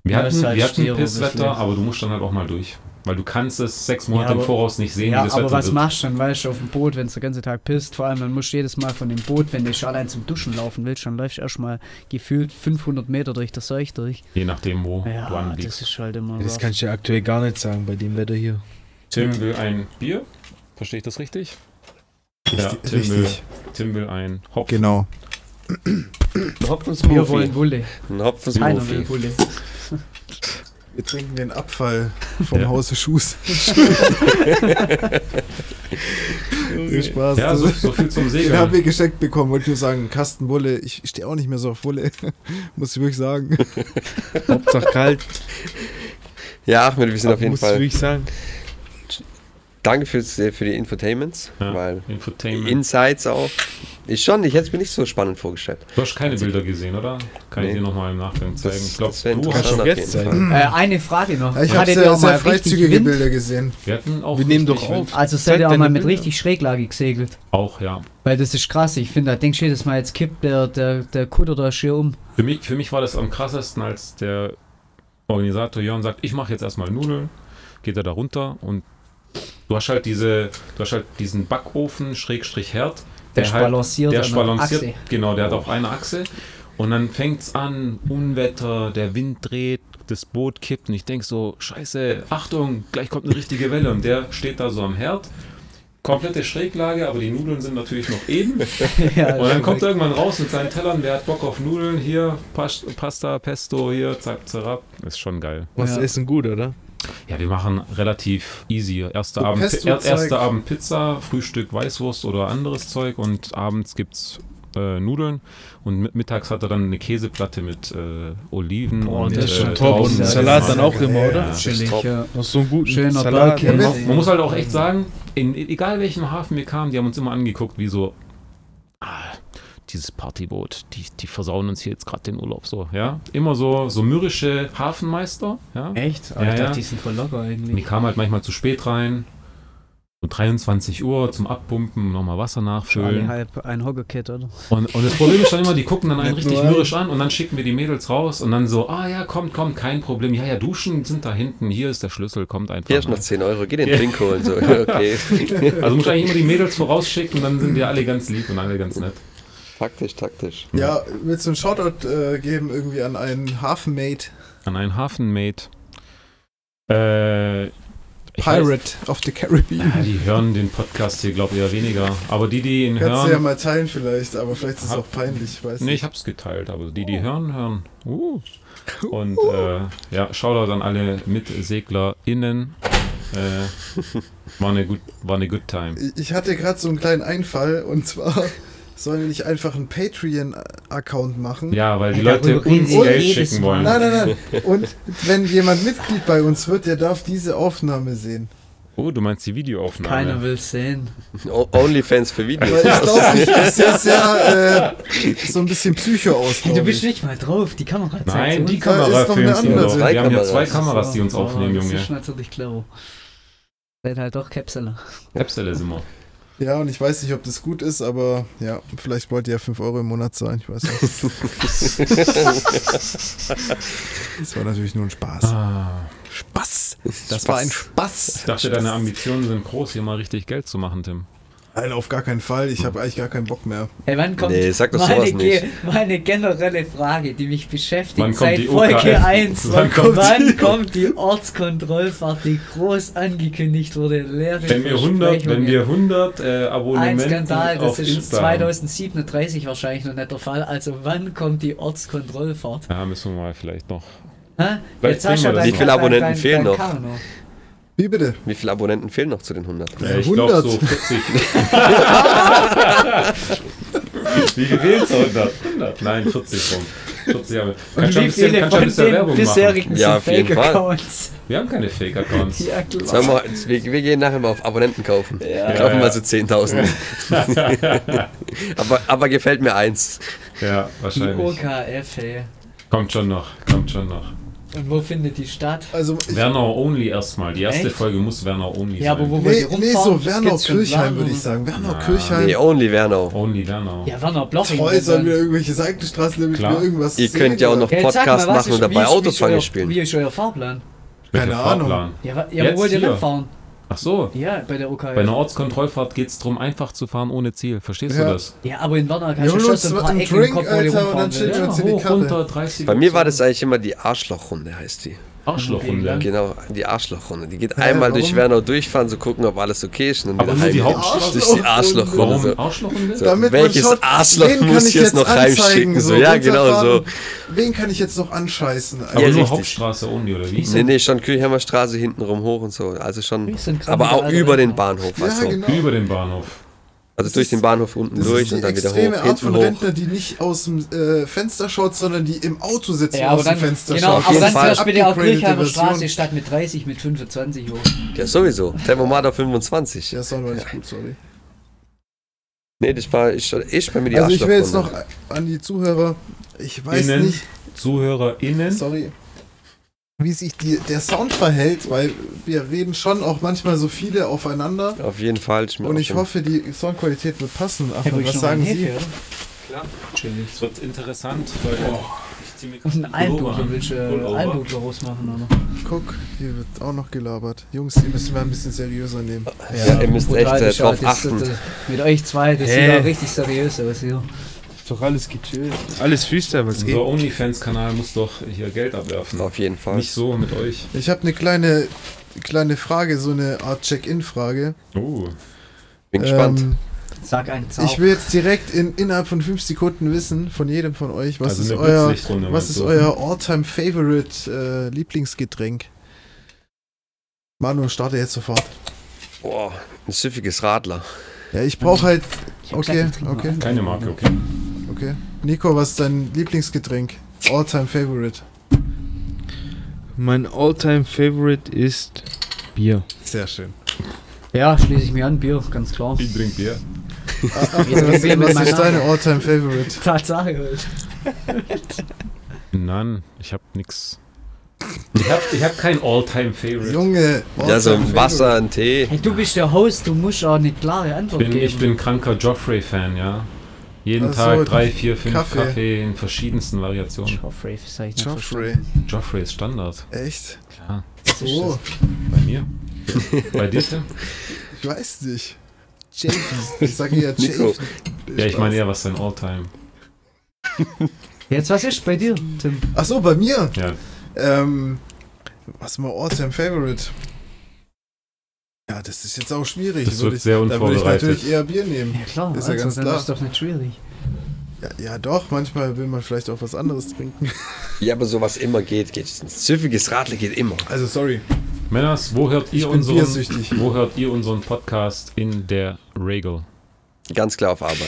Speaker 2: wir
Speaker 4: Ja,
Speaker 2: hatten,
Speaker 4: ist halt
Speaker 2: wir hatten
Speaker 4: schwierig,
Speaker 2: Pisswetter,
Speaker 4: deswegen.
Speaker 2: aber du musst dann halt auch mal durch, weil du kannst es sechs Monate
Speaker 4: Ja, aber-
Speaker 2: im Voraus nicht sehen,
Speaker 4: ja,
Speaker 2: wie das
Speaker 4: aber
Speaker 2: Wetter
Speaker 4: was
Speaker 2: wird.
Speaker 4: machst du dann, weißt du, auf dem Boot, wenn es den ganzen Tag pisst, vor allem, dann musst du jedes Mal von dem Boot, wenn du schon allein zum Duschen laufen willst, dann läufst du erstmal gefühlt 500 Meter durch das Seuch durch.
Speaker 2: Je nachdem, wo du
Speaker 4: Ja, das
Speaker 2: anliegst.
Speaker 4: ist halt immer
Speaker 3: Das
Speaker 4: rough.
Speaker 3: kann ich ja aktuell gar nicht sagen bei dem Wetter hier.
Speaker 2: Tim will ein Bier, verstehe ich das richtig? Ja,
Speaker 1: Richtig-
Speaker 2: Tim will,
Speaker 1: richtig.
Speaker 2: Tim will ein Hopf.
Speaker 1: Genau.
Speaker 5: Ein
Speaker 4: Wir wollen
Speaker 5: Hopfen-Smoothie.
Speaker 4: Wulle.
Speaker 5: Ein
Speaker 4: Keiner will
Speaker 5: Hopfen-Smoothie.
Speaker 4: Wulle.
Speaker 1: Wir trinken den Abfall vom
Speaker 2: Ja.
Speaker 1: Hause
Speaker 2: <laughs>
Speaker 1: Schuß. Viel
Speaker 4: Genau.
Speaker 1: Spaß.
Speaker 2: Ja,
Speaker 1: Das-
Speaker 2: so, so viel
Speaker 4: <laughs>
Speaker 2: zum
Speaker 1: Den haben
Speaker 2: Segeln.
Speaker 1: wir geschenkt bekommen, wollte nur sagen, Kasten Bulle, ich stehe auch nicht mehr so auf Bulle, <laughs> muss ich wirklich sagen.
Speaker 3: Hauptsache kalt.
Speaker 5: <laughs> Ja, Ahmed, wir sind auf jeden
Speaker 3: muss
Speaker 5: Fall.
Speaker 3: ich sagen.
Speaker 5: Danke fürs, äh, für die Infotainments,
Speaker 2: Ja.
Speaker 5: weil die
Speaker 2: Infotainment.
Speaker 5: Insights auch. Ich schon, ich hätte es mir nicht so spannend vorgestellt.
Speaker 2: Du hast keine Bilder gesehen, oder? Kann ich
Speaker 5: Nee.
Speaker 2: dir nochmal im Nachgang zeigen. Ich glaube,
Speaker 5: das wäre
Speaker 2: du
Speaker 5: interessant
Speaker 2: hast.
Speaker 3: schon
Speaker 5: auf
Speaker 3: jetzt
Speaker 5: jeden
Speaker 3: sein.
Speaker 5: Fall.
Speaker 4: Äh, eine Frage noch.
Speaker 1: Ich habe
Speaker 4: Hattet
Speaker 1: sehr,
Speaker 4: ihr auch
Speaker 1: sehr
Speaker 4: mal richtig
Speaker 1: freizügige
Speaker 4: Wind?
Speaker 1: Bilder gesehen.
Speaker 2: Wir hatten auch.
Speaker 3: Wir nehmen
Speaker 2: richtig
Speaker 3: doch
Speaker 2: Wind.
Speaker 3: auf.
Speaker 4: Also
Speaker 3: Zeig
Speaker 4: seid ihr auch
Speaker 3: deine
Speaker 4: mal mit
Speaker 3: Bilder.
Speaker 4: richtig Schräglage gesegelt.
Speaker 2: Auch, ja.
Speaker 4: Weil das ist krass. Ich finde, da denkst du jedes Mal, jetzt kippt der, der, der Kutter da schier um.
Speaker 2: Für mich, für mich war das am krassesten, als der Organisator Jörn sagt, ich mache jetzt erstmal Nudeln, geht er da runter und du hast halt diese, du hast halt diesen Backofen, Schrägstrich Herd,
Speaker 4: Der,
Speaker 2: halt-
Speaker 4: balanciert
Speaker 2: der
Speaker 4: an der
Speaker 2: balanciert,
Speaker 4: Achse.
Speaker 2: genau, der hat auf einer Achse und dann fängt's an, Unwetter, der Wind dreht, das Boot kippt und ich denk so, scheiße, Achtung, gleich kommt eine richtige Welle und der steht da so am Herd. Komplette Schräglage, aber die Nudeln sind natürlich noch eben.
Speaker 4: ja,
Speaker 2: Und dann kommt er irgendwann raus mit seinen Tellern, wer hat Bock auf Nudeln, hier, Pas Pasta, Pesto, hier, zack, zerab. Ist schon geil.
Speaker 3: Was
Speaker 4: Ja.
Speaker 3: essen gut, oder?
Speaker 2: Ja, wir machen relativ easy. Erster
Speaker 1: So
Speaker 2: Abend,
Speaker 1: Pesto,
Speaker 2: er,
Speaker 1: Zeug.
Speaker 2: erster Abend Pizza, Frühstück Weißwurst oder anderes Zeug und abends gibt's äh, Nudeln und mit, mittags hat er dann eine Käseplatte mit äh, Oliven
Speaker 4: Boah,
Speaker 2: und äh,
Speaker 4: das ist schon
Speaker 3: top.
Speaker 4: top.
Speaker 3: Und
Speaker 2: Trauben.
Speaker 3: Salat
Speaker 2: Ja,
Speaker 3: dann auch immer, oder?
Speaker 2: Ja.
Speaker 4: Chillig,
Speaker 5: top.
Speaker 4: ja.
Speaker 3: Noch so einen guten
Speaker 4: Schöner
Speaker 3: Salat.
Speaker 4: Burger.
Speaker 3: noch-
Speaker 2: Man muss halt auch echt sagen, in, egal welchen Hafen wir kamen, die haben uns immer angeguckt, wie so, ah, dieses Partyboot, die, die versauen uns hier jetzt gerade den Urlaub. So, ja. Immer so, so mürrische Hafenmeister, ja.
Speaker 4: Echt?
Speaker 2: Aber ich dachte, die
Speaker 4: sind voll locker
Speaker 2: Und die
Speaker 4: eigentlich.
Speaker 2: kamen halt manchmal zu spät rein. So 23 Uhr zum Abpumpen, nochmal Wasser nachfüllen.
Speaker 4: Halb ein Hoggerkit, oder?
Speaker 2: Und, und das Problem ist dann immer, die gucken dann einen
Speaker 1: Nicht
Speaker 2: richtig
Speaker 1: nur.
Speaker 2: mürrisch an und dann schicken wir die Mädels raus und dann so, ah ja, kommt, kommt, kein Problem. Ja, ja, Duschen sind da hinten, hier ist der Schlüssel, kommt einfach.
Speaker 5: Hier ist noch
Speaker 2: rein.
Speaker 5: 10 Euro, geh den Drink holen. So. Okay.
Speaker 2: Also muss eigentlich immer die Mädels vorausschicken und dann sind wir alle ganz lieb und alle ganz nett.
Speaker 5: taktisch, taktisch.
Speaker 1: Ja, willst du einen Shoutout äh, geben irgendwie an einen Hafenmate
Speaker 2: An einen Hafenmate. Äh, ich Weiß,
Speaker 1: Pirate of the Caribbean?
Speaker 4: <laughs>
Speaker 2: ja, die hören den Podcast hier, glaube ich, eher weniger. Aber die, die ihn
Speaker 1: Kannst du ja
Speaker 2: hören.
Speaker 1: mal teilen vielleicht, aber vielleicht ist es
Speaker 2: Hab-
Speaker 1: auch peinlich, ich weiß
Speaker 2: Nee, ich
Speaker 1: nicht.
Speaker 2: hab's geteilt, aber die, die hören, hören. Uh. Und äh, ja, Shoutout an alle MitseglerInnen. Äh, war eine gut, war eine good time.
Speaker 1: Ich, ich hatte gerade so einen kleinen Einfall und zwar <laughs> sollen wir nicht einfach einen Patreon-Account machen?
Speaker 2: Ja, weil die
Speaker 4: Ja,
Speaker 2: Leute
Speaker 4: darüber reden
Speaker 2: uns
Speaker 4: sie ja
Speaker 2: Geld
Speaker 4: jedes
Speaker 2: schicken
Speaker 4: Mal.
Speaker 2: wollen.
Speaker 1: Nein, nein, nein. Und wenn jemand Mitglied bei uns wird, der darf diese Aufnahme sehen.
Speaker 2: Oh, du meinst die Videoaufnahme.
Speaker 4: Keiner will sehen.
Speaker 5: O- Onlyfans für Videos.
Speaker 1: Weil ich glaube, ich ist ja sehr äh, so ein bisschen Psycho aus.
Speaker 4: Hey, du
Speaker 1: glaub
Speaker 4: bist
Speaker 1: ich.
Speaker 4: nicht mal drauf. Die Kamera zeigt
Speaker 2: Nein, die
Speaker 1: Da ist noch eine
Speaker 2: Kamera filmt sie
Speaker 1: andere.
Speaker 2: doch.
Speaker 5: Zwei
Speaker 2: Wir haben ja zwei
Speaker 5: Kameras.
Speaker 2: Kameras, die uns aufnehmen,
Speaker 4: Ah, das
Speaker 2: Junge.
Speaker 4: ist natürlich clever. Seid halt doch Capseller.
Speaker 2: Kapselle sind wir.
Speaker 1: Ja, und ich weiß nicht, ob das gut ist, aber ja, vielleicht wollt ihr ja 5 Euro im Monat sein. Ich weiß nicht. <laughs> Das war natürlich nur ein Spaß.
Speaker 2: Ah,
Speaker 1: Spaß!
Speaker 5: Spaß.
Speaker 1: Spaß!
Speaker 2: ich dachte, deine Ambitionen sind groß, hier mal richtig Geld zu machen, Tim.
Speaker 1: Nein, auf gar keinen Fall. Ich habe eigentlich gar keinen Bock mehr.
Speaker 4: Ey, wann kommt
Speaker 5: Nee, sag doch
Speaker 4: meine,
Speaker 5: sowas nicht.
Speaker 4: ge- meine generelle Frage, die mich beschäftigt
Speaker 2: Wann kommt
Speaker 4: seit
Speaker 2: die
Speaker 4: Folge
Speaker 2: OKF?
Speaker 4: 1?
Speaker 2: Wann kommt
Speaker 4: wann
Speaker 2: die?
Speaker 4: kommt die Ortskontrollfahrt, die groß angekündigt wurde? Leere
Speaker 2: Wenn wir 100, wenn
Speaker 4: Versprechungen.
Speaker 2: wir 100 äh,
Speaker 4: Ein
Speaker 2: Abonnenten
Speaker 4: Skandal, das
Speaker 2: auf
Speaker 4: ist
Speaker 2: Insta haben.
Speaker 4: 2037 wahrscheinlich noch nicht der Fall. Also wann kommt die Ortskontrollfahrt?
Speaker 2: Ja, müssen wir mal vielleicht noch.
Speaker 4: Hä?
Speaker 2: Vielleicht kriegen wir das noch. Wie
Speaker 5: viele Abonnenten fehlen noch?
Speaker 4: Karren noch.
Speaker 1: Wie bitte?
Speaker 5: Wie viele Abonnenten fehlen noch zu den 100?
Speaker 1: Ja,
Speaker 2: Ja, ich glaube
Speaker 1: 100.
Speaker 2: so 40. Wie gewählt 100? 100? Nein, 40 rum. 40 haben wir. Kann schon
Speaker 4: Wie
Speaker 2: ein bisschen,
Speaker 4: viele
Speaker 2: kann schon ein
Speaker 4: von
Speaker 2: bisschen
Speaker 4: den
Speaker 2: Werbung machen.
Speaker 4: bisherigen
Speaker 5: Ja,
Speaker 4: ja,
Speaker 5: auf jeden Fall.
Speaker 4: Fake-Accounts?
Speaker 2: Wir haben keine
Speaker 4: <laughs>
Speaker 2: Fake-Accounts.
Speaker 4: Ja,
Speaker 5: Sollen
Speaker 4: klar.
Speaker 5: wir, wir, wir gehen nachher mal auf Abonnenten kaufen. wir
Speaker 2: Ja,
Speaker 5: kaufen mal
Speaker 2: ja.
Speaker 5: so 10.000. <laughs> aber, aber gefällt mir eins.
Speaker 2: Ja,
Speaker 4: Die
Speaker 2: wahrscheinlich.
Speaker 4: OKF, hey.
Speaker 2: Kommt schon noch, kommt schon noch.
Speaker 4: Und wo findet die statt?
Speaker 1: Also, ich,
Speaker 2: Werner Only erstmal. Die erste
Speaker 4: Echt?
Speaker 2: Folge muss Werner Only
Speaker 4: Ja,
Speaker 2: sein.
Speaker 4: aber wo wollt
Speaker 1: nee,
Speaker 4: ihr
Speaker 1: nee,
Speaker 4: rumfahren?
Speaker 1: so Werner
Speaker 4: Gibt's schon
Speaker 1: Kirchheim würde
Speaker 4: Planungen?
Speaker 1: ich sagen. Werner
Speaker 2: Na.
Speaker 1: Kirchheim.
Speaker 5: Nee, only Werner.
Speaker 2: Only Werner.
Speaker 4: Ja, Werner Bloching.
Speaker 1: Treu sollen wir irgendwelche Seitenstraßen, damit
Speaker 2: Klar.
Speaker 1: wir irgendwas
Speaker 5: Ihr könnt ja auch noch
Speaker 4: Jetzt sag mal,
Speaker 5: Podcast
Speaker 4: was
Speaker 5: machen
Speaker 4: ist-
Speaker 5: und dabei
Speaker 4: wie ist- wie
Speaker 5: Autofangen
Speaker 4: ist euer- Wie
Speaker 5: spielen.
Speaker 4: ist euer Fahrplan?
Speaker 2: Welcher
Speaker 1: Keine Ahnung.
Speaker 2: Fahrplan?
Speaker 4: Ja, wa- ja wo
Speaker 2: Jetzt
Speaker 4: wollt ihr
Speaker 2: hier.
Speaker 4: denn fahren?
Speaker 2: Ach so.
Speaker 4: Ja, bei der OKF.
Speaker 2: Bei einer Ortskontrollfahrt geht es darum, einfach zu fahren ohne Ziel. Verstehst
Speaker 1: Ja.
Speaker 2: du das?
Speaker 4: Ja, aber in Werner
Speaker 1: Wir
Speaker 4: kannst du
Speaker 1: holen
Speaker 4: schon
Speaker 1: uns
Speaker 4: so ein
Speaker 1: einen
Speaker 4: paar Ecken
Speaker 1: Drink,
Speaker 4: im Kopf, wo ihr
Speaker 1: Alter, und
Speaker 4: rumfahren
Speaker 1: dann chillen
Speaker 4: will.
Speaker 1: wir
Speaker 4: Ja.
Speaker 1: uns in die Karre.
Speaker 2: runter, 30.
Speaker 5: Bei mir war das eigentlich immer die Arschlochrunde, heißt die.
Speaker 2: Arschlochrunde.
Speaker 5: Genau, die Arschlochrunde. Die geht
Speaker 1: Hä,
Speaker 5: einmal
Speaker 1: warum?
Speaker 5: durch Wernau durchfahren, so gucken, ob alles okay ist. Und dann
Speaker 2: Aber
Speaker 5: wieder
Speaker 2: nur die
Speaker 5: heimgehen.
Speaker 1: Hauptstadt-
Speaker 5: Durch die Arschlochrunde.
Speaker 2: Warum
Speaker 5: So.
Speaker 2: Arschlochrunde?
Speaker 5: So, welches Arschloch
Speaker 1: wen
Speaker 5: muss
Speaker 1: kann ich
Speaker 5: ich jetzt noch heimschicken? So, ja,
Speaker 1: runter
Speaker 5: genau
Speaker 1: fahren. Wen kann ich jetzt noch anscheißen?
Speaker 2: Aber
Speaker 5: Ja,
Speaker 2: nur
Speaker 5: richtig.
Speaker 2: Hauptstraße only, oder wie? hieß
Speaker 5: Nee,
Speaker 2: das?
Speaker 5: nee, schon Kühlheimer Straße hinten rum hoch und so. Also schon.
Speaker 4: Wir sind gerade
Speaker 5: Aber auch
Speaker 4: überall
Speaker 5: über
Speaker 4: drin.
Speaker 2: ne?
Speaker 5: den Bahnhof.
Speaker 1: ja,
Speaker 5: also.
Speaker 1: genau.
Speaker 2: Über den Bahnhof.
Speaker 5: also
Speaker 1: Das
Speaker 5: durch
Speaker 1: ist-
Speaker 5: den Bahnhof unten
Speaker 1: Das
Speaker 5: durch
Speaker 1: ist die
Speaker 5: und dann wieder
Speaker 1: extreme
Speaker 5: hoch.
Speaker 1: Art von
Speaker 5: Hinten hoch.
Speaker 1: Rentner, die nicht aus dem äh, Fenster schaut, sondern die im Auto sitzt und
Speaker 4: Ja, aber
Speaker 1: aus dem
Speaker 4: dann,
Speaker 1: Fenster
Speaker 4: genau,
Speaker 1: schaut.
Speaker 5: auf
Speaker 4: aber dann
Speaker 5: jeden
Speaker 4: zum
Speaker 5: Fall.
Speaker 4: Beispiel auf
Speaker 1: Upgraded
Speaker 4: Kirchheimer
Speaker 1: Version.
Speaker 4: Straße statt mit 30 mit 25 hoch.
Speaker 5: Ja, sowieso. Thermometer 25.
Speaker 1: Ja, das war noch nicht gut, sorry.
Speaker 5: Nee, das war ich, ich bei mir die
Speaker 1: also ich will jetzt noch
Speaker 5: Arschlochrunde.
Speaker 1: an die Zuhörer, ich weiß
Speaker 2: Innen.
Speaker 1: nicht,
Speaker 2: ZuhörerInnen.
Speaker 1: sorry, wie sich die, der Sound verhält, weil wir reden schon auch manchmal so viele aufeinander.
Speaker 5: Auf jeden Fall. mir
Speaker 1: äh, Und
Speaker 5: auch
Speaker 1: ich
Speaker 5: schon-
Speaker 1: hoffe, die Soundqualität wird passen. Ach,
Speaker 4: Hey, wo ich
Speaker 1: was
Speaker 4: schon
Speaker 1: sagen
Speaker 4: mal
Speaker 1: Sie?
Speaker 4: Hefe, oder?
Speaker 2: Es wird interessant, Leute. Ich zieh mir
Speaker 4: Und ein Almburg, du willst äh,
Speaker 2: Pullover.
Speaker 4: Almburg daraus machen,
Speaker 1: Guck, hier wird auch noch gelabert. Jungs, die müssen wir ein bisschen seriöser nehmen.
Speaker 4: oder?
Speaker 5: Ja, ihr müsst echt
Speaker 4: brutal
Speaker 5: äh,
Speaker 4: bescheuert.
Speaker 5: drauf
Speaker 4: Das-
Speaker 5: achten.
Speaker 4: das- Mit euch zwei, das
Speaker 3: Hey.
Speaker 4: sieht auch richtig seriös aus hier.
Speaker 3: Ist doch alles gechillt. Alles Freestyle, was geht.
Speaker 2: Unser OnlyFans-Kanal muss doch hier Geld abwerfen.
Speaker 5: Auf jeden Fall.
Speaker 2: Nicht so mit euch.
Speaker 1: Ich habe eine kleine, kleine Frage, so eine Art Check-in-Frage.
Speaker 2: Oh.
Speaker 5: Bin gespannt.
Speaker 1: Ähm,
Speaker 4: Sag einen Zau.
Speaker 1: ich will jetzt direkt in, innerhalb von fünf Sekunden wissen, von jedem von euch, was
Speaker 2: also
Speaker 1: ist
Speaker 2: eine
Speaker 1: euer,
Speaker 2: Blitzlichtrunde.
Speaker 1: was
Speaker 2: meinst
Speaker 1: ist
Speaker 2: du?
Speaker 1: euer All-Time-Favorite äh, Lieblingsgetränk? Manu, starte jetzt sofort.
Speaker 5: Boah, ein süffiges Radler.
Speaker 1: Ja, ich brauche halt.
Speaker 4: Ich hab
Speaker 1: Okay,
Speaker 4: gesagt, ich trinke
Speaker 1: okay,
Speaker 4: mal.
Speaker 2: Keine Marke, okay.
Speaker 1: okay. Nico, was ist dein Lieblingsgetränk? All-Time-Favorite.
Speaker 3: Mein Alltime favorite ist Bier.
Speaker 1: Sehr schön.
Speaker 4: Ja, schließe ich mir an, Bier, ganz klar.
Speaker 2: Ich
Speaker 4: <laughs>
Speaker 2: trinke Bier.
Speaker 1: Was,
Speaker 4: probieren wir
Speaker 1: was
Speaker 4: mal
Speaker 1: ist
Speaker 4: nach.
Speaker 1: deine All-Time-Favorite?
Speaker 4: Tatsache halt.
Speaker 2: Nein, ich hab nix. Ich hab, ich hab kein All-Time-Favorite.
Speaker 1: Junge,
Speaker 5: ja, so ein
Speaker 1: All-Time-Favorite.
Speaker 5: Wasser, ein Tee.
Speaker 4: Hey, du bist der Host, du musst auch eine klare
Speaker 2: Ich
Speaker 4: Antwort
Speaker 2: bin,
Speaker 4: geben.
Speaker 2: ich bin kranker Joffrey-Fan, ja. Jeden
Speaker 1: Ach so,
Speaker 2: Tag drei, vier, fünf
Speaker 1: Kaffee.
Speaker 2: Kaffee. in verschiedensten Variationen.
Speaker 4: Joffrey, vielleicht noch
Speaker 1: Joffrey.
Speaker 4: verstanden.
Speaker 2: Joffrey ist Standard.
Speaker 1: Echt?
Speaker 2: Klar.
Speaker 1: Oh,
Speaker 2: Bei mir. Bei
Speaker 1: <laughs>
Speaker 2: dir, Tim?
Speaker 1: ich weiß nicht. Jason. Ich sage
Speaker 2: <laughs>
Speaker 1: ja Jason.
Speaker 5: Nico.
Speaker 2: Ja, ich meine ja, was dein All-Time.
Speaker 4: Jetzt, was ist bei dir, Tim?
Speaker 1: Achso, bei mir.
Speaker 2: Ja,
Speaker 1: Ähm, was ist mein All-Time Favorite? Ja, das ist jetzt auch schwierig.
Speaker 2: Das
Speaker 1: Würde
Speaker 2: wird
Speaker 1: ich,
Speaker 2: sehr
Speaker 1: Da würde ich
Speaker 2: unvorbereitet.
Speaker 1: natürlich eher Bier nehmen.
Speaker 4: Ja klar,
Speaker 1: Ist ja
Speaker 4: also,
Speaker 1: ganz
Speaker 4: dann
Speaker 1: klar.
Speaker 4: ist doch nicht schwierig.
Speaker 1: Ja, ja, doch, manchmal will man vielleicht auch was anderes trinken.
Speaker 5: Ja, aber sowas immer geht, geht. Ein süffiges Radler geht immer.
Speaker 1: Also, sorry.
Speaker 2: Männers, wo hört
Speaker 1: Ich
Speaker 2: ihr
Speaker 1: bin
Speaker 2: unseren
Speaker 1: biersüchtig.
Speaker 2: Wo hört ihr unseren Podcast in der Regel?
Speaker 5: Ganz klar auf Arbeit.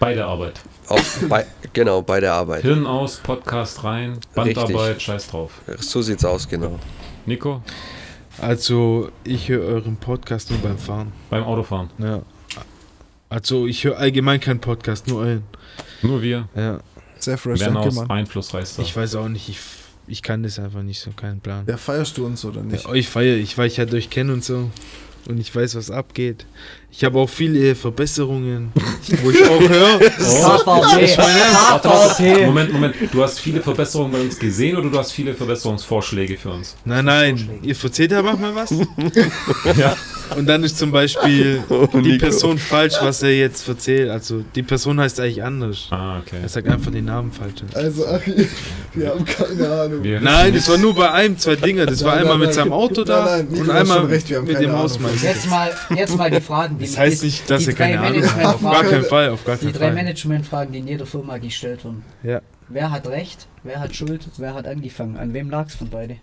Speaker 2: Bei der Arbeit.
Speaker 5: Auf,
Speaker 1: <laughs>
Speaker 5: bei, genau, bei der Arbeit.
Speaker 2: Hirn aus, Podcast rein, Bandarbeit, scheiß drauf.
Speaker 5: So sieht's aus, genau.
Speaker 2: Nico,
Speaker 3: Also, ich höre euren Podcast nur beim Fahren.
Speaker 2: beim Autofahren.
Speaker 3: Ja. Also, ich höre allgemein keinen Podcast, nur euren.
Speaker 2: Nur wir.
Speaker 3: Ja.
Speaker 1: Sehr fresh,
Speaker 2: Werden
Speaker 1: danke,
Speaker 2: aus
Speaker 1: Mann.
Speaker 2: einflussreichster.
Speaker 3: Ich weiß auch nicht, ich, ich kann das einfach nicht so, keinen Plan.
Speaker 1: Ja, feierst du uns oder nicht?
Speaker 3: Ja, euch feiere ich, weil ich halt euch kenne und so. Und ich weiß, was abgeht. Ich habe auch viele
Speaker 1: <laughs>
Speaker 3: äh, Verbesserungen, wo ich auch höre.
Speaker 1: Oh.
Speaker 4: KVP, KVP.
Speaker 2: Moment, Moment. Du hast viele Verbesserungen bei uns gesehen oder du hast viele Verbesserungsvorschläge für uns?
Speaker 3: Nein, nein, ihr verzählt aber mal was.
Speaker 1: <laughs>
Speaker 2: Ja.
Speaker 3: Und dann ist zum Beispiel
Speaker 5: Oh,
Speaker 3: die
Speaker 5: Nico.
Speaker 3: Person falsch, was er jetzt verzählt. Also die Person heißt eigentlich anders.
Speaker 2: Ah, okay.
Speaker 3: Er sagt einfach den Namen falsch.
Speaker 1: Also, Achi, <laughs> wir haben keine Ahnung.
Speaker 2: Wir
Speaker 3: Nein,
Speaker 2: wissen
Speaker 3: das war nur bei einem, zwei Dinger. Das war
Speaker 1: Nein,
Speaker 3: einmal
Speaker 1: nein,
Speaker 3: mit
Speaker 1: nein.
Speaker 3: seinem Auto da
Speaker 1: Nein, nein,
Speaker 3: und
Speaker 1: Nico hat
Speaker 3: einmal
Speaker 1: schon recht, wir haben
Speaker 3: mit
Speaker 1: keine
Speaker 3: dem
Speaker 1: Ahnung.
Speaker 3: Hausmeister.
Speaker 4: Jetzt mal, jetzt mal die Fragen, die
Speaker 3: Das heißt
Speaker 4: die,
Speaker 3: nicht, dass
Speaker 4: die
Speaker 3: er keine
Speaker 4: drei
Speaker 3: Ahnung hat. Auf gar
Speaker 4: Management-Fragen-
Speaker 3: keinen Fall, auf gar
Speaker 4: die
Speaker 3: keinen
Speaker 4: drei
Speaker 3: Fall.
Speaker 4: Management-Fragen, die in jeder Firma gestellt wurden.
Speaker 3: Ja.
Speaker 4: Wer hat recht? Wer hat Schuld? Wer hat angefangen? An wem lag's von beide?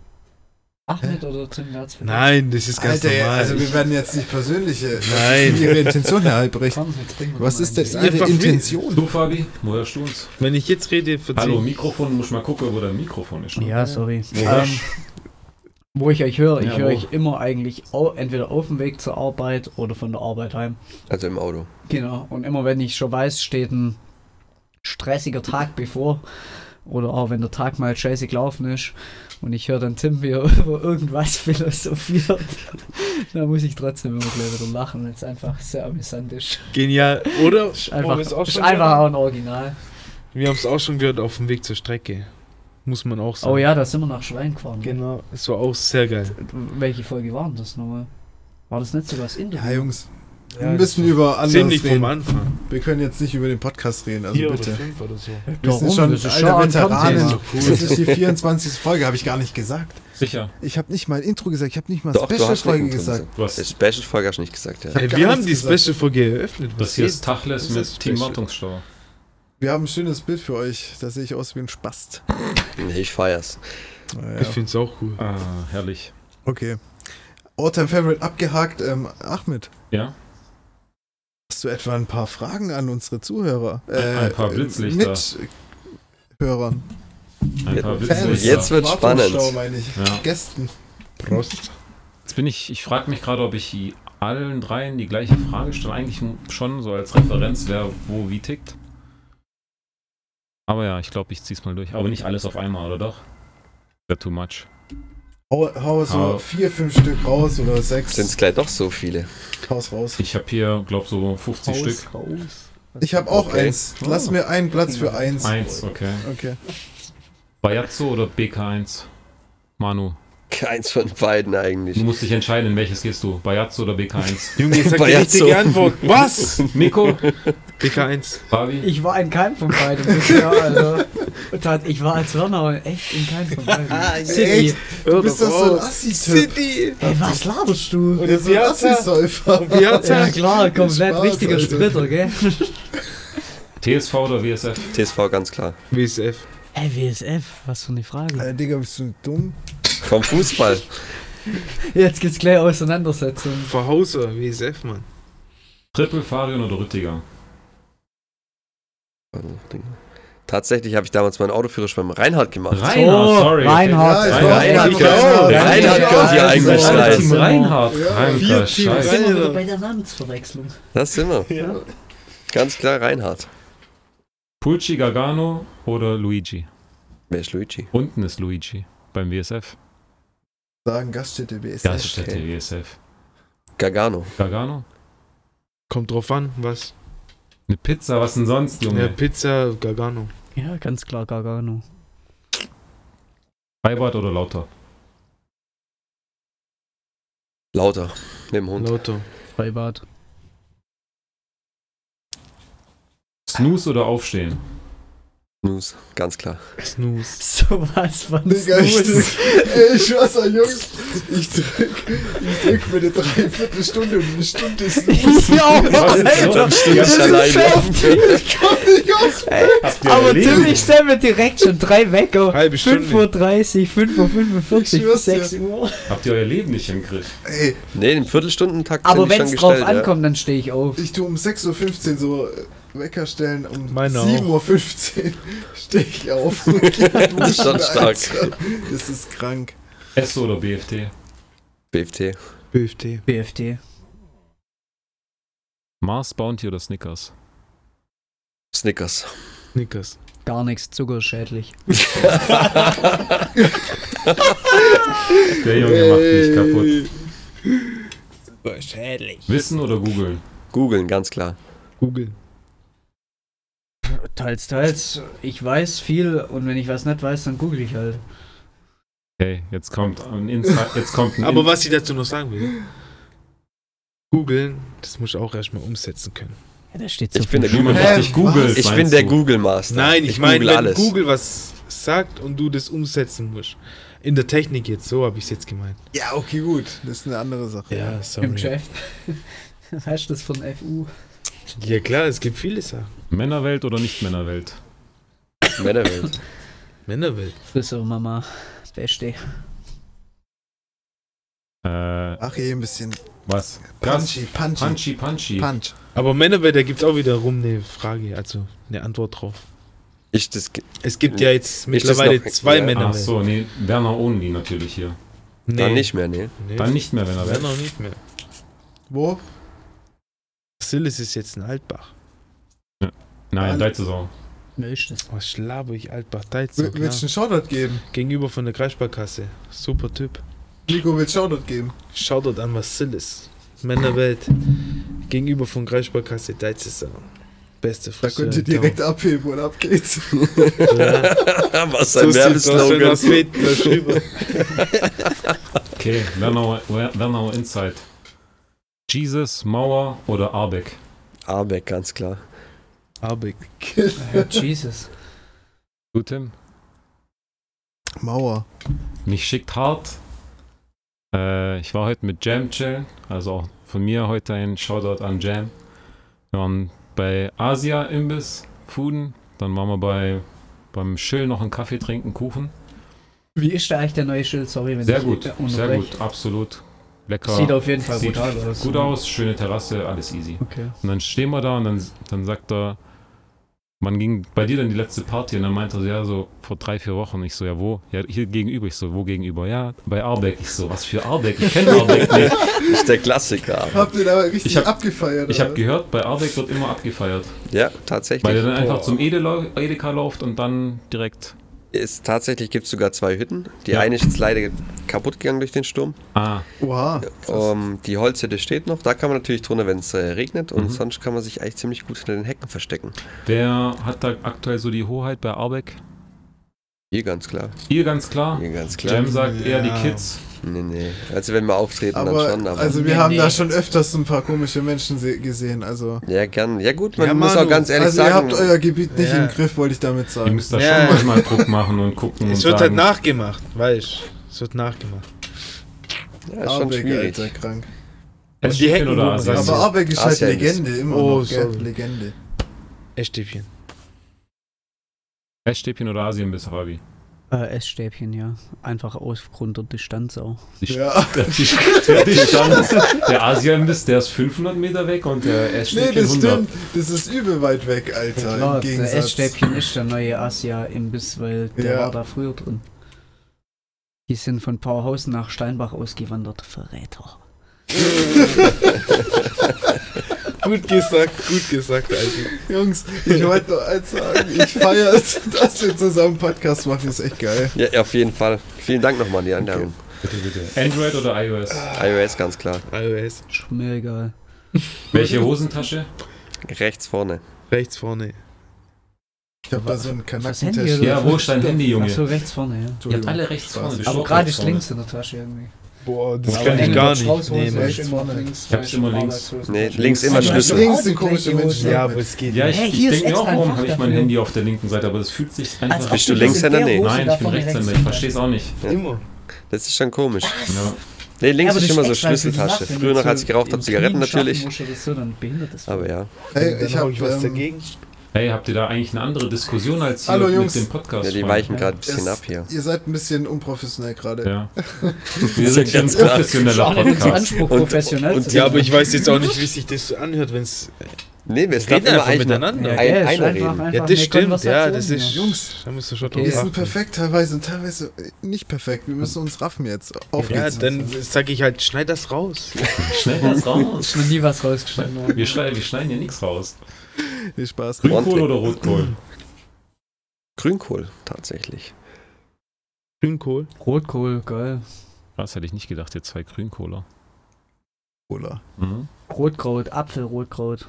Speaker 4: Ahmed oder Tim Merz?
Speaker 3: Nein, das ist ganz
Speaker 1: Alter,
Speaker 3: normal.
Speaker 1: also wir werden jetzt nicht persönliche.
Speaker 3: Nein.
Speaker 1: Was ist denn Ihre Intention, Herr Albrecht?
Speaker 4: Komm, jetzt bringen wir
Speaker 1: Was
Speaker 4: mal
Speaker 1: ist
Speaker 4: einen.
Speaker 1: denn
Speaker 3: Ihr
Speaker 1: Ihre
Speaker 3: verfl-
Speaker 1: Intention?
Speaker 2: Du, Fabi, wo hörst du uns?
Speaker 3: Wenn ich jetzt rede,
Speaker 2: Hallo,
Speaker 3: verzeih
Speaker 2: Mikrofon, muss mal gucken, wo dein Mikrofon ist.
Speaker 4: Ja, sorry. Ähm,
Speaker 2: Wo hörst
Speaker 4: Wo ich euch höre, ich
Speaker 2: Ja,
Speaker 4: höre
Speaker 2: wo?
Speaker 4: euch immer eigentlich au entweder auf dem Weg zur Arbeit oder von der Arbeit heim.
Speaker 5: Also im Auto.
Speaker 4: Genau, und immer wenn ich schon weiß, steht ein stressiger Tag bevor. Oder auch wenn der Tag mal scheiße gelaufen ist und ich höre dann Tim, wie er <laughs> über irgendwas philosophiert, <laughs> dann muss ich trotzdem immer gleich wieder lachen, weil es einfach sehr amüsant ist.
Speaker 3: Genial, oder?
Speaker 4: Ist einfach,
Speaker 3: Oh, ist auch
Speaker 4: ist
Speaker 3: schon
Speaker 4: einfach auch
Speaker 3: gehört?
Speaker 4: ein Original.
Speaker 3: Wir haben es auch schon gehört auf dem Weg zur Strecke. Muss man auch sagen.
Speaker 4: Oh ja, da sind wir nach Schwein gefahren. ne?
Speaker 3: Genau. Es war auch sehr geil.
Speaker 4: Welche Folge waren das nochmal? War das nicht sogar das Interview?
Speaker 1: Ja, Jungs, Wir müssen über anderes
Speaker 3: Ziemlich vom
Speaker 1: reden.
Speaker 3: Anfang.
Speaker 1: Wir können jetzt nicht über den Podcast reden, also
Speaker 3: Vier oder
Speaker 1: bitte.
Speaker 3: fünf oder so.
Speaker 1: Wir sind
Speaker 2: um,
Speaker 4: Darum,
Speaker 1: schon
Speaker 4: das ist
Speaker 1: alte
Speaker 4: schon ein
Speaker 1: Veteranen.
Speaker 4: Content.
Speaker 1: Das ist die 24. Folge, habe ich gar nicht gesagt.
Speaker 2: Sicher.
Speaker 1: Ich habe nicht mal Intro gesagt, ich habe nicht mal
Speaker 5: Doch, du
Speaker 1: Special
Speaker 5: hast
Speaker 1: Folge
Speaker 5: Link
Speaker 1: gesagt.
Speaker 5: drin.
Speaker 2: Du hast
Speaker 5: Das Special-Folge hast du nicht gesagt, ja.
Speaker 1: hab
Speaker 3: Ey,
Speaker 1: gar
Speaker 3: wir haben
Speaker 1: nichts
Speaker 3: die
Speaker 1: gesagt.
Speaker 3: Special Folge eröffnet.
Speaker 2: das hier ist Tachles
Speaker 3: Das ist
Speaker 2: mit
Speaker 3: das
Speaker 2: Team
Speaker 3: Special.
Speaker 2: Wartungsstau.
Speaker 1: Wir haben ein schönes Bild für euch. Da sehe ich aus wie ein Spast.
Speaker 5: Nee, Hm, ich feier's.
Speaker 1: Naja,
Speaker 3: Ich find's auch cool.
Speaker 2: Ah, herrlich.
Speaker 1: okay. Alltime Favorite abgehakt. Ähm, Ahmed,
Speaker 2: Ja?
Speaker 1: hast du etwa ein paar Fragen an unsere Zuhörer? Äh,
Speaker 2: Ein paar Blitzlichter.
Speaker 1: Mithörern.
Speaker 2: Ein paar
Speaker 5: Jetzt-
Speaker 2: Witze.
Speaker 5: jetzt wird's
Speaker 1: Wartungsstau,
Speaker 5: spannend.
Speaker 1: meine ich.
Speaker 2: Ja.
Speaker 1: Gästen.
Speaker 3: Prost.
Speaker 2: Jetzt bin ich, ich frage mich gerade, ob ich allen dreien die gleiche Frage stelle. Eigentlich schon so als Referenz, wer wo wie tickt. Aber ja, ich glaube, ich zieh's mal durch. Aber nicht alles auf einmal, oder doch? Wäre too much.
Speaker 1: Hau, hau so
Speaker 2: Hau.
Speaker 1: vier, fünf Stück raus oder sechs.
Speaker 5: Sind's gleich doch so viele. <laughs>
Speaker 1: Haus raus.
Speaker 2: Ich habe hier, glaube so 50 Stück.
Speaker 4: Raus.
Speaker 1: Ich habe auch
Speaker 5: Okay.
Speaker 1: eins. Lass mir einen Platz für eins.
Speaker 2: Eins, okay.
Speaker 1: Okay.
Speaker 2: Bayazzo oder BK1? Manu,
Speaker 5: Keins von beiden
Speaker 2: du
Speaker 5: eigentlich.
Speaker 2: musst dich entscheiden, in welches gehst du? Bayazzo oder
Speaker 3: <laughs>
Speaker 2: BK1?
Speaker 3: Junge, jetzt sagt die
Speaker 5: Bayazzo.
Speaker 3: richtige Antwort.
Speaker 1: <laughs>
Speaker 3: Was?
Speaker 2: Nico?
Speaker 3: BK1.
Speaker 2: Fabi?
Speaker 4: Ich war in keinem von beiden bisher, also. <laughs> Und hat, ich war als Runner aber echt in keinem von
Speaker 3: <laughs> Ah,
Speaker 4: beiden. City.
Speaker 1: Du bist doch
Speaker 3: Oh.
Speaker 1: so ein Assi-Typ.
Speaker 3: City.
Speaker 4: Ey, was laberst du?
Speaker 1: Der ist so ein
Speaker 3: Piazza.
Speaker 1: Assi-Säufer.
Speaker 4: Ja
Speaker 3: Piazza.
Speaker 4: klar, komplett
Speaker 1: Spaß,
Speaker 4: richtiger
Speaker 1: Alter.
Speaker 4: Splitter, gell?
Speaker 2: TSV oder WSF?
Speaker 5: TSV ganz klar.
Speaker 3: WSF.
Speaker 4: Ey, WSF, was für eine Frage.
Speaker 1: Alter, Äh, Digga, bist du dumm?
Speaker 5: Vom Fußball.
Speaker 4: Jetzt geht's gleich Auseinandersetzung.
Speaker 3: Verhauser. WSF, Mann.
Speaker 2: Triple Farion oder Rüttiger?
Speaker 5: Tatsächlich habe ich damals meinen Autoführerschein mit Reinhard gemacht.
Speaker 2: Reinhard,
Speaker 4: Oh,
Speaker 2: sorry.
Speaker 4: Reinhard. Oh,
Speaker 1: Ja, ich
Speaker 2: Ja,
Speaker 1: war
Speaker 2: Reinhard
Speaker 1: auch
Speaker 5: gehört.
Speaker 1: mal-
Speaker 5: Reinhard
Speaker 1: Ja,
Speaker 5: gehört hier
Speaker 1: also-
Speaker 5: eigentlich rein.
Speaker 2: Team Reinhard.
Speaker 1: Ja.
Speaker 2: Reinhard,
Speaker 3: Vier Team
Speaker 2: scheiße.
Speaker 3: Reinhard.
Speaker 4: Sind wir
Speaker 3: Alter.
Speaker 4: bei der Namensverwechslung.
Speaker 5: Das sind wir.
Speaker 4: Ja.
Speaker 5: Ganz klar Reinhard.
Speaker 2: Pulci Gargano oder Luigi?
Speaker 5: Wer ist Luigi?
Speaker 2: Unten ist Luigi beim WSF.
Speaker 1: Sagen Gaststätte BSF.
Speaker 2: Gaststätte
Speaker 5: okay.
Speaker 2: WSF.
Speaker 5: Gargano.
Speaker 2: Gargano?
Speaker 3: Kommt drauf an, was?
Speaker 2: Eine Pizza, was denn sonst,
Speaker 3: Ja,
Speaker 2: Junge?
Speaker 3: Pizza, Gargano.
Speaker 4: Ja, ganz klar Gargano.
Speaker 2: Freibad oder Lauter?
Speaker 5: Lauter. Neben Hund.
Speaker 3: Lauter.
Speaker 4: Freibad.
Speaker 2: Snooze oder Aufstehen?
Speaker 5: News. Ganz klar.
Speaker 3: Snooze.
Speaker 4: Sowas von
Speaker 1: Digga, ich
Speaker 4: smooth.
Speaker 1: drück, ey, ich schwör's euch, Jungs, ich drück, ich drück mir eine Dreiviertelstunde und eine Stunde ist nicht.
Speaker 4: Ja, Alter.
Speaker 5: Stimmt
Speaker 4: Das ist heftig.
Speaker 1: Ich komm nicht aus.
Speaker 4: <laughs> Aber Tim, ich stell mir direkt schon drei oh. Wecker.
Speaker 3: Halbe Stunde.
Speaker 4: 5.30 Uhr, 5.45
Speaker 1: Ich
Speaker 4: Uhr,
Speaker 1: schwör's dir.
Speaker 4: 6 Uhr.
Speaker 2: Habt ihr euer Leben nicht im Griff?
Speaker 1: Ey,
Speaker 5: Nee, im Viertelstundentakt
Speaker 4: Aber
Speaker 5: bin ich
Speaker 4: wenn
Speaker 5: schon
Speaker 4: es drauf
Speaker 5: gestellt.
Speaker 4: ankommt, dann stehe ich auf.
Speaker 1: ich tu um 6.15 Uhr so äh, Wecker stellen, um
Speaker 3: Meine auch.
Speaker 1: 7.15 Uhr <laughs> steh ich
Speaker 2: <laughs>
Speaker 1: auf. und geh duschen,
Speaker 5: Das ist schon
Speaker 1: Alter.
Speaker 5: stark.
Speaker 1: also, Das ist krank.
Speaker 2: Esso oder BFT?
Speaker 5: Ja. BFT.
Speaker 3: BFT.
Speaker 4: BFT.
Speaker 2: Mars, Bounty oder Snickers?
Speaker 5: Snickers.
Speaker 3: Snickers.
Speaker 4: Gar nichts, Zucker ist schädlich.
Speaker 2: <laughs> Der Junge macht mich kaputt.
Speaker 3: Super schädlich.
Speaker 2: Wissen oder googeln?
Speaker 5: Googeln, ganz klar.
Speaker 3: Google.
Speaker 4: Teils, teils. Ich weiß viel und wenn ich was nicht weiß, dann google ich halt.
Speaker 2: Okay, jetzt kommt ein Insight. Jetzt kommt ein
Speaker 3: Aber
Speaker 2: In-
Speaker 3: was ich dazu noch sagen will. Googeln, das muss ich auch erstmal umsetzen können.
Speaker 4: Ja, da steht
Speaker 5: Ich bin der
Speaker 2: Wie man
Speaker 5: Google.
Speaker 1: Hä?
Speaker 2: richtig googelt.
Speaker 5: Ich bin
Speaker 2: meinst
Speaker 5: der
Speaker 2: du?
Speaker 5: Google Master.
Speaker 3: Nein, ich, meine,
Speaker 5: google
Speaker 3: wenn
Speaker 5: alles.
Speaker 3: Google was sagt und du das umsetzen musst. In der Technik jetzt, so habe ich es jetzt gemeint.
Speaker 1: Ja, okay, gut. Das ist eine andere Sache.
Speaker 4: im Geschäft. <laughs> Was hast du das von FU?
Speaker 3: Ja klar, es gibt viele Sachen.
Speaker 2: Männerwelt oder Nicht-Männerwelt?
Speaker 5: Männerwelt.
Speaker 3: Männerwelt.
Speaker 4: Flüsse, Mama. Beste.
Speaker 2: Äh,
Speaker 1: Mach hier eh, ein bisschen
Speaker 2: was? Ganz
Speaker 1: punchy, punchy,
Speaker 2: punchy, punchy.
Speaker 1: punch.
Speaker 3: Aber Männerwelt, da gibt es auch wiederum eine Frage, also eine Antwort drauf.
Speaker 5: Ich das ge-
Speaker 3: Es gibt ja jetzt
Speaker 5: das
Speaker 3: mittlerweile
Speaker 5: noch-
Speaker 3: zwei
Speaker 5: ja.
Speaker 2: Ach
Speaker 3: Männerwelt.
Speaker 2: so, nee, Werner Only natürlich hier.
Speaker 3: nee,
Speaker 5: dann nicht mehr, nee.
Speaker 3: Nee.
Speaker 2: Dann nicht mehr
Speaker 3: Dann
Speaker 2: Männerwelt.
Speaker 3: noch nicht mehr.
Speaker 1: Wo?
Speaker 3: Sillis ist jetzt in Altbach.
Speaker 2: Nein, deine Saison.
Speaker 4: Wer ist das?
Speaker 3: Was schlabe ich Altbach? Da jetzt
Speaker 1: Will-
Speaker 3: so, klar.
Speaker 1: Willst du einen Shoutout geben?
Speaker 3: Gegenüber von der Kreissparkasse. Super Typ.
Speaker 1: Nico will Shoutout geben.
Speaker 3: Schaut dort an, was Sill ist. Männerwelt. Gegenüber von Kreissparkasse Deizesau. Beste
Speaker 1: Da
Speaker 3: Friseur.
Speaker 1: könnt ihr
Speaker 3: in Town.
Speaker 1: direkt abheben und ab
Speaker 2: <laughs>
Speaker 1: geht's.
Speaker 5: <laughs>
Speaker 3: Ja,
Speaker 5: Was
Speaker 3: so
Speaker 5: ein
Speaker 3: sieht's aus, wenn
Speaker 5: Werbeslogan.
Speaker 3: was fehlt, läuft rüber.
Speaker 2: Okay, Werner, Werner Insight. Jesus, Mauer oder Arbeck?
Speaker 5: Arbeck, ganz klar.
Speaker 3: Arbeck.
Speaker 1: Genau.
Speaker 4: Jesus.
Speaker 2: Du, Tim?
Speaker 1: Mauer.
Speaker 2: Mich schickt hart. Äh, ich war heute mit Jam chillen, also auch von mir heute ein Shoutout an Jam. Wir waren bei Asia Imbiss, Fuden, dann waren wir bei beim Schill noch einen Kaffee trinken, Kuchen.
Speaker 4: Wie ist da eigentlich der neue Schild? Sorry, wenn
Speaker 2: Sehr
Speaker 4: ich
Speaker 2: gut, sehr
Speaker 4: unterbreche.
Speaker 2: gut, absolut. Lecker.
Speaker 4: Sieht auf jeden Fall
Speaker 2: Sieht
Speaker 4: brutal aus.
Speaker 2: gut aus, schöne Terrasse, alles easy.
Speaker 4: Okay.
Speaker 2: Und dann stehen wir da und dann, dann sagt er, wann ging bei dir denn die letzte Party? Und dann meinte er so, ja, so vor drei, vier Wochen. Ich so, ja, wo? Ja, hier gegenüber. Ich so, wo gegenüber? Ja, bei Arbeck. Ich so, was für Arbeck? Ich kenne Arbeck nicht.
Speaker 5: Ist <laughs> der Klassiker. aber-
Speaker 1: Habt ihr da richtig
Speaker 2: Ich hab-
Speaker 1: abgefeiert?
Speaker 2: Ich habe
Speaker 1: oder?
Speaker 2: gehört, bei Arbeck wird immer abgefeiert. Weil
Speaker 5: Ja,
Speaker 2: er
Speaker 5: tatsächlich.
Speaker 2: dann einfach zum Edela Edeka läuft und dann direkt.
Speaker 5: Ist, tatsächlich gibt es sogar zwei Hütten. Die
Speaker 2: Ja.
Speaker 5: eine ist jetzt leider kaputt gegangen durch den Sturm.
Speaker 2: Ah,
Speaker 1: Oha.
Speaker 5: Ähm, die Holzhütte steht noch. Da kann man natürlich drunter, wenn es äh, regnet. Und
Speaker 2: Mhm.
Speaker 5: sonst kann man sich eigentlich ziemlich gut hinter den Hecken verstecken.
Speaker 2: wer hat da aktuell so die Hoheit bei Arbeck?
Speaker 5: Hier ganz klar.
Speaker 2: Ihr ganz
Speaker 1: Ah.
Speaker 2: klar.
Speaker 5: Hier ganz klar.
Speaker 2: Jam sagt eher die
Speaker 3: Ja.
Speaker 2: Kids.
Speaker 5: Nee, nee. Also wenn wir auftreten,
Speaker 1: Aber,
Speaker 5: dann schon. Aber
Speaker 1: also wir
Speaker 4: Nee,
Speaker 1: haben
Speaker 4: nee.
Speaker 1: da schon öfters ein paar komische Menschen se- gesehen. Also,
Speaker 5: ja, gern. Ja gut, man
Speaker 3: Ja,
Speaker 5: muss
Speaker 3: Manu,
Speaker 5: auch ganz ehrlich
Speaker 1: also ihr
Speaker 5: sagen.
Speaker 1: habt euer Gebiet nicht
Speaker 3: Ja.
Speaker 1: im Griff, wollte ich damit
Speaker 2: Ihr
Speaker 1: sagen.
Speaker 2: müsst da
Speaker 3: Ja.
Speaker 2: schon manchmal Druck machen und gucken
Speaker 3: Es
Speaker 2: und
Speaker 3: wird halt
Speaker 2: sagen,
Speaker 3: nachgemacht, weißt Es wird nachgemacht.
Speaker 5: ja, ist schon
Speaker 1: Arbeck,
Speaker 5: schwierig.
Speaker 1: Alter, krank.
Speaker 2: es
Speaker 3: Und die
Speaker 2: Häppchen
Speaker 3: Hecken
Speaker 2: oder
Speaker 3: oben
Speaker 2: Asien.
Speaker 3: Das
Speaker 1: Aber
Speaker 3: ist-
Speaker 1: Arbeck ist
Speaker 5: das
Speaker 1: halt
Speaker 5: ist ja nicht-
Speaker 1: Legende, immer
Speaker 3: Oh,
Speaker 1: noch, gell?
Speaker 3: sorry.
Speaker 1: Legende.
Speaker 3: Essstäbchen.
Speaker 2: Essstäbchen oder Asien bis Fabi.
Speaker 4: Äh, Essstäbchen, ja. Einfach aufgrund der Distanz auch.
Speaker 1: Ja.
Speaker 2: Der, der, Distanz- der Asien bis, der ist 500 Meter weg und der
Speaker 1: Nee,
Speaker 2: Essstäbchen
Speaker 1: das
Speaker 2: 100.
Speaker 1: stimmt. Das ist übel weit weg, Alter.
Speaker 4: Klar,
Speaker 1: Im
Speaker 4: der
Speaker 1: Gegensatz. <laughs>
Speaker 4: Essstäbchen ist der neue Asia-Imbiss, weil der
Speaker 1: Ja.
Speaker 4: war da früher drin. Die sind von Pauhausen nach Steinbach ausgewandert. Verräter.
Speaker 3: Gut gesagt, gut gesagt, Alter.
Speaker 1: Jungs, ich wollte nur eins sagen. Ich feiere es, <laughs> dass wir zusammen Podcast machen. Ist echt geil.
Speaker 5: Ja, ja, auf jeden Fall. Vielen Dank nochmal an die Einladung.
Speaker 2: Android oder iOS?
Speaker 5: iOS ganz klar.
Speaker 3: iOS.
Speaker 4: Ist mir egal.
Speaker 2: Welche Hosentasche?
Speaker 5: Rechts vorne.
Speaker 3: Rechts vorne.
Speaker 1: Ich habe da so einen
Speaker 4: Was Handy
Speaker 1: Kanackentisch.
Speaker 4: oder-
Speaker 2: Ja, wo ist dein Handy, Junge?
Speaker 4: Achso, rechts vorne, ja.
Speaker 2: Ihr habt alle rechts vorne. du
Speaker 4: Aber
Speaker 2: schaust
Speaker 4: gerade
Speaker 2: rechts
Speaker 4: ist
Speaker 2: vorne.
Speaker 4: links in der Tasche irgendwie.
Speaker 3: Boah, das
Speaker 2: Aber
Speaker 3: kann ich
Speaker 2: wenn
Speaker 3: gar
Speaker 2: du
Speaker 3: nicht. Nee,
Speaker 1: ist
Speaker 3: Mann.
Speaker 1: echt vorne.
Speaker 4: links.
Speaker 2: Ich hab's immer links.
Speaker 5: Nee, links immer
Speaker 1: Links
Speaker 5: Schlüssel.
Speaker 1: links sind komische Menschen.
Speaker 3: ja, aber es geht
Speaker 2: Ja, ich,
Speaker 3: nicht.
Speaker 4: Hey,
Speaker 2: ich
Speaker 4: hier ist
Speaker 2: denke mir auch,
Speaker 4: extra ein
Speaker 2: warum
Speaker 4: Fach
Speaker 2: habe ich mein
Speaker 4: dafür.
Speaker 2: Handy auf der linken Seite, aber das fühlt sich einfach...
Speaker 5: Bist du links? Linkshänder? Nee.
Speaker 2: Nein, ich Also bin Rechtshänder, ich verstehe es auch nicht.
Speaker 3: Immer.
Speaker 5: Das ist schon komisch.
Speaker 2: Ja.
Speaker 5: Nee, links ist immer so Schlüsseltasche. Früher noch, als ich geraucht habe, Zigaretten natürlich.
Speaker 4: So, dann behindert das.
Speaker 5: Aber ja.
Speaker 1: Hey, ich
Speaker 3: Dann hab
Speaker 1: habe
Speaker 3: ich was
Speaker 1: ähm,
Speaker 3: dagegen.
Speaker 2: Hey, habt ihr da eigentlich eine andere Diskussion als hier
Speaker 1: Hallo,
Speaker 2: mit
Speaker 1: Jungs.
Speaker 2: dem Podcast?
Speaker 5: ja, die
Speaker 2: Freunde?
Speaker 5: weichen gerade ein bisschen
Speaker 1: es-
Speaker 5: ab hier.
Speaker 1: Ihr seid ein bisschen unprofessionell gerade.
Speaker 2: Ja. Wir sind hier ein
Speaker 5: ganz klar.
Speaker 2: professioneller Podcast.
Speaker 4: Anspruch,
Speaker 5: Und-
Speaker 4: professionell
Speaker 5: und-
Speaker 4: zu
Speaker 3: Ja,
Speaker 4: sein.
Speaker 3: aber ich weiß jetzt auch nicht, wie sich das so anhört, wenn es.
Speaker 5: Nee, wir
Speaker 3: Reden
Speaker 5: reden immer
Speaker 3: einfach
Speaker 5: eigentlich nur
Speaker 3: miteinander.
Speaker 5: ein,
Speaker 3: Ja,
Speaker 4: gell, ist
Speaker 5: einer
Speaker 4: einfach-
Speaker 5: reden.
Speaker 4: einfach
Speaker 3: Ja,
Speaker 4: eine
Speaker 3: das stimmt. Ja,
Speaker 4: Konversation,
Speaker 3: das ist.
Speaker 4: ja.
Speaker 1: Jungs,
Speaker 3: Da musst du schon
Speaker 4: Okay.
Speaker 1: wir
Speaker 3: drauf
Speaker 1: sind
Speaker 3: achten.
Speaker 1: perfekt teilweise und teilweise äh, nicht perfekt. Wir müssen uns raffen jetzt. Auf
Speaker 3: Ja,
Speaker 1: geht's.
Speaker 3: dann sag ich halt, schneid das raus.
Speaker 2: Schnell das raus.
Speaker 4: Ist noch nie was rausgeschnitten worden.
Speaker 2: Wir, schrei wir schneiden hier nichts raus.
Speaker 1: Viel Spaß.
Speaker 2: Grünkohl oder Rotkohl?
Speaker 5: Grünkohl, tatsächlich.
Speaker 3: Grünkohl.
Speaker 4: Rotkohl, geil.
Speaker 2: Das hätte ich nicht gedacht, jetzt zwei Grünkohler.
Speaker 1: Cola.
Speaker 2: Mhm.
Speaker 4: Rotkraut, Apfelrotkraut.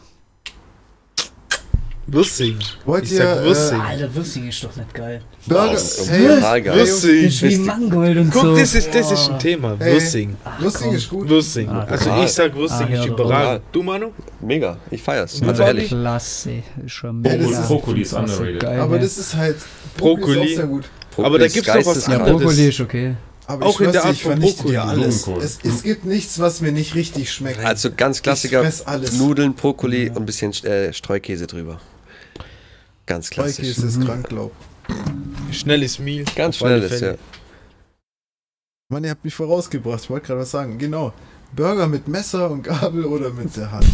Speaker 3: Würzig.
Speaker 1: Wollt
Speaker 3: Ich
Speaker 1: ihr
Speaker 3: sag Würstchen.
Speaker 1: äh,
Speaker 4: Alter, Würstchen ist doch nicht geil.
Speaker 1: Burger?
Speaker 5: Wow,
Speaker 1: Hey,
Speaker 5: total geil.
Speaker 4: Das ist wie Mangold und so.
Speaker 3: Guck, das ist, das ist ein
Speaker 4: Boah.
Speaker 3: Thema.
Speaker 1: Ey.
Speaker 3: Würzig.
Speaker 4: Ach,
Speaker 1: Würstchen
Speaker 4: komm.
Speaker 1: ist gut.
Speaker 3: Würzig.
Speaker 4: Ah,
Speaker 3: Also
Speaker 5: total.
Speaker 3: ich sag Würzig
Speaker 4: Ah, ja,
Speaker 3: ist
Speaker 4: doch.
Speaker 3: überall. Du, Manu?
Speaker 5: Mega, ich feier's.
Speaker 3: Ja.
Speaker 5: Also ehrlich.
Speaker 4: Klasse. Ist schon
Speaker 1: Ja, das
Speaker 4: mega.
Speaker 1: ist-
Speaker 2: Brokkoli ist underrated.
Speaker 4: Geil,
Speaker 1: Aber
Speaker 4: ne?
Speaker 1: das ist halt.
Speaker 3: Brokkoli.
Speaker 1: Ist auch sehr gut.
Speaker 3: Aber da gibt's noch was
Speaker 5: Geistes-
Speaker 4: ja,
Speaker 3: anderes.
Speaker 4: Brokkoli ist okay.
Speaker 1: Aber
Speaker 3: Auch
Speaker 1: ich
Speaker 3: in der
Speaker 1: schwör's dir,
Speaker 3: Art
Speaker 1: ich
Speaker 3: von
Speaker 1: vernichte dir
Speaker 3: Brokkoli.
Speaker 1: alles.
Speaker 2: Blumenkohl.
Speaker 1: Es, es gibt nichts, was mir nicht richtig schmeckt.
Speaker 5: Also ganz
Speaker 1: Ich
Speaker 5: Klassiker,
Speaker 1: fress alles.
Speaker 5: Nudeln, Brokkoli und ein bisschen äh, Streukäse drüber. Ganz
Speaker 1: Volki
Speaker 5: klassisch.
Speaker 1: ist es
Speaker 4: Mhm.
Speaker 1: krank, glaub.
Speaker 3: Schnelles Meal.
Speaker 5: Ganz
Speaker 3: Auf alle
Speaker 5: schnelles, ja.
Speaker 3: Fälle.
Speaker 1: Mann, ihr habt mich vorausgebracht. Ich wollte gerade was sagen. Genau. Burger mit Messer und Gabel oder mit der Hand.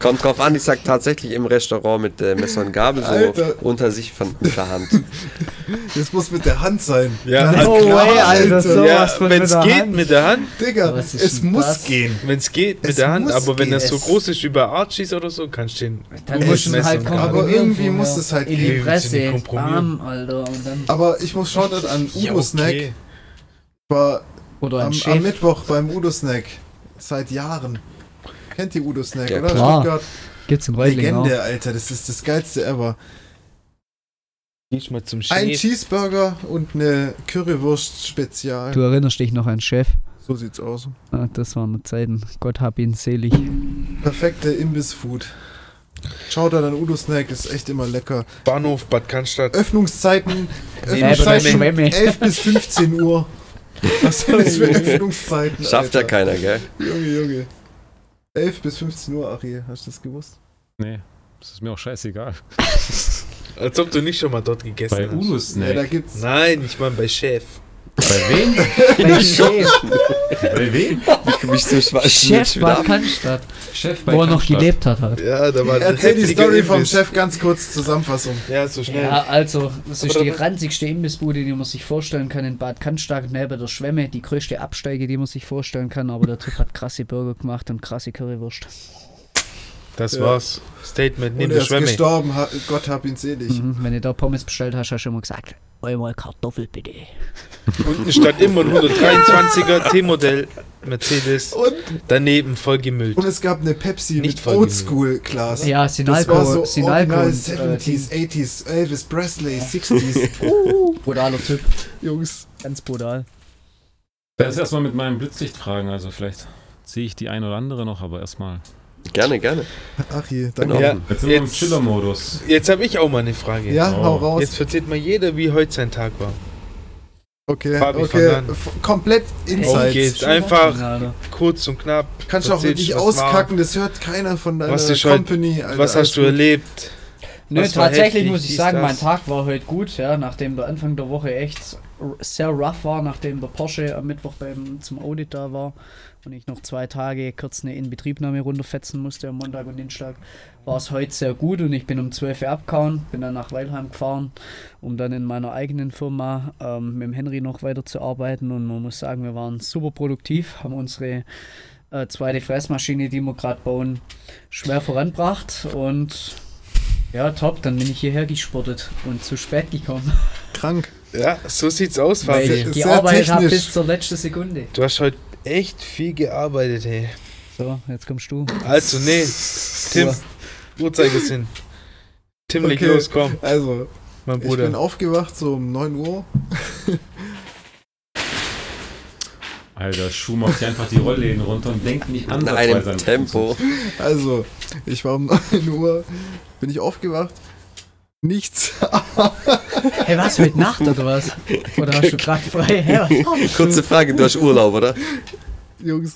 Speaker 5: Kommt drauf an, ich sag tatsächlich im Restaurant mit äh, Messer und Gabel so
Speaker 1: Alter.
Speaker 5: unter sich von mit der Hand.
Speaker 1: Das muss mit der Hand sein.
Speaker 3: Ja. also
Speaker 1: Ganz
Speaker 4: No
Speaker 1: klar,
Speaker 4: way, Alter. So-
Speaker 1: Alter.
Speaker 3: ja,
Speaker 4: was von
Speaker 3: wenn
Speaker 4: mit
Speaker 3: es
Speaker 4: der
Speaker 3: geht
Speaker 4: Hand.
Speaker 3: mit der Hand,
Speaker 1: Digga,
Speaker 4: Was ist
Speaker 1: es
Speaker 4: denn
Speaker 1: muss
Speaker 4: das?
Speaker 1: gehen.
Speaker 3: wenn es geht mit
Speaker 1: Es
Speaker 3: der Hand,
Speaker 1: muss
Speaker 3: aber wenn
Speaker 1: gehen.
Speaker 3: das so
Speaker 1: Es-
Speaker 3: groß ist über Archies oder so, kannst du den
Speaker 4: Dann
Speaker 1: Es
Speaker 4: musst du ihn
Speaker 1: ist-
Speaker 4: halt
Speaker 1: aber
Speaker 4: komprimieren
Speaker 1: irgendwie muss
Speaker 4: vorher.
Speaker 1: es halt
Speaker 4: In die
Speaker 3: gehen. Wir
Speaker 4: Presse.
Speaker 3: müssen ihn
Speaker 4: Bam,
Speaker 3: komprimieren.
Speaker 4: Alter. Und dann,
Speaker 1: Aber ich muss schauen an Udo Snack. war
Speaker 4: oder ein
Speaker 1: am,
Speaker 4: Chef.
Speaker 1: am Mittwoch beim Udo Snack. Seit Jahren. Kennt ihr Udo Snack,
Speaker 5: Ja,
Speaker 1: oder?
Speaker 4: klar.
Speaker 1: Stuttgart.
Speaker 4: Gibt's in Reutlingen auch.
Speaker 1: Legende, Alter. Das ist das geilste ever.
Speaker 3: Gehst mal zum
Speaker 1: Ein
Speaker 3: Schnee.
Speaker 1: Cheeseburger und eine Currywurst Spezial.
Speaker 4: Du erinnerst dich noch an Chef?
Speaker 1: So sieht's aus.
Speaker 4: Ah, das waren noch Zeiten. Gott hab ihn selig.
Speaker 1: Perfekte Imbissfood. Schaut an, Udo Snack ist echt immer lecker.
Speaker 3: Bahnhof Bad Cannstatt.
Speaker 1: Öffnungszeiten,
Speaker 4: Nee,
Speaker 1: Öffnungszeiten
Speaker 4: Schwemme.
Speaker 1: 11 bis 15 Uhr. Was sind das
Speaker 4: <laughs>
Speaker 1: für Öffnungszeiten?
Speaker 5: Schafft ja
Speaker 1: Alter?
Speaker 5: keiner, gell?
Speaker 1: Junge, Junge. 11 bis 15 Uhr, Ariel, hast du das gewusst?
Speaker 2: Nee, das ist mir auch scheißegal.
Speaker 3: Als ob du nicht schon mal dort gegessen
Speaker 2: Bei
Speaker 3: hast.
Speaker 2: Udo
Speaker 1: Ja, da
Speaker 2: Snack.
Speaker 1: gibt's.
Speaker 3: Nein, ich meine bei Chef.
Speaker 2: Bei wem?
Speaker 4: Bei Chef,
Speaker 2: Bei wem?
Speaker 5: Ich mich zum Schweißen
Speaker 4: Chef
Speaker 5: wieder
Speaker 4: Bad
Speaker 5: ab.
Speaker 4: Cannstatt,
Speaker 2: Chef bei
Speaker 4: <laughs> wo er noch
Speaker 2: Cannstatt.
Speaker 4: gelebt hat. Halt.
Speaker 3: Ja, da war
Speaker 1: <laughs> Erzähl die
Speaker 3: heftiger
Speaker 1: Story vom
Speaker 3: Imbiss.
Speaker 1: Chef ganz kurz Zusammenfassung.
Speaker 3: Ja, so schnell.
Speaker 4: Ja, also, das ist die
Speaker 3: Oder was?
Speaker 4: ranzigste Imbissbude, die man sich vorstellen kann in Bad Cannstatt, neben der Schwemme, die größte Absteige, die man sich vorstellen kann, aber der Typ hat krasse Burger gemacht und krasse Currywurst.
Speaker 3: Das
Speaker 1: Ja.
Speaker 3: war's. Statement
Speaker 1: Und
Speaker 3: neben
Speaker 1: er
Speaker 3: der
Speaker 1: ist
Speaker 3: Schwemme.
Speaker 1: gestorben, ha- Gott hab ihn selig.
Speaker 4: Mhm. Wenn du da Pommes bestellt hast, hast du immer gesagt, einmal Kartoffel bitte.
Speaker 3: Unten stand immer ein
Speaker 1: <laughs>
Speaker 3: 123er T-Modell Mercedes.
Speaker 1: Und,
Speaker 3: Daneben vollgemüllt.
Speaker 1: und es gab eine Pepsi
Speaker 3: Nicht
Speaker 1: mit
Speaker 3: voll
Speaker 1: Oldschool-Glas.
Speaker 4: Ja,
Speaker 1: Das war so
Speaker 4: Sinalco, Sinalco.
Speaker 1: original
Speaker 4: und, äh,
Speaker 1: 70s, 80s, Elvis Presley,
Speaker 4: <laughs>
Speaker 1: 60s.
Speaker 4: Brutaler Typ,
Speaker 1: Jungs.
Speaker 4: ganz brutal.
Speaker 2: Das ist erstmal mit meinem Blitzlicht fragen, also vielleicht ziehe ich die ein oder andere noch, aber erstmal.
Speaker 5: Gerne, gerne.
Speaker 1: Ach je,
Speaker 5: Genau.
Speaker 1: danke.
Speaker 3: Ja,
Speaker 2: Jetzt sind wir im
Speaker 3: Jetzt-
Speaker 2: Chiller-Modus.
Speaker 3: Jetzt habe ich auch mal eine Frage.
Speaker 1: Ja,
Speaker 2: Oh.
Speaker 1: hau raus.
Speaker 3: Genau. Jetzt erzählt mal jeder, wie heute sein Tag war.
Speaker 1: Okay,
Speaker 3: Fabi,
Speaker 1: okay.
Speaker 3: fang an.
Speaker 1: F- Komplett
Speaker 3: Auf
Speaker 1: Insights.
Speaker 3: geht's. Einfach
Speaker 4: Alter.
Speaker 3: kurz und knapp.
Speaker 1: Kannst du auch
Speaker 3: Erzählst,
Speaker 1: wirklich
Speaker 3: was war?
Speaker 1: auskacken, das hört keiner von deiner
Speaker 3: Was ist heute-
Speaker 1: Company. Alter, also-
Speaker 3: was
Speaker 1: alles
Speaker 3: hast du
Speaker 1: gut.
Speaker 3: erlebt?
Speaker 4: Nö,
Speaker 3: Was war
Speaker 4: tatsächlich
Speaker 3: heftig,
Speaker 4: muss ich
Speaker 3: dies,
Speaker 4: sagen,
Speaker 3: das?
Speaker 4: mein Tag war heute gut, ja, nachdem der Anfang der Woche echt r- sehr rough war, nachdem der Porsche am Mittwoch beim, zum Audit da war und ich noch zwei Tage kurz eine Inbetriebnahme runterfetzen musste am Montag und Dienstag, war es heute sehr gut und ich bin um 12 Uhr abgehauen, bin dann nach Weilheim gefahren, um dann in meiner eigenen Firma ähm, mit dem Henry noch weiterzuarbeiten und man muss sagen, wir waren super produktiv, haben unsere äh, zweite Fräsmaschine, die wir gerade bauen, schwer voranbracht und ja, top, dann bin ich hierher gespurtet und zu spät
Speaker 5: <laughs>
Speaker 4: gekommen,
Speaker 1: Krank.
Speaker 3: Ja, so sieht's aus,
Speaker 4: weil
Speaker 1: sehr-
Speaker 3: Fabi.
Speaker 4: ich
Speaker 1: sehr
Speaker 4: gearbeitet habe
Speaker 1: technisch.
Speaker 4: bis zur letzten Sekunde.
Speaker 3: Du hast heute echt viel gearbeitet, hey.
Speaker 4: So, jetzt kommst du.
Speaker 3: Also, nee, Tim,
Speaker 4: Uhr.
Speaker 3: Uhrzeigersinn. Tim, leg
Speaker 1: Okay.
Speaker 3: los, komm,
Speaker 1: Also, ich
Speaker 3: mein
Speaker 1: bin
Speaker 3: Bruder.
Speaker 1: aufgewacht so um 9 Uhr.
Speaker 2: Alter, Schuh macht hier einfach die Rollläden runter und denkt nicht
Speaker 5: In
Speaker 2: ansatzweise
Speaker 5: einem
Speaker 2: an
Speaker 3: <laughs>
Speaker 5: Tempo.
Speaker 1: Also, ich war um <laughs> 9 Uhr, bin ich aufgewacht. Nichts. <laughs>
Speaker 4: Hey, was, heute Nacht oder was? Oder hast du gerade frei? Hey, was?
Speaker 5: Kurze Frage, du hast Urlaub, oder?
Speaker 1: Jungs,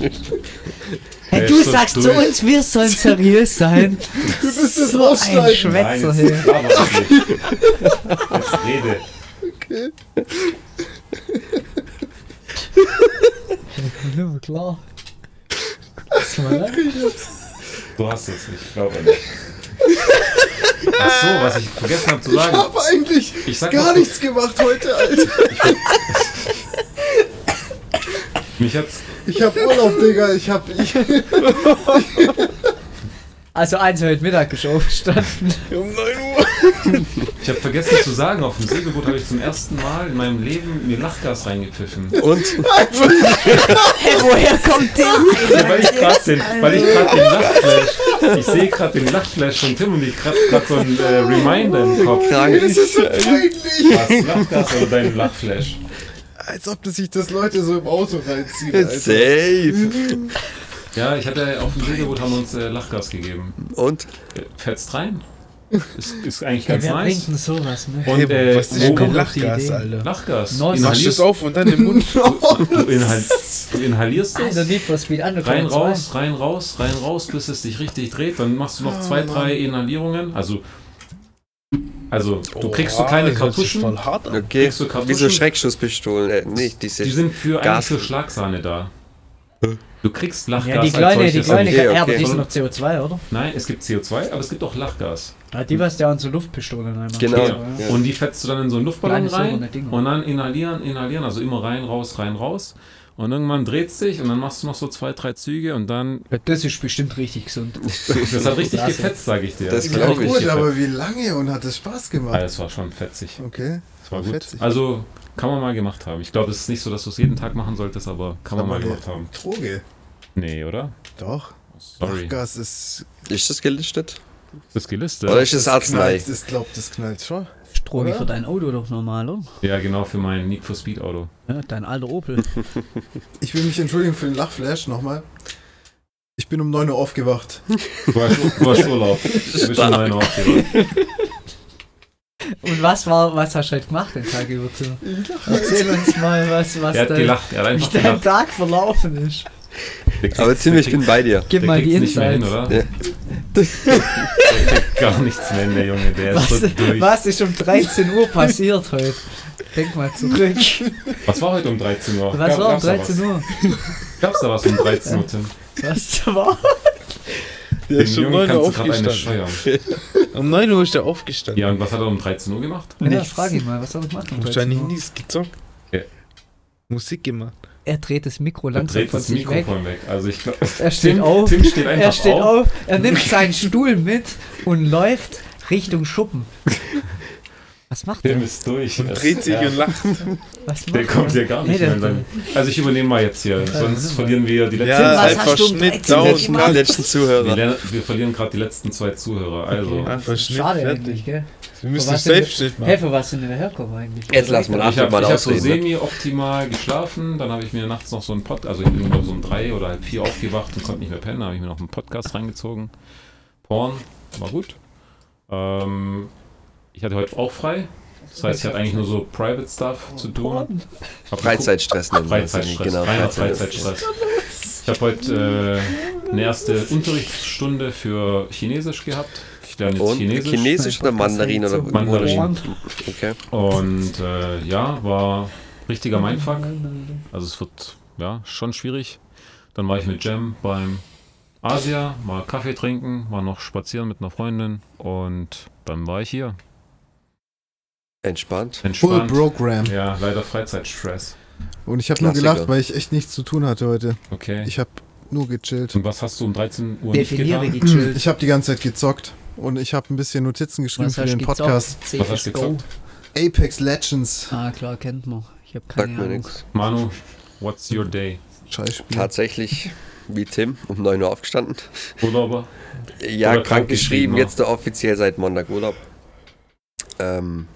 Speaker 4: hey,
Speaker 2: Der
Speaker 4: du
Speaker 2: ist so
Speaker 4: sagst zu
Speaker 2: durch.
Speaker 4: uns, wir sollen seriös sein.
Speaker 1: du bist das
Speaker 4: So ein
Speaker 1: Ausschneiden.
Speaker 2: Nein,
Speaker 4: Schwätzer
Speaker 2: jetzt
Speaker 4: hier.
Speaker 2: laber doch nicht. Jetzt rede.
Speaker 4: Ja, klar. Guck's mal an.
Speaker 2: Du hast es, ich glaube nicht. Ach so, was ich vergessen habe zu
Speaker 1: Ich
Speaker 2: sagen.
Speaker 1: habe eigentlich
Speaker 2: Ich sag
Speaker 1: gar
Speaker 2: noch-
Speaker 1: nichts gemacht heute, Alter.
Speaker 2: Mich hat's.
Speaker 1: Ich habe Urlaub, Digga. Ich habe <laughs> ich,
Speaker 4: Also eins heute Mittag ist aufgestanden.
Speaker 3: Um 9 Uhr.
Speaker 2: Ich habe vergessen zu sagen, auf dem Segelboot habe ich zum ersten Mal in meinem Leben mir Lachgas reingepfiffen.
Speaker 5: Und
Speaker 4: Hey, woher kommt der?
Speaker 2: Ja, weil ich gerade den, weil ich grad den Lachflash. Ich sehe gerade den Lachflash von Tim und ich gerade grad so ein äh, Reminder im Kopf.
Speaker 1: das
Speaker 5: krank.
Speaker 1: ist so peinlich.
Speaker 2: Was Lachgas oder dein Lachflash?
Speaker 1: Als ob das sich das Leute so im Auto reinziehen, Alter.
Speaker 5: Safe.
Speaker 2: Ja, ich hatte auf dem Segelboot haben wir uns äh, Lachgas gegeben.
Speaker 5: Und?
Speaker 2: Äh, Fährt's rein? Ist, ist eigentlich
Speaker 4: Hey,
Speaker 2: ganz
Speaker 4: wer bringt
Speaker 2: nice.
Speaker 4: denn sowas, ne?
Speaker 2: Und äh,
Speaker 3: was ist
Speaker 2: wo-
Speaker 3: denn
Speaker 4: kommt auf die
Speaker 3: Lachgas,
Speaker 4: Idee?
Speaker 3: Alter?
Speaker 2: Lachgas.
Speaker 4: Neus-
Speaker 3: Machst du
Speaker 2: Inhalierst,
Speaker 3: es auf und dann im Mund.
Speaker 2: du, inhal du inhalierst es.
Speaker 4: Also Need for Speed an,
Speaker 2: Rein, raus, rein, raus, rein, raus, bis es dich richtig dreht. Dann machst du
Speaker 3: Oh
Speaker 2: noch zwei, drei Inhalierungen. Also, also du kriegst so
Speaker 3: Oha,
Speaker 2: kleine
Speaker 3: Oh, das hört sich
Speaker 2: Kartuschen.
Speaker 3: Voll hart an.
Speaker 5: Okay,
Speaker 2: Kriegst du Kartuschen?
Speaker 5: wie so Schreckschusspistolen. Äh, nee, diese.
Speaker 2: Die sind für, eigentlich
Speaker 5: Gas.
Speaker 2: für Schlagsahne da.
Speaker 5: Hä?
Speaker 2: Du kriegst Lachgas
Speaker 4: Ja, die
Speaker 2: als
Speaker 4: kleine, die
Speaker 2: halt solches.
Speaker 4: kleine,
Speaker 5: Okay,
Speaker 4: ja, aber die
Speaker 5: okay.
Speaker 4: ist noch CO2, oder?
Speaker 2: Nein, es gibt CO2, aber es gibt auch Lachgas.
Speaker 4: Ja, die was der an so Luftpistolen einmal.
Speaker 5: Genau.
Speaker 2: Ja.
Speaker 5: Ja.
Speaker 2: Und die fetzt du dann in so einen Luftballon
Speaker 4: Kleine silberne
Speaker 2: rein
Speaker 4: Dinger.
Speaker 2: und dann inhalieren, inhalieren, also immer rein, raus, rein, raus. Und irgendwann dreht sich und dann machst du noch so zwei, drei Züge und dann.
Speaker 4: Ja, das ist bestimmt richtig gesund.
Speaker 2: Das hat richtig
Speaker 4: Klasse.
Speaker 2: gefetzt, sag ich dir.
Speaker 5: Das
Speaker 2: hat
Speaker 5: glaub
Speaker 2: richtig
Speaker 5: ich.
Speaker 1: gut,
Speaker 2: gefetzt.
Speaker 1: aber wie lange und hat es Spaß
Speaker 2: Ah,
Speaker 1: gemacht?
Speaker 2: das war schon fetzig.
Speaker 1: Okay.
Speaker 2: Das war gut.
Speaker 1: Fetzig.
Speaker 2: Also kann man mal gemacht haben. Ich glaube, es ist nicht so, dass du es jeden Tag machen solltest, aber kann man
Speaker 1: Aber
Speaker 2: mal
Speaker 1: ja.
Speaker 2: gemacht haben.
Speaker 1: Droge.
Speaker 2: Nee, oder?
Speaker 1: Doch.
Speaker 2: Sorry.
Speaker 1: Lachgas ist.
Speaker 5: Ist das gelistet?
Speaker 2: Das ist gelistet.
Speaker 5: Oder ist das
Speaker 1: knallt,
Speaker 5: Arznei?
Speaker 1: Das glaubt, das knallt schon.
Speaker 4: Droge
Speaker 3: Oder?
Speaker 4: für dein Auto doch normal, oder?
Speaker 2: Ja, genau, für mein Need for Speed Auto.
Speaker 4: Ja, dein alter Opel.
Speaker 1: Ich will mich entschuldigen für den Lachflash nochmal. Ich bin um 9 Uhr aufgewacht.
Speaker 2: Du hast, du hast Urlaub. Du bist schon
Speaker 5: Stark.
Speaker 2: alleine aufgeregt.
Speaker 4: <laughs> Und was war, was hast du halt gemacht den Tag über, Tim? Erzähl uns mal, was, was
Speaker 2: Er hat
Speaker 4: dein-
Speaker 2: gelacht, er hat
Speaker 4: wie
Speaker 2: einfach
Speaker 4: <laughs> dein
Speaker 2: gelacht.
Speaker 4: Tag verlaufen ist.
Speaker 2: Der
Speaker 5: Aber
Speaker 2: kriegt's-
Speaker 5: ziemlich, ich
Speaker 2: der
Speaker 5: bin bei dir.
Speaker 4: Gib
Speaker 2: Der
Speaker 4: mal die
Speaker 2: kriegt's nicht mehr hin,
Speaker 4: Insights.
Speaker 2: oder?
Speaker 5: Ja.
Speaker 2: Der kriegt gar nichts mehr hin, der Junge. Der ist
Speaker 4: Was,
Speaker 2: so durch.
Speaker 4: was ist um 13 Uhr passiert heute? Denk mal
Speaker 2: <laughs>
Speaker 4: zurück.
Speaker 2: Was war heute um 13 Uhr?
Speaker 4: Was war um 13
Speaker 2: Uhr?
Speaker 4: Uhr?
Speaker 2: Gab's da was um 13 Uhr, Tim?
Speaker 4: Was war?
Speaker 3: Der
Speaker 2: Den
Speaker 3: ist schon
Speaker 2: Jungen
Speaker 3: 9 Uhr
Speaker 2: kannst du gerade eine
Speaker 3: aufgestanden.
Speaker 2: scheuern.
Speaker 3: Um 9 Uhr ist er aufgestanden.
Speaker 2: Ja, und was hat er um 13 Uhr gemacht?
Speaker 4: <laughs> Ja,
Speaker 3: Nichts.
Speaker 4: frag ihn mal, was hat er gemacht? um 13
Speaker 3: Wahrscheinlich
Speaker 4: Uhr?
Speaker 3: nichts gezockt.
Speaker 2: Ja.
Speaker 3: Musik gemacht.
Speaker 4: Er dreht das Mikro
Speaker 2: Er
Speaker 4: langsam
Speaker 2: dreht
Speaker 4: von
Speaker 2: das
Speaker 4: sich weg.
Speaker 2: Mikrofon weg. Also ich glaube,
Speaker 4: Er steht
Speaker 2: Tim,
Speaker 4: auf.
Speaker 2: Tim steht einfach
Speaker 4: er steht
Speaker 2: auf.
Speaker 4: auf. er nimmt seinen Stuhl mit und läuft Richtung Schuppen. Was
Speaker 2: <laughs>
Speaker 4: macht
Speaker 2: Tim
Speaker 4: er?
Speaker 2: ist durch.
Speaker 3: Und dreht sich
Speaker 2: ja.
Speaker 3: und lacht.
Speaker 4: Was macht
Speaker 2: Der kommt ja gar
Speaker 4: Nee,
Speaker 2: nicht mehr
Speaker 4: der-
Speaker 2: in seinen. Also ich übernehme mal jetzt hier, sonst verlieren wir die letzten
Speaker 3: Ja,
Speaker 4: was hast
Speaker 3: einfach
Speaker 4: du um
Speaker 3: Schnitt,
Speaker 2: Oh,
Speaker 4: 13 Uhr
Speaker 3: down,
Speaker 4: gemacht?
Speaker 3: Cut.
Speaker 5: letzten
Speaker 2: Wir,
Speaker 5: Zuhörer.
Speaker 2: lernen- wir verlieren gerade die letzten zwei Zuhörer. Also,
Speaker 4: Okay.
Speaker 3: Einfach Schnitt,
Speaker 4: Schade
Speaker 3: fertig.
Speaker 4: eigentlich, gell?
Speaker 3: Wir müssen
Speaker 4: was sind wir-
Speaker 3: Safe-Schnitt
Speaker 4: Hä,
Speaker 3: machen.
Speaker 4: für was sind wir herkommen eigentlich?
Speaker 5: Jetzt lass mal ab.
Speaker 2: ich habe
Speaker 5: mal ne?
Speaker 2: hab so
Speaker 5: ausreden.
Speaker 2: semi-optimal geschlafen, dann habe ich mir nachts noch so einen Pod, also ich bin glaube so um drei oder halb vier aufgewacht und konnte nicht mehr pennen, da habe ich mir noch einen Podcast reingezogen. Porn, war gut. Ähm, ich hatte heute auch frei. Das heißt, ich hatte eigentlich nur so Private Stuff zu tun. Hab
Speaker 5: Freizeitstress nennen wir das
Speaker 2: Freizeitstress,
Speaker 5: eigentlich, Genau,
Speaker 2: reiner
Speaker 5: Freizeitstress.
Speaker 2: Freizeitstress. Ich habe heute äh, eine erste Unterrichtsstunde für Chinesisch gehabt. Ich lerne jetzt
Speaker 5: Und
Speaker 2: Chinesisch.
Speaker 5: Chinesisch oder Mandarin oder
Speaker 2: Mandarin.
Speaker 5: Okay.
Speaker 2: Und äh, ja, war richtiger Mindfuck. Also es wird ja schon schwierig. Dann war ich mit Jam beim Asia, mal Kaffee trinken, war noch spazieren mit einer Freundin und dann war ich hier.
Speaker 5: Entspannt.
Speaker 1: Full
Speaker 2: Entspannt.
Speaker 1: Program.
Speaker 2: Ja, leider Freizeitstress.
Speaker 1: Und ich habe nur
Speaker 5: Klassiker.
Speaker 1: gelacht, weil ich echt nichts zu tun hatte heute.
Speaker 2: Okay.
Speaker 1: Ich habe nur gechillt.
Speaker 2: und was hast du um 13 Uhr nicht
Speaker 4: Definiere
Speaker 2: getan?
Speaker 4: die Chills.
Speaker 1: Ich habe die ganze Zeit gezockt und ich habe ein bisschen Notizen geschrieben für den Podcast.
Speaker 2: Was hast du
Speaker 4: CSGO.
Speaker 2: gezockt?
Speaker 1: Apex Legends.
Speaker 4: Ah, klar, kennt man. Ich habe
Speaker 5: Sagt
Speaker 4: keine
Speaker 5: mir
Speaker 4: Ahnung.
Speaker 5: nichts.
Speaker 2: Manu, what's your day?
Speaker 1: Scheißspiel.
Speaker 5: Tatsächlich, wie Tim, um 9 Uhr aufgestanden.
Speaker 2: Urlauber?
Speaker 5: Ja,
Speaker 2: Oder
Speaker 5: krank
Speaker 2: krankgeschrieben,
Speaker 5: geschrieben,
Speaker 2: ja.
Speaker 5: jetzt da offiziell seit Montag Urlaub. Ähm,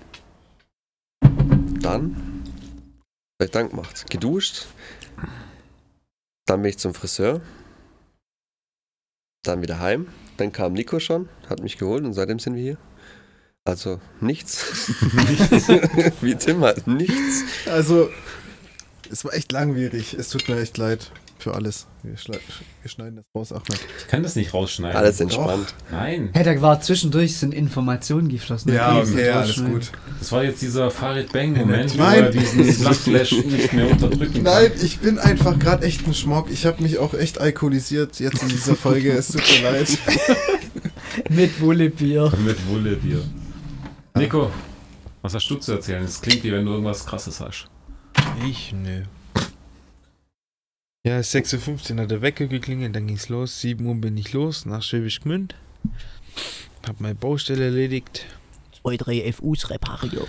Speaker 5: dann? Sei Dank gemacht. Geduscht. Dann bin ich zum Friseur. Dann wieder heim. Dann kam Nico schon, hat mich geholt und seitdem sind wir hier. Also nichts. <laughs> Wie Tim halt, nichts.
Speaker 1: Also, es war echt langwierig. Es tut mir echt leid für alles. Wir, schle- wir schneiden das raus, Ahmed.
Speaker 2: Ich kann das nicht rausschneiden.
Speaker 5: Alles entspannt.
Speaker 2: Nein.
Speaker 4: Hey, da war zwischendurch sind Informationen geflossen. Da geht's nicht rausschneiden.
Speaker 2: Das war jetzt dieser Farid Bang-Moment, wo
Speaker 1: Nein.
Speaker 2: er
Speaker 1: <laughs>
Speaker 2: diesen Lachflash nicht mehr unterdrücken
Speaker 1: Nein,
Speaker 2: kann.
Speaker 1: ich bin einfach gerade echt ein Schmock. Ich habe mich auch echt alkoholisiert jetzt in dieser Folge. Es tut mir leid.
Speaker 4: Mit Wullebier.
Speaker 2: Mit Wulle dir.
Speaker 1: Ah.
Speaker 2: Nico, was hast du zu erzählen? Es klingt wie wenn du irgendwas krasses hast.
Speaker 3: Ich, nö. Ja, 6.15 Uhr hat der Wecker geklingelt, dann ging's los. 7 Uhr bin ich los nach Schwäbisch Gmünd. Hab meine Baustelle erledigt.
Speaker 4: Zwei, drei FUs repariert.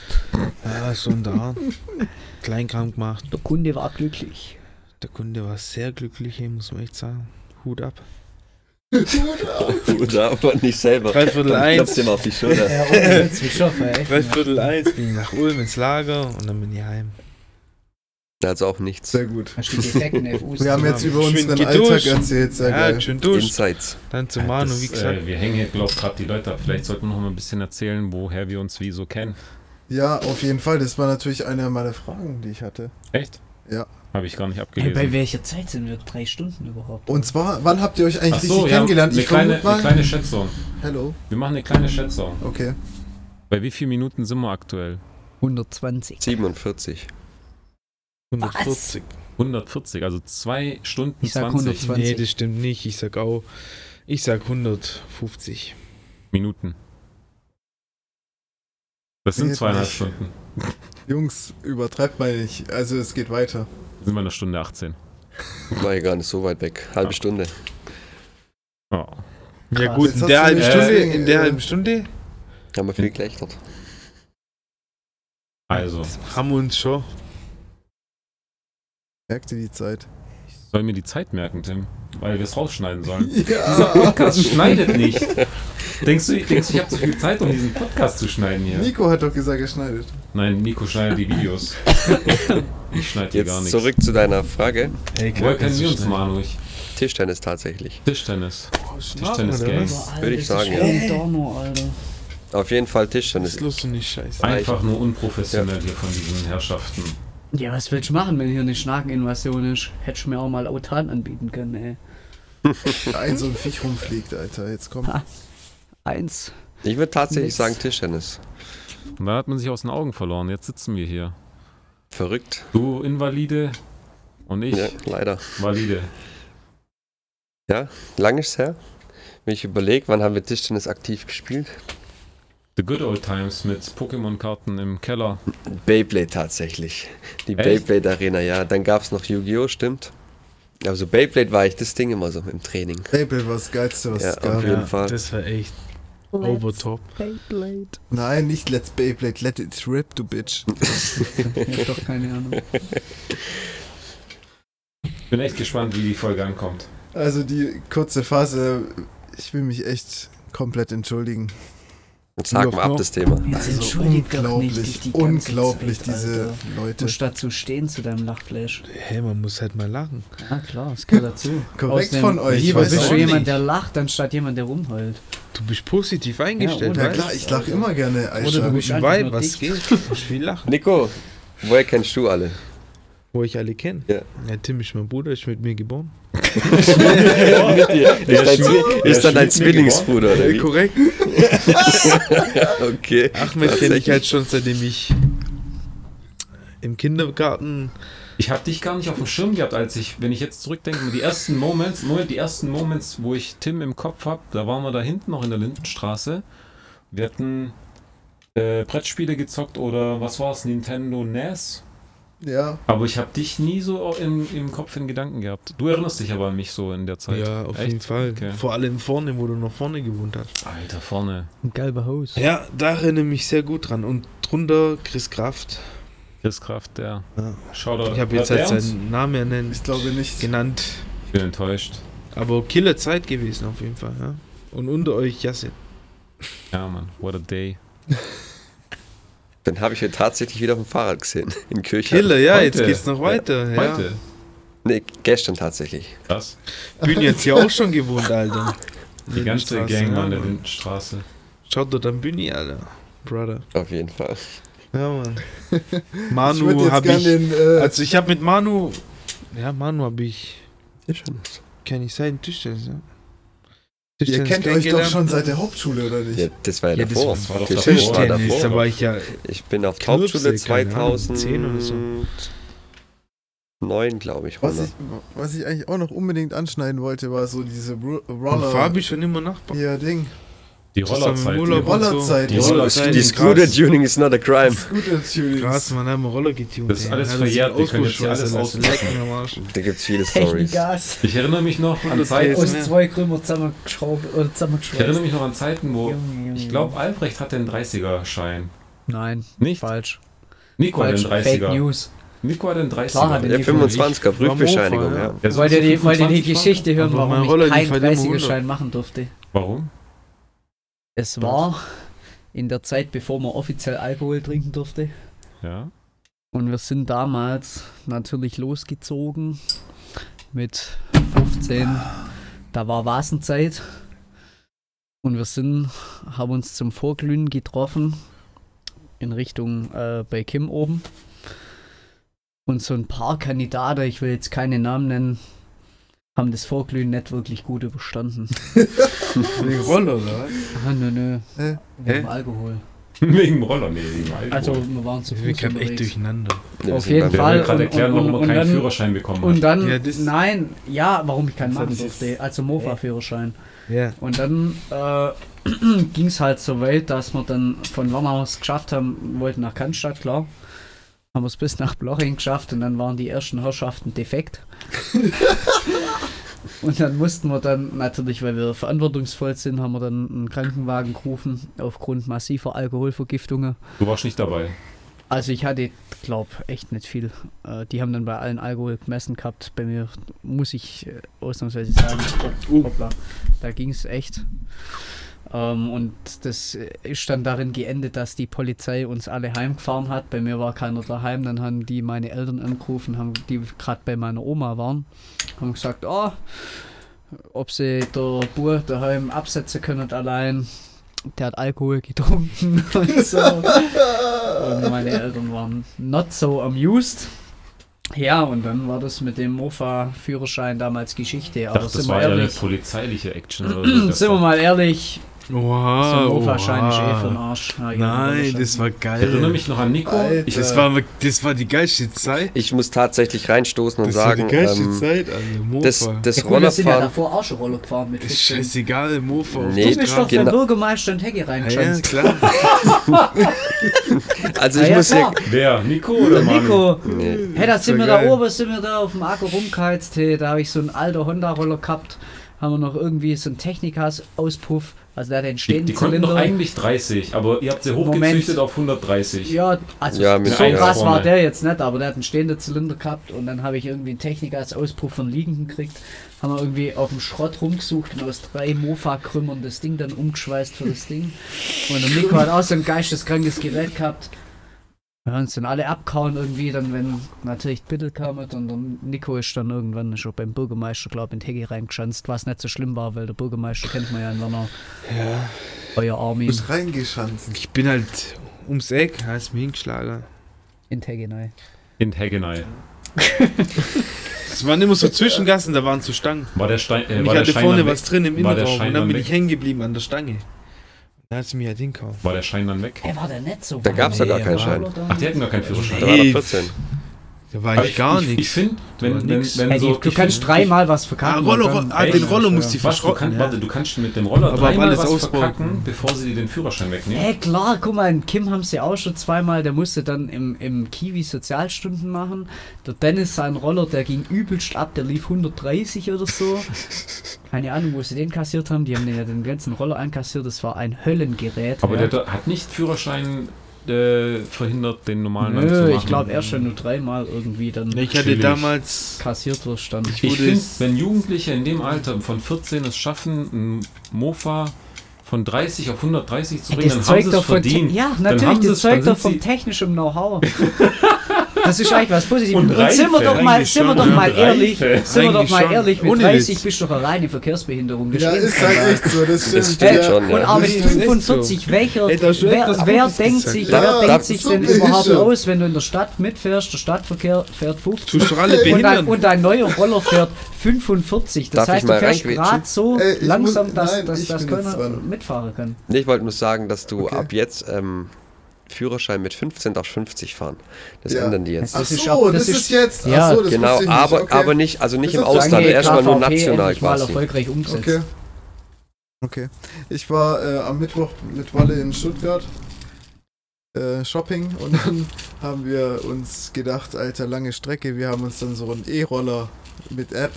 Speaker 3: Ja, so und <laughs> da. Kleinkram gemacht.
Speaker 4: Der Kunde war glücklich.
Speaker 3: Der Kunde war sehr glücklich, ey, muss man echt sagen. Hut ab.
Speaker 5: Oder aber nicht selber.
Speaker 3: Dreiviertel
Speaker 5: Dann klopft
Speaker 3: eins.
Speaker 5: ihm auf die Schulter.
Speaker 4: Ja, ohne Witz, wie schafft er, echt. ne?
Speaker 3: Dreiviertel eins ging ich nach Ulm ins Lager und dann bin ich heim.
Speaker 5: Also auch nichts.
Speaker 1: Sehr gut.
Speaker 4: Hast du die defekten FUs?
Speaker 1: Wir haben jetzt über
Speaker 3: Schön
Speaker 1: unseren
Speaker 3: geduscht.
Speaker 1: Alltag erzählt. Sehr
Speaker 3: Ja,
Speaker 1: geil.
Speaker 3: schön durch.
Speaker 5: Insights.
Speaker 3: Dann zu Manu,
Speaker 2: Das,
Speaker 3: wie gesagt.
Speaker 2: Äh, wir hängen hier, glaube ich, gerade die Leute ab. Vielleicht sollten wir noch mal ein bisschen erzählen, woher wir uns wie so kennen.
Speaker 1: Ja, auf jeden Fall. Das war natürlich eine meiner Fragen, die ich hatte.
Speaker 2: Echt?
Speaker 1: Ja.
Speaker 2: Habe ich gar nicht
Speaker 4: Hey,
Speaker 2: abgelesen.
Speaker 4: bei welcher Zeit sind wir? Drei Stunden überhaupt?
Speaker 1: Und zwar, wann habt ihr euch eigentlich
Speaker 2: Ach
Speaker 1: richtig
Speaker 2: so, ja,
Speaker 1: kennengelernt?
Speaker 2: eine,
Speaker 1: ich vermute
Speaker 2: kleine, eine
Speaker 1: mal.
Speaker 2: kleine Schätzung.
Speaker 1: Hello.
Speaker 2: Wir machen eine kleine Schätzung.
Speaker 1: Okay.
Speaker 2: Bei wie vielen Minuten sind wir aktuell?
Speaker 4: 120.
Speaker 5: 47.
Speaker 3: 140.
Speaker 2: 140, also 2 Stunden
Speaker 4: Ich sag
Speaker 2: 20
Speaker 4: 120.
Speaker 3: Nee, das stimmt nicht. Ich sag auch, ich sag 150.
Speaker 2: Minuten. Das sind
Speaker 1: Geht
Speaker 2: zweieinhalb
Speaker 1: nicht.
Speaker 2: Stunden.
Speaker 1: Jungs, übertreibt mal nicht. Also, es geht weiter.
Speaker 2: Da sind wir in der Stunde 18.
Speaker 5: War ja gar nicht so weit weg. Halbe
Speaker 2: Ja.
Speaker 5: Stunde.
Speaker 2: Oh.
Speaker 3: Ja
Speaker 4: Krass.
Speaker 3: gut,
Speaker 1: Jetzt
Speaker 3: in
Speaker 1: hast
Speaker 3: der
Speaker 1: du
Speaker 3: halben
Speaker 1: mich
Speaker 3: Stunde,
Speaker 1: deswegen,
Speaker 3: in der
Speaker 1: äh,
Speaker 3: halben Stunde
Speaker 5: Haben wir viel
Speaker 2: Hm.
Speaker 5: gelächelt.
Speaker 2: Also,
Speaker 3: haben wir uns schon.
Speaker 1: Merkt ihr die Zeit? <laughs>
Speaker 2: soll mir die Zeit merken, Tim, weil wir es rausschneiden sollen.
Speaker 1: Ja.
Speaker 2: Dieser Podcast schneidet nicht. Denkst du, denkst du ich habe zu viel Zeit, um diesen Podcast zu schneiden hier?
Speaker 1: Nico hat doch gesagt, er schneidet.
Speaker 2: Nein, Nico schneidet die Videos. Ich schneide hier gar
Speaker 5: Jetzt
Speaker 2: nichts.
Speaker 5: zurück zu deiner Frage.
Speaker 3: Ey,
Speaker 2: Woher
Speaker 3: Kacke,
Speaker 2: kennen
Speaker 3: so
Speaker 2: wir uns
Speaker 3: schnell.
Speaker 2: mal durch?
Speaker 5: Tischtennis tatsächlich.
Speaker 2: Tischtennis.
Speaker 3: oder
Speaker 2: Tischtennis-Gang.
Speaker 3: was?
Speaker 5: Würde ich sagen, ja.
Speaker 4: ja. Dorno, Alter.
Speaker 5: Auf jeden Fall
Speaker 3: Was ist
Speaker 5: Tischtennis.
Speaker 3: los und nicht scheiße?
Speaker 2: Einfach nur unprofessionell hier von diesen Herrschaften.
Speaker 4: Ja, was willst du machen, wenn hier eine Schnakeninvasion ist? Hättest du mir auch mal Autan anbieten können, ey.
Speaker 1: Ein so ein Viech rumfliegt, Alter. Jetzt komm.
Speaker 4: Eins.
Speaker 5: Ich würde tatsächlich
Speaker 4: Nix.
Speaker 5: sagen Tischtennis.
Speaker 2: Und da hat man sich aus den Augen verloren. Jetzt sitzen wir hier.
Speaker 5: Verrückt.
Speaker 2: Du Invalide und ich
Speaker 5: Ja, leider.
Speaker 2: Valide.
Speaker 5: Lang ist her. Wenn ich überlege, wann haben wir Tischtennis aktiv gespielt?
Speaker 2: The good old times mit Pokémon-Karten im Keller.
Speaker 5: Beyblade tatsächlich. Die
Speaker 2: Echt?
Speaker 5: Beyblade Arena, ja. Dann gab es noch Yu-Gi-Oh! stimmt. Also Beyblade war ich das Ding immer so im
Speaker 2: <laughs>
Speaker 5: Training.
Speaker 1: Fable war das Geilste, was
Speaker 5: Ja,
Speaker 1: es gab.
Speaker 5: auf jeden Fall.
Speaker 3: Das war echt overtop.
Speaker 1: Nein, nicht Let's Beyblade, let it rip, du Bitch.
Speaker 4: Ich hab doch keine Ahnung.
Speaker 2: Ich bin echt gespannt, wie die Folge ankommt.
Speaker 1: Also die kurze Phase, ich will mich echt komplett entschuldigen.
Speaker 5: Jetzt haken
Speaker 3: Wie
Speaker 5: wir
Speaker 3: oft
Speaker 5: ab
Speaker 3: noch?
Speaker 5: das Thema.
Speaker 4: Jetzt
Speaker 1: Also
Speaker 4: entschuldigt doch
Speaker 1: unglaublich,
Speaker 4: nicht dich die ganze
Speaker 1: unglaublich
Speaker 4: Zeit,
Speaker 1: diese
Speaker 4: Alter.
Speaker 1: Leute.
Speaker 4: Du statt zu stehen zu deinem Lachflash.
Speaker 3: Hey, man muss halt mal lachen.
Speaker 4: Ja, klar, das gehört dazu.
Speaker 1: Korrekt
Speaker 4: Außerdem
Speaker 1: von euch.
Speaker 4: Lieber
Speaker 3: weiß
Speaker 4: bist
Speaker 3: auch
Speaker 4: du
Speaker 3: nicht.
Speaker 4: jemand, der lacht, anstatt jemand, der rumheult.
Speaker 3: Du bist positiv eingestellt,
Speaker 4: Ja,
Speaker 1: Ja
Speaker 4: oder?
Speaker 3: weißt
Speaker 1: klar, ich lache immer gerne,
Speaker 4: Oder
Speaker 1: Aisha.
Speaker 4: du
Speaker 3: Mit
Speaker 4: bist
Speaker 3: dem
Speaker 4: einfach
Speaker 3: Vibe,
Speaker 4: nur
Speaker 3: was
Speaker 4: dicht.
Speaker 3: <laughs> geht? Du musst viel lachen.
Speaker 5: Nico, woher kennst du alle?
Speaker 3: Wo ich alle kenne.
Speaker 5: Ja.
Speaker 3: ja, Tim ist mein Bruder, ist mit mir geboren.
Speaker 5: Mit dir. Ist dein, Zwi-
Speaker 2: der
Speaker 5: ist dann dein
Speaker 2: schlägt mir
Speaker 5: Zwillingsbruder, oder wie?
Speaker 3: <laughs> korrekt.
Speaker 5: Okay.
Speaker 3: Ahmed kenne ich halt schon, seitdem ich im Kindergarten.
Speaker 2: Ich habe dich gar nicht auf dem Schirm gehabt, als ich, wenn ich jetzt zurückdenke, die ersten Moments, Moment, die ersten Moments, wo ich Tim im Kopf habe, da waren wir da hinten noch in der Lindenstraße. Wir hatten äh, Brettspiele gezockt oder was war's, Nintendo NES.
Speaker 1: Ja,
Speaker 2: Aber ich habe dich nie so im, im Kopf in Gedanken gehabt. Du erinnerst dich aber an mich so in der Zeit.
Speaker 3: Ja, auf
Speaker 2: Echt?
Speaker 3: jeden Fall.
Speaker 2: Okay.
Speaker 3: Vor allem vorne, wo du noch vorne gewohnt hast.
Speaker 2: Alter, vorne.
Speaker 4: Ein gelber Hose.
Speaker 3: Ja, da erinnere ich mich sehr gut dran. Und drunter Chris Kraft.
Speaker 2: Chris Kraft, der.
Speaker 3: Ja.
Speaker 2: Shoutout.
Speaker 3: Ich habe jetzt
Speaker 2: Hört
Speaker 3: halt
Speaker 2: der uns?
Speaker 3: seinen Namen ja nennen,
Speaker 1: ich glaube nicht.
Speaker 4: Genau,
Speaker 3: genannt.
Speaker 2: Ich bin enttäuscht.
Speaker 3: Aber killer Zeit gewesen auf jeden Fall. Ja. Und unter euch Yassin.
Speaker 2: Ja, Mann. What a day.
Speaker 5: Dann habe ich ihn tatsächlich wieder auf dem Fahrrad gesehen. <laughs> In Kirche.
Speaker 3: Killer, ja, jetzt
Speaker 2: Heute.
Speaker 3: geht's noch weiter. Ja.
Speaker 2: Heute.
Speaker 5: Nee, gestern tatsächlich.
Speaker 2: Krass.
Speaker 3: Bin jetzt hier auch schon gewohnt, Alter.
Speaker 2: <laughs> Die ganze
Speaker 3: Lindenstraße,
Speaker 2: Gang
Speaker 3: ja,
Speaker 2: war in der
Speaker 3: Mann.
Speaker 2: Lindenstraße.
Speaker 3: Schaut dort an Bühne, Alter. Brother.
Speaker 5: Auf jeden Fall.
Speaker 3: Ja, <laughs> Mann.
Speaker 1: ich würde
Speaker 3: Manu
Speaker 1: jetzt
Speaker 3: hab
Speaker 1: gerne
Speaker 3: ich.
Speaker 1: den, äh,
Speaker 3: Also ich hab mit Manu. Ja, Manu hab ich. Kann ich sein, Tischtennis, ja.
Speaker 1: ihr
Speaker 3: Tischtennis
Speaker 1: kennt euch doch
Speaker 3: kennengelernt.
Speaker 1: schon seit der Hauptschule, oder nicht?
Speaker 5: Ja, das war ja,
Speaker 3: Ja, das
Speaker 5: davor.
Speaker 2: war doch
Speaker 5: Tischtennis
Speaker 2: davor.
Speaker 5: war
Speaker 3: Tischtennis, da
Speaker 5: davor.
Speaker 3: war ich ja.
Speaker 5: Ich bin auf
Speaker 3: Knirpse,
Speaker 5: Hauptschule
Speaker 3: keine Ahnung, 10 oder so.
Speaker 5: 2009, glaube ich.
Speaker 1: Was
Speaker 5: runter.
Speaker 1: ich, was ich eigentlich auch noch unbedingt anschneiden wollte, war so diese Ru-
Speaker 3: Und
Speaker 1: Roller.
Speaker 3: Fabi schon immer Nachbar.
Speaker 1: Ja, Ding.
Speaker 2: Die
Speaker 3: Zusammen im
Speaker 2: Rollerzeit.
Speaker 3: Urlaub
Speaker 2: Urlaub.
Speaker 3: und so.
Speaker 1: Rollerzeit.
Speaker 2: Die Rollerzeit
Speaker 5: Die
Speaker 2: ist
Speaker 5: Scooter-Tuning is not a crime.
Speaker 1: Scooter
Speaker 3: Krass,
Speaker 1: Tunings.
Speaker 3: man haben wir Roller getunt.
Speaker 2: Das ist
Speaker 3: ey.
Speaker 2: alles
Speaker 3: Ja,
Speaker 2: verjährt, wir können jetzt hier
Speaker 3: Auspuff-
Speaker 2: alles
Speaker 3: also,
Speaker 2: auslassen.
Speaker 3: leck mir am Arsch.
Speaker 5: Da gibt es viele Stories.
Speaker 4: Technikgas.
Speaker 2: Ich erinnere mich noch an
Speaker 3: Alles
Speaker 2: Zeiten.
Speaker 3: Käse.
Speaker 4: Aus zwei Krümmer zusammengeschraubt oder
Speaker 2: Ich erinnere
Speaker 4: zusammengeschweißt.
Speaker 2: mich noch an Zeiten, wo ich glaube, Albrecht hatte einen 30er-Schein.
Speaker 4: Nein,
Speaker 2: Nicht?
Speaker 4: falsch.
Speaker 2: Nico hat einen
Speaker 4: Falsch. Fake
Speaker 2: 30er.
Speaker 4: News.
Speaker 2: Nico hat einen
Speaker 4: Klar hat er
Speaker 2: 30er.
Speaker 5: Der
Speaker 4: die
Speaker 5: 25er, Prüfbescheinigung,
Speaker 3: Mofa, ja.
Speaker 5: ja.
Speaker 2: Der ist
Speaker 4: wollt, ihr
Speaker 2: so
Speaker 4: die, wollt ihr die
Speaker 2: 25
Speaker 4: Geschichte hören,
Speaker 3: Aber mein
Speaker 4: warum
Speaker 3: Roller
Speaker 4: ich keinen
Speaker 3: liefert immer
Speaker 4: 30er-Schein machen durfte?
Speaker 2: war. Warum?
Speaker 4: Es war in der Zeit, bevor man offiziell Alkohol trinken durfte.
Speaker 2: Ja. <laughs>
Speaker 4: Und wir sind damals natürlich losgezogen mit 15. Da war Wasenzeit. Und wir sind, haben uns zum Vorglühen getroffen in Richtung äh, bei Kim oben. Und so ein paar Kandidaten, ich will jetzt keine Namen nennen, haben das Vorglühen nicht wirklich gut überstanden.
Speaker 3: <laughs> Wegen Roller, oder was?
Speaker 4: Ah, nö, nö.
Speaker 1: <laughs> Hä?
Speaker 4: Wegen
Speaker 3: Hä?
Speaker 4: Alkohol.
Speaker 2: Wegen dem Roller, nee, wegen Alkohol.
Speaker 4: Also, wir waren zu
Speaker 3: Wir
Speaker 4: Fuß
Speaker 3: kamen echt
Speaker 4: unterwegs.
Speaker 3: durcheinander.
Speaker 5: Wir
Speaker 4: Auf
Speaker 5: sind
Speaker 4: jeden
Speaker 5: beim-
Speaker 2: der will
Speaker 4: Fall
Speaker 2: gerade
Speaker 4: und-
Speaker 2: erklären,
Speaker 4: und-
Speaker 2: warum er
Speaker 4: und
Speaker 2: keinen
Speaker 4: dann-
Speaker 2: Führerschein bekommen hat.
Speaker 4: Und dann,
Speaker 3: Ja, das-
Speaker 4: nein, ja, warum ich keinen
Speaker 1: Das
Speaker 4: machen
Speaker 1: ist-
Speaker 4: durfte, also Mofa-Führerschein.
Speaker 3: Ja.
Speaker 4: Und dann äh, <clears throat> ging es halt so weit, dass wir dann von Warnau aus geschafft haben, wollten nach Cannstatt, klar. Haben wir es bis nach Bloching geschafft und dann waren die ersten Herrschaften defekt. und dann mussten wir dann, natürlich, weil wir verantwortungsvoll sind, haben wir dann einen Krankenwagen gerufen, aufgrund massiver Alkoholvergiftungen.
Speaker 2: Du warst nicht dabei.
Speaker 4: Also ich hatte, glaub, echt nicht viel. Äh, die haben dann bei allen Alkohol gemessen gehabt. Bei mir muss ich äh, ausnahmsweise sagen, hopp- hoppla, da ging es echt. Ähm, und das äh, ist dann darin geendet, dass die Polizei uns alle heimgefahren hat. Bei mir war keiner daheim. Dann haben die meine Eltern angerufen, haben, die gerade bei meiner Oma waren, haben gesagt, oh, ob sie der Bub daheim absetzen können allein. Der hat Alkohol getrunken <laughs> und so. Und meine Eltern waren not so amused. Ja, und dann war das mit dem Mofa-Führerschein damals Geschichte. Aber
Speaker 2: dachte,
Speaker 4: sind
Speaker 2: das
Speaker 4: wir
Speaker 2: war ja eine
Speaker 4: ehrlich,
Speaker 2: polizeiliche
Speaker 4: <clears throat>
Speaker 2: Action oder so.
Speaker 4: sind wir mal ehrlich, so
Speaker 3: Oha,
Speaker 4: ein Mofa-Schein ist eh für den
Speaker 3: oha.
Speaker 4: Arsch. Ja, genau,
Speaker 3: Oh, Nein,
Speaker 4: Mofa-Schein.
Speaker 3: das war
Speaker 2: Ich erinnere
Speaker 3: geil.
Speaker 2: mich noch an Nico.
Speaker 1: Alter.
Speaker 2: Ich, äh,
Speaker 3: Das war, das war die geilste Zeit.
Speaker 5: Ich muss tatsächlich reinstoßen und
Speaker 3: Das war die
Speaker 5: sagen,
Speaker 3: geilste
Speaker 5: ähm,
Speaker 3: Zeit, Alter. Mofa.
Speaker 5: das, das
Speaker 4: Ja, gut, wir sind ja
Speaker 5: Rollerfahren,
Speaker 4: davor auch schon Roller gefahren mit
Speaker 3: ist
Speaker 4: 15.
Speaker 3: scheißegal, Mofa. auf
Speaker 5: Nee,
Speaker 3: der
Speaker 4: Du bist doch
Speaker 3: Straße.
Speaker 4: der
Speaker 5: Genau.
Speaker 4: Bürgermeister in Hegge
Speaker 3: Ja,
Speaker 4: reingeschanzt.
Speaker 3: klar.
Speaker 2: <laughs>
Speaker 5: also
Speaker 4: Ah,
Speaker 5: ich
Speaker 4: ja,
Speaker 5: muss hier,
Speaker 4: klar.
Speaker 2: wer? Nico oder
Speaker 4: Der
Speaker 2: Manu?
Speaker 4: Nico.
Speaker 5: nee,
Speaker 4: Hey, da
Speaker 3: Das
Speaker 4: sind
Speaker 3: wär
Speaker 4: wir da
Speaker 3: geil.
Speaker 4: oben, sind wir da auf dem Acker rumgeheizt. Hey, da habe ich so einen alten Honda-Roller gehabt. Haben wir noch irgendwie so einen Technikas-Auspuff. Also der hat den
Speaker 2: Die,
Speaker 4: stehenden
Speaker 2: die konnten doch
Speaker 4: Zylinder.
Speaker 2: eigentlich 30, aber ihr habt sie
Speaker 4: Moment.
Speaker 2: hochgezüchtet auf 130.
Speaker 4: Ja, also
Speaker 5: Ja, mit
Speaker 4: so
Speaker 5: einer
Speaker 4: krass war
Speaker 2: vorne.
Speaker 4: der jetzt nicht, aber der hat einen stehenden Zylinder gehabt und dann habe ich irgendwie einen Techniker als Auspuff von liegenden gekriegt. Haben wir irgendwie auf dem Schrott rumgesucht und aus drei Mofa-Krümmern das Ding dann umgeschweißt für das Ding. Und der Nico hat auch so ein geisteskrankes Gerät gehabt. Wir haben uns dann alle abkauen irgendwie, dann wenn natürlich Bittel kam und dann Nico ist dann irgendwann schon beim Bürgermeister, glaube ich, in Hegge reingeschanzt, was nicht so schlimm war, weil der Bürgermeister kennt man ja in Werner,
Speaker 3: Ja,
Speaker 4: euer Armin,
Speaker 1: bist reingeschanzt.
Speaker 3: ich bin halt ums Eck, hast mich hingeschlagen.
Speaker 4: in Hegge neu.
Speaker 2: In Heggenei.
Speaker 3: Es waren immer so Zwischengassen, da waren so Stangen.
Speaker 2: War der Stein. Äh,
Speaker 3: Und ich
Speaker 2: war der
Speaker 3: hatte
Speaker 2: Schein
Speaker 3: vorne
Speaker 2: dann
Speaker 3: was
Speaker 2: weg?
Speaker 3: drin im
Speaker 2: war der
Speaker 3: Innenraum
Speaker 2: Schein
Speaker 3: und dann
Speaker 2: dann
Speaker 3: bin
Speaker 2: weg?
Speaker 3: ich hängen geblieben an der Stange. Da hat sie mir halt hingehauen.
Speaker 2: War der Schein dann weg?
Speaker 4: Hey, war der nicht so?
Speaker 5: da gab es ja gar
Speaker 3: Nee,
Speaker 5: keinen
Speaker 3: aber-
Speaker 5: Schein.
Speaker 2: Ach, die hatten gar keinen Führerschein.
Speaker 5: Da war
Speaker 3: Nee.
Speaker 5: doch 14.
Speaker 3: Da war
Speaker 2: Aber
Speaker 3: ich gar
Speaker 2: Ich, ich
Speaker 3: nichts.
Speaker 2: finde, wenn,
Speaker 3: War
Speaker 2: wenn,
Speaker 3: nix.
Speaker 2: wenn
Speaker 4: Hey,
Speaker 2: so.
Speaker 4: du
Speaker 2: ich-
Speaker 4: kannst dreimal was verkacken.
Speaker 3: Ah, Rollo,
Speaker 4: und dann-
Speaker 3: ah, den
Speaker 4: Echt?
Speaker 3: Rollo muss die
Speaker 2: Was, du
Speaker 3: verschrotten.
Speaker 2: kannst,
Speaker 3: ja.
Speaker 2: Warte, du kannst mit dem Roller
Speaker 3: Aber
Speaker 2: dreimal
Speaker 3: alles
Speaker 2: was
Speaker 3: ausbauen.
Speaker 2: verkacken, bevor sie dir den Führerschein wegnehmen.
Speaker 4: Hey, klar, guck mal, in Kim haben sie auch schon zweimal, der musste dann im, im Kiwi Sozialstunden machen. Der Dennis, sein Roller, der ging übelst ab, der lief 130
Speaker 2: <laughs>
Speaker 4: oder so. Keine Ahnung, wo sie den kassiert haben, die haben den ja den ganzen Roller einkassiert, das war ein Höllengerät.
Speaker 2: Aber
Speaker 4: ja.
Speaker 2: der hat nicht Führerschein äh, verhindert, den normalen dann zu
Speaker 4: Nö,
Speaker 2: machen.
Speaker 4: ich glaube erst, wenn du dreimal irgendwie dann
Speaker 3: Ja, ich hatte
Speaker 2: Chillig.
Speaker 3: damals.
Speaker 4: kassiert wirst, dann.
Speaker 2: Ich
Speaker 3: wurde
Speaker 2: finde,
Speaker 3: es-
Speaker 2: wenn Jugendliche in dem Alter von 14 es schaffen, ein Mofa von 30 auf 130 zu bringen, dann haben sie es
Speaker 4: von Te-
Speaker 2: verdient.
Speaker 4: Ja,
Speaker 2: Dann
Speaker 4: natürlich,
Speaker 2: haben sie
Speaker 4: das
Speaker 2: es- dann
Speaker 4: zeugt doch
Speaker 2: sind
Speaker 4: vom
Speaker 2: sie-
Speaker 4: technischen Know-how. Das ist eigentlich was Positives.
Speaker 2: Und
Speaker 4: Und, sind wir
Speaker 2: Reife.
Speaker 4: doch mal, sind wir
Speaker 3: Eigentlich
Speaker 4: doch
Speaker 3: schon,
Speaker 4: mal
Speaker 2: ja.
Speaker 4: ehrlich,
Speaker 2: Reife.
Speaker 4: sind wir doch
Speaker 3: Eigentlich
Speaker 4: mal
Speaker 3: schon.
Speaker 4: ehrlich, mit
Speaker 3: Ohne
Speaker 4: 30
Speaker 3: Witz.
Speaker 4: bist du doch eine reine Verkehrsbehinderung. das
Speaker 1: Ja,
Speaker 4: stimmt
Speaker 1: ist halt
Speaker 4: keiner.
Speaker 1: echt so, das stimmt.
Speaker 5: Das stimmt
Speaker 1: ja.
Speaker 5: schon,
Speaker 4: Und
Speaker 5: ja.
Speaker 4: auch mit
Speaker 3: Das ist echt so.
Speaker 4: 45, welcher,
Speaker 3: Ey, da ist schon
Speaker 4: wer,
Speaker 3: etwas
Speaker 4: wer
Speaker 3: anderes
Speaker 4: denkt
Speaker 3: gesagt,
Speaker 4: sich,
Speaker 5: ja.
Speaker 4: wer
Speaker 5: Ja,
Speaker 4: denkt
Speaker 5: das
Speaker 4: sich
Speaker 1: ist
Speaker 4: denn
Speaker 1: so
Speaker 4: überhaupt
Speaker 1: behindert.
Speaker 4: aus, wenn du in der Stadt mitfährst, der Stadtverkehr fährt 50
Speaker 3: Tust du alle
Speaker 4: und dein,
Speaker 3: behindern?
Speaker 4: und dein neuer Roller fährt 45. Das
Speaker 5: Darf ich
Speaker 4: heißt, du
Speaker 5: mal
Speaker 4: fährst
Speaker 5: reingrätschen?
Speaker 4: gerade so
Speaker 1: Ey, ich
Speaker 4: langsam,
Speaker 1: muss-
Speaker 4: dass,
Speaker 1: nein,
Speaker 4: dass,
Speaker 1: ich
Speaker 4: dass
Speaker 1: bin jetzt
Speaker 4: keiner
Speaker 1: dran.
Speaker 4: mitfahren kann.
Speaker 5: Nee, ich wollte nur sagen, dass du
Speaker 1: Okay.
Speaker 5: ab jetzt ähm, Führerschein mit 15 darfst 50 fahren. Das
Speaker 1: Ja.
Speaker 5: ändern die jetzt.
Speaker 1: Ach
Speaker 4: Das ist
Speaker 1: so,
Speaker 4: auch-
Speaker 1: das
Speaker 4: das ist-
Speaker 1: ist jetzt.
Speaker 4: ja,
Speaker 1: Ach so, das
Speaker 5: genau,
Speaker 1: wusste ich nicht.
Speaker 5: aber,
Speaker 1: okay.
Speaker 5: aber nicht, also nicht
Speaker 1: Das
Speaker 5: im
Speaker 1: ist
Speaker 5: Ausland,
Speaker 1: eigentlich
Speaker 5: erstmal nur
Speaker 4: KVP
Speaker 5: national
Speaker 4: endlich mal
Speaker 5: quasi.
Speaker 4: erfolgreich umgesetzt.
Speaker 1: Okay. Okay. Ich war äh, am Mittwoch mit Walle in Stuttgart äh, shopping und dann <laughs> haben wir uns gedacht, alter, lange Strecke, wir haben uns dann so einen E-Roller mit App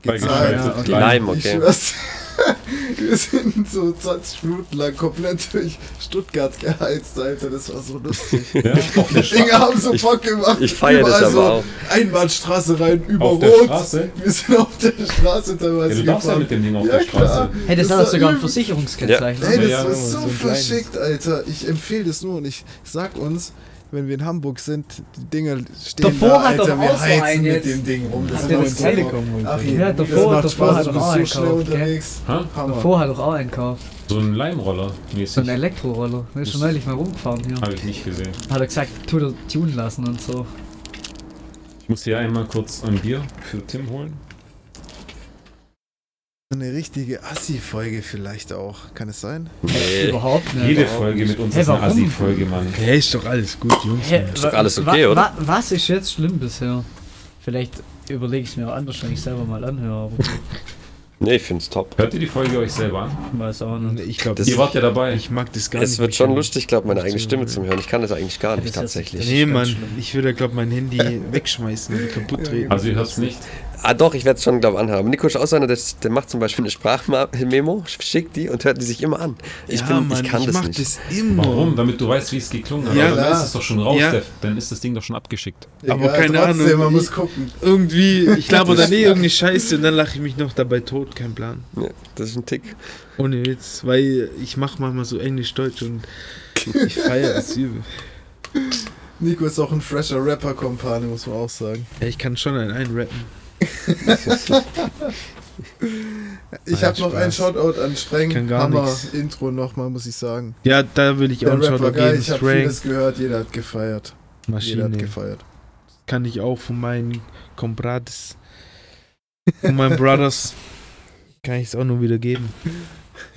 Speaker 1: gezahlt.
Speaker 2: Beigeschaltet.
Speaker 4: Ja, okay.
Speaker 2: Nein.
Speaker 5: Leim,
Speaker 1: Ich
Speaker 5: okay.
Speaker 1: schwör's. <laughs> Wir sind so 20 Minuten lang komplett durch Stuttgart geheizt, Alter. Das war so lustig.
Speaker 2: Ja, auf der
Speaker 1: Die
Speaker 2: Stra-
Speaker 1: Dinger haben so
Speaker 5: ich-
Speaker 1: Bock gemacht.
Speaker 5: Ich feiere das
Speaker 1: Überall
Speaker 5: aber
Speaker 1: so
Speaker 5: auch.
Speaker 1: Einbahnstraße rein, über
Speaker 2: Auf der
Speaker 1: Rot.
Speaker 2: Straße?
Speaker 1: Wir sind auf der Straße
Speaker 2: Ja,
Speaker 1: teilweise
Speaker 2: du darfst ja
Speaker 1: gefahren.
Speaker 2: mit dem Ding auf
Speaker 1: Also Ja,
Speaker 2: der Straße.
Speaker 1: klar.
Speaker 4: Hey, das,
Speaker 1: Das
Speaker 4: hat
Speaker 1: war
Speaker 4: sogar ein
Speaker 1: übel.
Speaker 4: Versicherungskennzeichen.
Speaker 1: Ey, das
Speaker 2: Ja,
Speaker 1: war
Speaker 3: ja,
Speaker 1: so
Speaker 3: so ein kleines.
Speaker 1: verschickt, Alter. Ich empfehle das nur und ich sag uns, wenn wir in Hamburg sind, die Dinger stehen
Speaker 4: Davor
Speaker 1: da,
Speaker 4: hat
Speaker 1: Alter,
Speaker 4: doch auch
Speaker 1: wir
Speaker 4: so
Speaker 1: heizen
Speaker 4: einen
Speaker 1: mit
Speaker 4: jetzt.
Speaker 1: dem Ding rum.
Speaker 4: Hat
Speaker 1: Das
Speaker 4: der
Speaker 1: macht
Speaker 4: das
Speaker 1: Spaß.
Speaker 4: Telekom
Speaker 1: Ach,
Speaker 4: Ja,
Speaker 1: ja,
Speaker 4: davor-
Speaker 1: davor, das
Speaker 4: davor
Speaker 1: macht Spaß,
Speaker 4: hat
Speaker 1: du
Speaker 4: er
Speaker 1: bist
Speaker 4: auch
Speaker 1: so
Speaker 4: gekauft,
Speaker 1: schnell
Speaker 4: gell?
Speaker 1: unterwegs.
Speaker 2: Ha?
Speaker 1: Hammer.
Speaker 4: Davor hat er auch einen gekauft.
Speaker 2: So ein Leimroller
Speaker 4: So ein
Speaker 2: mäßig.
Speaker 4: Elektroroller. Der ist schon neulich mal rumgefahren hier.
Speaker 2: Habe ich nicht gesehen.
Speaker 4: Hat er gesagt, tu dir tun lassen und so.
Speaker 2: Ich muss hier einmal kurz ein Bier für Tim holen.
Speaker 1: Eine richtige Assi-Folge vielleicht auch. Kann es sein?
Speaker 4: Hey, überhaupt nicht.
Speaker 2: Jede Folge mit uns
Speaker 4: Hey,
Speaker 2: ist eine
Speaker 4: warum?
Speaker 2: Assi-Folge, Mann.
Speaker 3: Ja, ist doch alles gut, Jungs.
Speaker 4: Hä,
Speaker 5: doch
Speaker 4: wa-
Speaker 5: alles okay,
Speaker 4: wa-
Speaker 5: oder?
Speaker 4: wa- was ist jetzt schlimm bisher? Vielleicht überlege ich es mir auch anders, wenn ich selber mal anhöre, aber
Speaker 5: Nee, ich find's top.
Speaker 2: Hört ihr die Folge euch selber an?
Speaker 4: ich weiß auch nicht.
Speaker 3: Ich glaube,
Speaker 5: Das-
Speaker 2: Ihr wart ja dabei.
Speaker 3: ich mag das gar nicht.
Speaker 5: Es wird schon
Speaker 3: mich-
Speaker 5: lustig, glaube meine
Speaker 3: Nicht
Speaker 5: eigene
Speaker 3: so,
Speaker 5: Stimme
Speaker 3: ja.
Speaker 5: zum Hören. Ich kann das eigentlich gar nicht
Speaker 4: Das hört sich-
Speaker 5: tatsächlich.
Speaker 3: Nee,
Speaker 4: Ganz
Speaker 3: Mann,
Speaker 4: schlimm.
Speaker 3: ich würde, glaube mein Handy wegschmeißen und kaputt drehen.
Speaker 2: Also ihr hört es nicht.
Speaker 5: Ah doch, ich werde es schon, glaube ich, anhören. Aber Nico ist auch so einer, der, der macht zum Beispiel eine Sprachmemo, schickt die und hört die sich immer an. Ich, bin, ich kann das
Speaker 6: mach
Speaker 5: nicht.
Speaker 6: das immer.
Speaker 2: Warum? Damit du weißt, wie es geklungen hat.
Speaker 6: Ja,
Speaker 2: Aber dann
Speaker 1: klar.
Speaker 2: ist es doch schon raus,
Speaker 6: Ja.
Speaker 2: Def. Dann ist das Ding doch schon abgeschickt.
Speaker 6: Aber keine Ahnung,
Speaker 1: trotzdem, Man
Speaker 6: wie-
Speaker 1: muss gucken.
Speaker 3: Irgendwie, ich laber dann eh irgendeine Scheiße und dann lache ich mich noch dabei tot, kein Plan.
Speaker 5: Ja, das ist ein Tick.
Speaker 3: Ohne Witz, weil Oh ich mache manchmal so Englisch-Deutsch und ich feiere das übel.
Speaker 1: Nico ist auch ein fresher Rapper-Kompane, muss man auch sagen.
Speaker 3: Ja, ich kann schon einen einrappen.
Speaker 1: Ich
Speaker 3: Ja,
Speaker 1: habe noch
Speaker 3: Spaß.
Speaker 1: einen Shoutout an
Speaker 3: Ich kann
Speaker 1: Streng.
Speaker 3: gar
Speaker 1: Hammer
Speaker 3: nix.
Speaker 1: Intro nochmal, muss ich sagen.
Speaker 3: Ja, da will ich auch
Speaker 1: Der
Speaker 3: einen
Speaker 1: Rapper
Speaker 3: Shoutout
Speaker 1: geil,
Speaker 3: geben.
Speaker 1: ich habe vieles
Speaker 3: Strength,
Speaker 1: gehört, jeder hat gefeiert. Jeder hat
Speaker 3: Maschine.
Speaker 1: gefeiert.
Speaker 3: Kann ich auch von meinen Comrades, von meinen
Speaker 1: <laughs>
Speaker 3: Brothers, kann ich es auch nur wieder geben.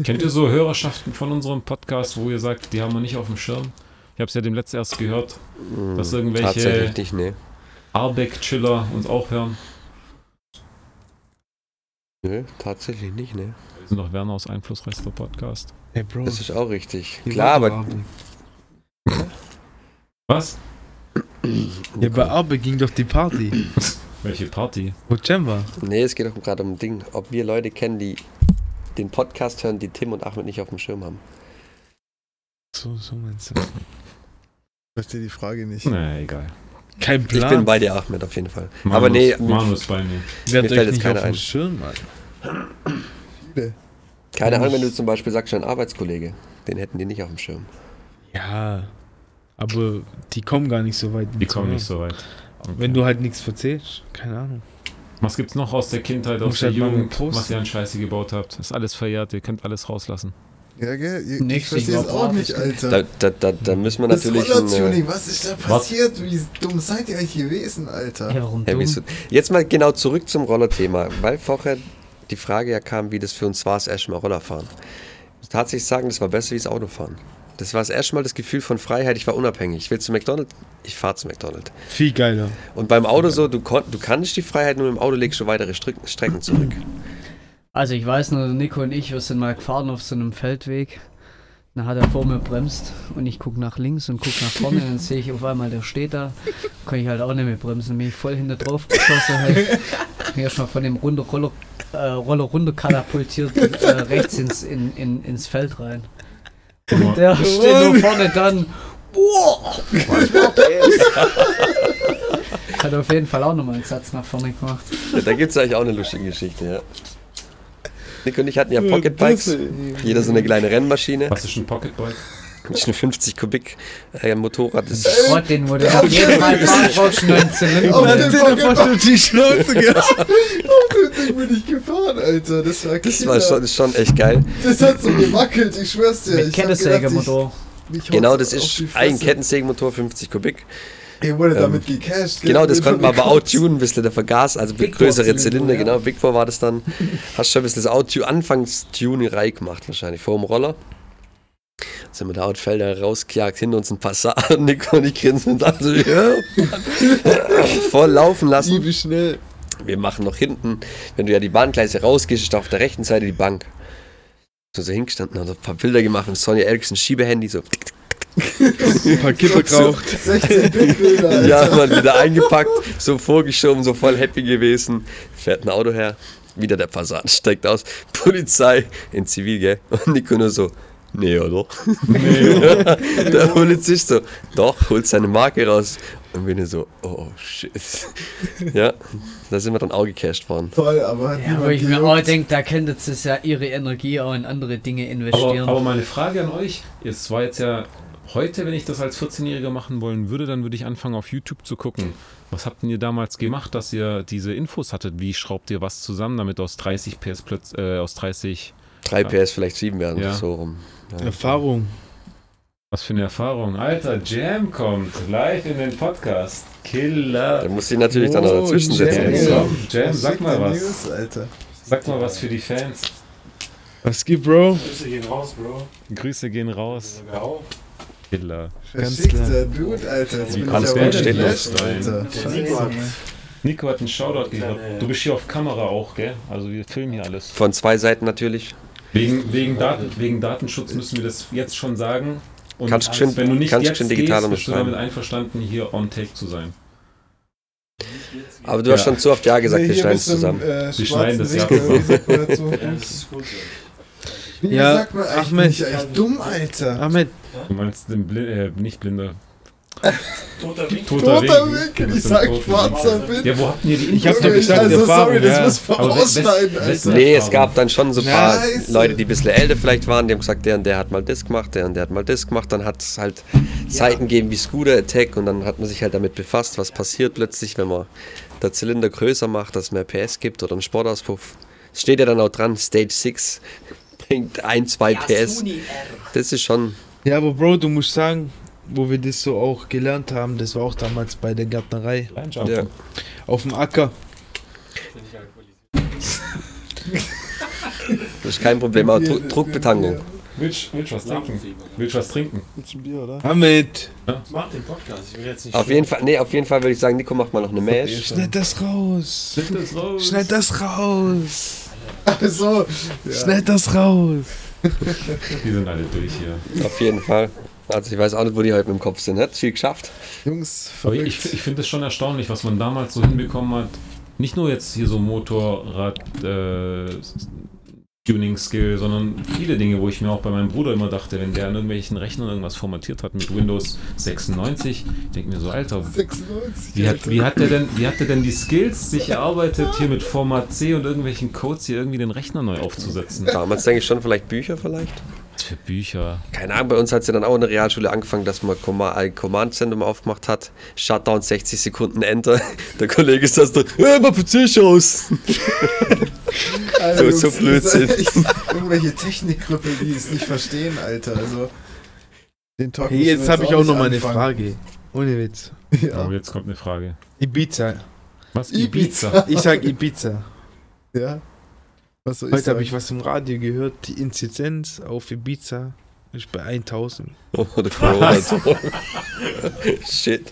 Speaker 2: Kennt ihr so Hörerschaften von unserem Podcast, wo ihr sagt, die haben wir nicht auf dem Schirm? Ich habe es ja dem letzten erst gehört,
Speaker 5: Hm,
Speaker 2: dass irgendwelche
Speaker 5: Tatsächlich nicht, ne. nee.
Speaker 2: Arbeck-Chiller uns auch hören.
Speaker 5: Nö, tatsächlich nicht, nee.
Speaker 2: Wir sind doch Werner aus Einflussreichster Podcast.
Speaker 3: Hey Bro,
Speaker 5: Das ist auch richtig.
Speaker 3: ihr
Speaker 5: Klar,
Speaker 3: wart
Speaker 5: aber.
Speaker 3: bei Arbe.
Speaker 2: Was?
Speaker 3: Ja, bei Arbe ging doch die Party.
Speaker 2: Welche Party?
Speaker 3: Wo Cem war.
Speaker 5: Nee, es geht doch gerade um ein Ding, ob wir Leute kennen, die den Podcast hören, die Tim und Ahmed nicht auf dem Schirm haben.
Speaker 3: So, so meinst du.
Speaker 1: Verstehe die Frage nicht.
Speaker 2: Na, egal.
Speaker 3: Kein
Speaker 5: Ich
Speaker 3: Plan.
Speaker 5: bin bei dir, Ahmed, auf jeden Fall. aber nee,
Speaker 2: Manu ist bei mir.
Speaker 3: Wer
Speaker 5: mir fällt
Speaker 3: hat euch
Speaker 5: jetzt
Speaker 3: nicht
Speaker 5: keiner
Speaker 3: auf dem
Speaker 5: ein.
Speaker 3: Schirm, Alter?
Speaker 5: keine Ahnung, wenn du zum Beispiel sagst, schon ein Arbeitskollege, den hätten die nicht auf dem Schirm.
Speaker 3: Ja, aber die kommen gar nicht so weit.
Speaker 2: Die kommen nicht so weit.
Speaker 3: Wenn du halt nichts verzehrst, keine Ahnung.
Speaker 2: Was gibt's noch aus der Kindheit,
Speaker 3: Muss
Speaker 2: aus der
Speaker 3: halt mal mit
Speaker 2: Jugend,
Speaker 3: posten.
Speaker 2: was ihr an Scheiße gebaut habt? Ist alles verjährt, ihr könnt alles rauslassen.
Speaker 1: Ja, gell? Ich, ich
Speaker 4: Nächste
Speaker 1: verstehe es
Speaker 4: Woche
Speaker 1: auch
Speaker 4: Party.
Speaker 1: nicht, Alter.
Speaker 5: Da, da, da, da müssen wir
Speaker 1: Das
Speaker 5: natürlich. ein, äh,
Speaker 1: Rollertuning, was ist da passiert? Wie dumm seid ihr eigentlich gewesen, Alter?
Speaker 4: warum
Speaker 5: Heavy Suit. Jetzt mal genau zurück zum Rollerthema, weil vorher die Frage ja kam, wie das für uns war, das erste Mal Rollerfahren. Ich muss tatsächlich sagen, das war besser wie das Autofahren. Das war das erste Mal das Gefühl von Freiheit, ich war unabhängig. Ich will zu McDonald's, ich fahre zu McDonald's.
Speaker 3: Viel geiler.
Speaker 5: Und beim Auto so, du, kon- du kannst die Freiheit, nur im Auto legst du weitere Strick-
Speaker 1: <laughs>
Speaker 5: Strecken zurück.
Speaker 4: Also ich weiß nur, Nico und ich, wir sind mal gefahren auf so einem Feldweg. Dann hat er vor mir bremst und ich gucke nach links und gucke nach vorne und dann sehe ich auf einmal, der steht da. Kann ich halt auch nicht mehr bremsen, bin ich voll hinter drauf geschossen. Halt. Bin erstmal von dem Runde Roller, äh, Roller runter katapultiert äh, rechts ins, in, in, ins Feld rein. Und der steht nur vorne dann. Boah, was war das? Hat auf jeden Fall auch nochmal einen Satz nach vorne gemacht.
Speaker 5: Ja, da gibt es eigentlich auch eine lustige Geschichte, ja. Nick und ich hatten
Speaker 1: Hm,
Speaker 5: ja Pocketbikes. Jeder so eine kleine Rennmaschine.
Speaker 2: Was ist ein Pocketbike?
Speaker 5: Das ist ein 50 Kubik äh, Motorrad. Das ist
Speaker 4: Schrott, den wurde auf jeden Fall brauchst du einen
Speaker 1: Auf
Speaker 4: Zylinder.
Speaker 1: dem Pokémon
Speaker 3: die
Speaker 1: <laughs>
Speaker 3: Schnauze gehabt.
Speaker 1: bin oh, ich gefahren, Alter. Das war,
Speaker 5: das war schon, ist schon echt geil.
Speaker 1: Das hat so gewackelt, ich schwör's dir.
Speaker 4: Mit
Speaker 1: Ich hab gedacht, ich-
Speaker 4: Kettensägemotor.
Speaker 1: ich hau's
Speaker 5: Genau, das
Speaker 1: auf
Speaker 5: ist
Speaker 1: die
Speaker 5: ein
Speaker 1: Fresse.
Speaker 5: Kettensägenmotor, 50 Kubik.
Speaker 1: Ihr wurde
Speaker 5: Ähm,
Speaker 1: damit gecasht.
Speaker 5: Genau, das konnte man aber
Speaker 1: outtunen.
Speaker 5: outtunen, ein bisschen der Vergas, also
Speaker 4: Big Four
Speaker 5: größere
Speaker 4: Zylinder,
Speaker 5: Zylinder,
Speaker 4: ja.
Speaker 5: genau, Big Four war das dann. Hast schon ein bisschen das Outtune, Anfangstunerei gemacht wahrscheinlich, vor dem Roller. Sind wir da auf Felder rausgejagt, hinter uns ein Passat, <laughs> Nico und ich grinsen und dann so, ja, <laughs> voll laufen lassen.
Speaker 3: Wie schnell.
Speaker 5: Wir machen noch hinten, wenn du ja die Bahngleise rausgehst, ist da auf der rechten Seite die Bank. So, so hingestanden, haben so ein paar Bilder gemacht mit Sonja Eriksson Schiebehandy, so
Speaker 3: Ein paar Kippe geraucht.
Speaker 1: 16-Bit-Bilder,
Speaker 3: <laughs>
Speaker 1: Alter.
Speaker 5: Ja, man wieder eingepackt, so vorgeschoben, so voll happy gewesen. Fährt ein Auto her, wieder der Passat, steigt aus. <laughs> Polizei in Zivil, gell? Und Nico nur so, nee, oder? <laughs> der Polizist so, doch, holt seine Marke raus. Und wir nur so, oh shit. Ja, da sind wir dann auch gecasht worden.
Speaker 1: Toll, aber hat
Speaker 4: Ja, wo
Speaker 1: niemand
Speaker 4: ich mir auch
Speaker 1: gejuckt.
Speaker 4: denke, da könnte es ja ihre Energie auch in andere Dinge
Speaker 2: Aber,
Speaker 4: investieren.
Speaker 2: aber meine Frage an euch, es war jetzt ja heute, wenn ich das als 14-Jähriger machen wollen würde, dann würde ich anfangen auf YouTube zu gucken. Was habt denn ihr damals gemacht, dass ihr diese Infos hattet? Wie schraubt ihr was zusammen, damit aus 30 PS plötzlich, äh, aus 30,
Speaker 5: 3 PS, vielleicht 7 werden,
Speaker 2: Ja.
Speaker 5: so rum. Ja.
Speaker 3: <laughs> Erfahrung.
Speaker 2: was für eine Erfahrung? Alter, Jam kommt live in den Podcast. Killer.
Speaker 5: Da muss ich natürlich dann
Speaker 3: Oh,
Speaker 5: noch dazwischen
Speaker 2: Jam,
Speaker 5: setzen.
Speaker 1: Jam.
Speaker 5: So.
Speaker 2: komm, Jam, sag mal
Speaker 1: Fake
Speaker 2: was.
Speaker 1: News, Alter.
Speaker 2: Sag mal was für die Fans.
Speaker 3: Was gibt, Bro?
Speaker 6: Grüße gehen raus, Bro.
Speaker 2: Grüße gehen raus.
Speaker 6: Sogar auf.
Speaker 2: Killer.
Speaker 3: Ganz
Speaker 1: Verschickter Dude, Alter. Jetzt
Speaker 2: Wie
Speaker 1: bin ich
Speaker 2: kannst
Speaker 1: aber
Speaker 2: du denn
Speaker 1: geflasht,
Speaker 2: stehen lassen?
Speaker 1: Alter.
Speaker 6: Der Nico hat
Speaker 2: Nico hat einen Shoutout gegeben.
Speaker 6: Kleine-
Speaker 2: Du bist hier auf Kamera auch, gell? Also wir filmen hier alles.
Speaker 5: Von zwei Seiten natürlich.
Speaker 2: Wegen, wegen, Daten, wegen Datenschutz müssen wir das jetzt schon sagen. Und
Speaker 5: Kannst geschwind-
Speaker 2: wenn du nicht
Speaker 5: kannst
Speaker 2: jetzt
Speaker 5: geschwind digital
Speaker 2: gehst, bist du
Speaker 5: unterschreiben.
Speaker 2: damit einverstanden, hier on take zu sein.
Speaker 5: Aber du hast
Speaker 2: Ja.
Speaker 5: schon zu oft Ja gesagt, wir
Speaker 1: hier
Speaker 5: schneiden
Speaker 1: mit
Speaker 5: es
Speaker 1: so einem,
Speaker 5: zusammen.
Speaker 1: Äh,
Speaker 2: Wir schneiden das, ja.
Speaker 1: schwarzen Winkel, wie sagt man dazu?
Speaker 6: Ja, das
Speaker 2: <laughs>
Speaker 6: ist gut so.
Speaker 1: Wie
Speaker 3: Ja,
Speaker 1: sagt man eigentlich
Speaker 3: Ahmed.
Speaker 1: nicht? Eigentlich dumm, Alter.
Speaker 3: Ahmed,
Speaker 2: Du meinst den Bli äh, nicht blinder.
Speaker 6: Toter Winkel.
Speaker 2: Toter Winkel.
Speaker 1: Winkel,
Speaker 2: Das
Speaker 1: ich
Speaker 2: ist ein
Speaker 1: sag
Speaker 2: toter
Speaker 1: schwarzer Winkel.
Speaker 2: Ja, wo habt ihr die
Speaker 3: Ich hab
Speaker 2: Infos
Speaker 3: doch
Speaker 2: her?
Speaker 3: gesagt,
Speaker 1: also,
Speaker 3: Erfahrung,
Speaker 1: sorry, das
Speaker 3: ja.
Speaker 1: muss man
Speaker 2: Aber West-
Speaker 1: ausschneiden, <laughs>
Speaker 2: West-
Speaker 1: Alter.
Speaker 5: Nee, es gab dann schon so ein paar
Speaker 1: Scheiße.
Speaker 5: Leute, die ein bisschen älter vielleicht waren, die haben gesagt, der und der hat mal das gemacht, der und der hat mal das gemacht. Dann hat es halt Zeiten gegeben wie Scooter Attack und dann hat man sich halt damit befasst, was passiert plötzlich, wenn man der Zylinder größer macht, dass es mehr PS gibt oder einen Sportauspuff. Es steht ja dann auch dran, Stage 6 bringt 1, 2 PS. Das ist schon,
Speaker 3: Ja, aber Bro, du musst sagen, wo wir das so auch gelernt haben, das war auch damals bei der Gärtnerei,
Speaker 5: ja.
Speaker 3: auf dem Acker.
Speaker 5: das ist kein Problem, aber Dru Druckbetankung.
Speaker 2: Willst willst du was trinken? Willst du was trinken?
Speaker 1: Willst du ein Bier, oder?
Speaker 3: Ahmed,
Speaker 6: Mach den Podcast, ich will jetzt nicht.
Speaker 5: Auf jeden Fall, nee, auf jeden Fall würde ich sagen, Nico macht mal noch eine Mesh.
Speaker 3: schneid das raus.
Speaker 2: das raus.
Speaker 3: Schneid das raus.
Speaker 1: Also,
Speaker 3: Schneid das raus.
Speaker 2: Die sind alle durch hier.
Speaker 5: Auf jeden Fall. Also ich weiß auch nicht, wo die heute mit dem Kopf sind. Hat viel geschafft.
Speaker 1: Jungs,
Speaker 2: Aber
Speaker 1: verrückt. <laughs>
Speaker 2: ich, ich finde es schon erstaunlich, was man damals so hinbekommen hat. Nicht nur jetzt hier so Motorrad-Tuning-Skill, sondern viele Dinge, wo ich mir auch bei meinem Bruder immer dachte, wenn der an irgendwelchen Rechnern irgendwas formatiert hat mit Windows 96, ich denke mir so, Alter,
Speaker 1: 96,
Speaker 2: wie hat,
Speaker 1: Alter.
Speaker 2: wie, hat der denn, wie hat der denn die Skills sich erarbeitet, hier mit Format C und irgendwelchen Codes hier irgendwie den Rechner neu aufzusetzen?
Speaker 5: Damals denke ich schon vielleicht Bücher vielleicht.
Speaker 2: Was für Bücher.
Speaker 5: Keine Ahnung, bei uns hat sie dann auch in der Realschule angefangen, dass man Com ein Command-Zentrum aufgemacht hat. Shutdown 60 Sekunden Enter. <laughs> Der Kollege ist das so, hey, mach PC aus. <laughs>
Speaker 1: Alter,
Speaker 5: so
Speaker 1: Jungs,
Speaker 5: Blödsinn.
Speaker 1: das
Speaker 5: <laughs>
Speaker 1: ist <laughs> echt Irgendwelche Technikkrüppel, die es nicht verstehen, Alter. Also, den Talk
Speaker 3: Hey,
Speaker 1: müssen wir
Speaker 3: jetzt habe ich
Speaker 1: auch
Speaker 3: auch
Speaker 1: nicht
Speaker 3: noch mal eine <laughs>
Speaker 1: anfangen.
Speaker 3: Frage. Ohne Witz.
Speaker 2: Oh,
Speaker 1: Ja.
Speaker 2: jetzt kommt eine Frage.
Speaker 3: Ibiza.
Speaker 2: Was?
Speaker 1: Ibiza.
Speaker 3: Ich sag Ibiza.
Speaker 1: Ja. Was soll ich
Speaker 3: Heute
Speaker 1: sagen?
Speaker 3: habe ich was im Radio gehört. Die Inzidenz auf Ibiza ist bei 1000.
Speaker 5: Oder Corona. so. Oh, <laughs> Shit.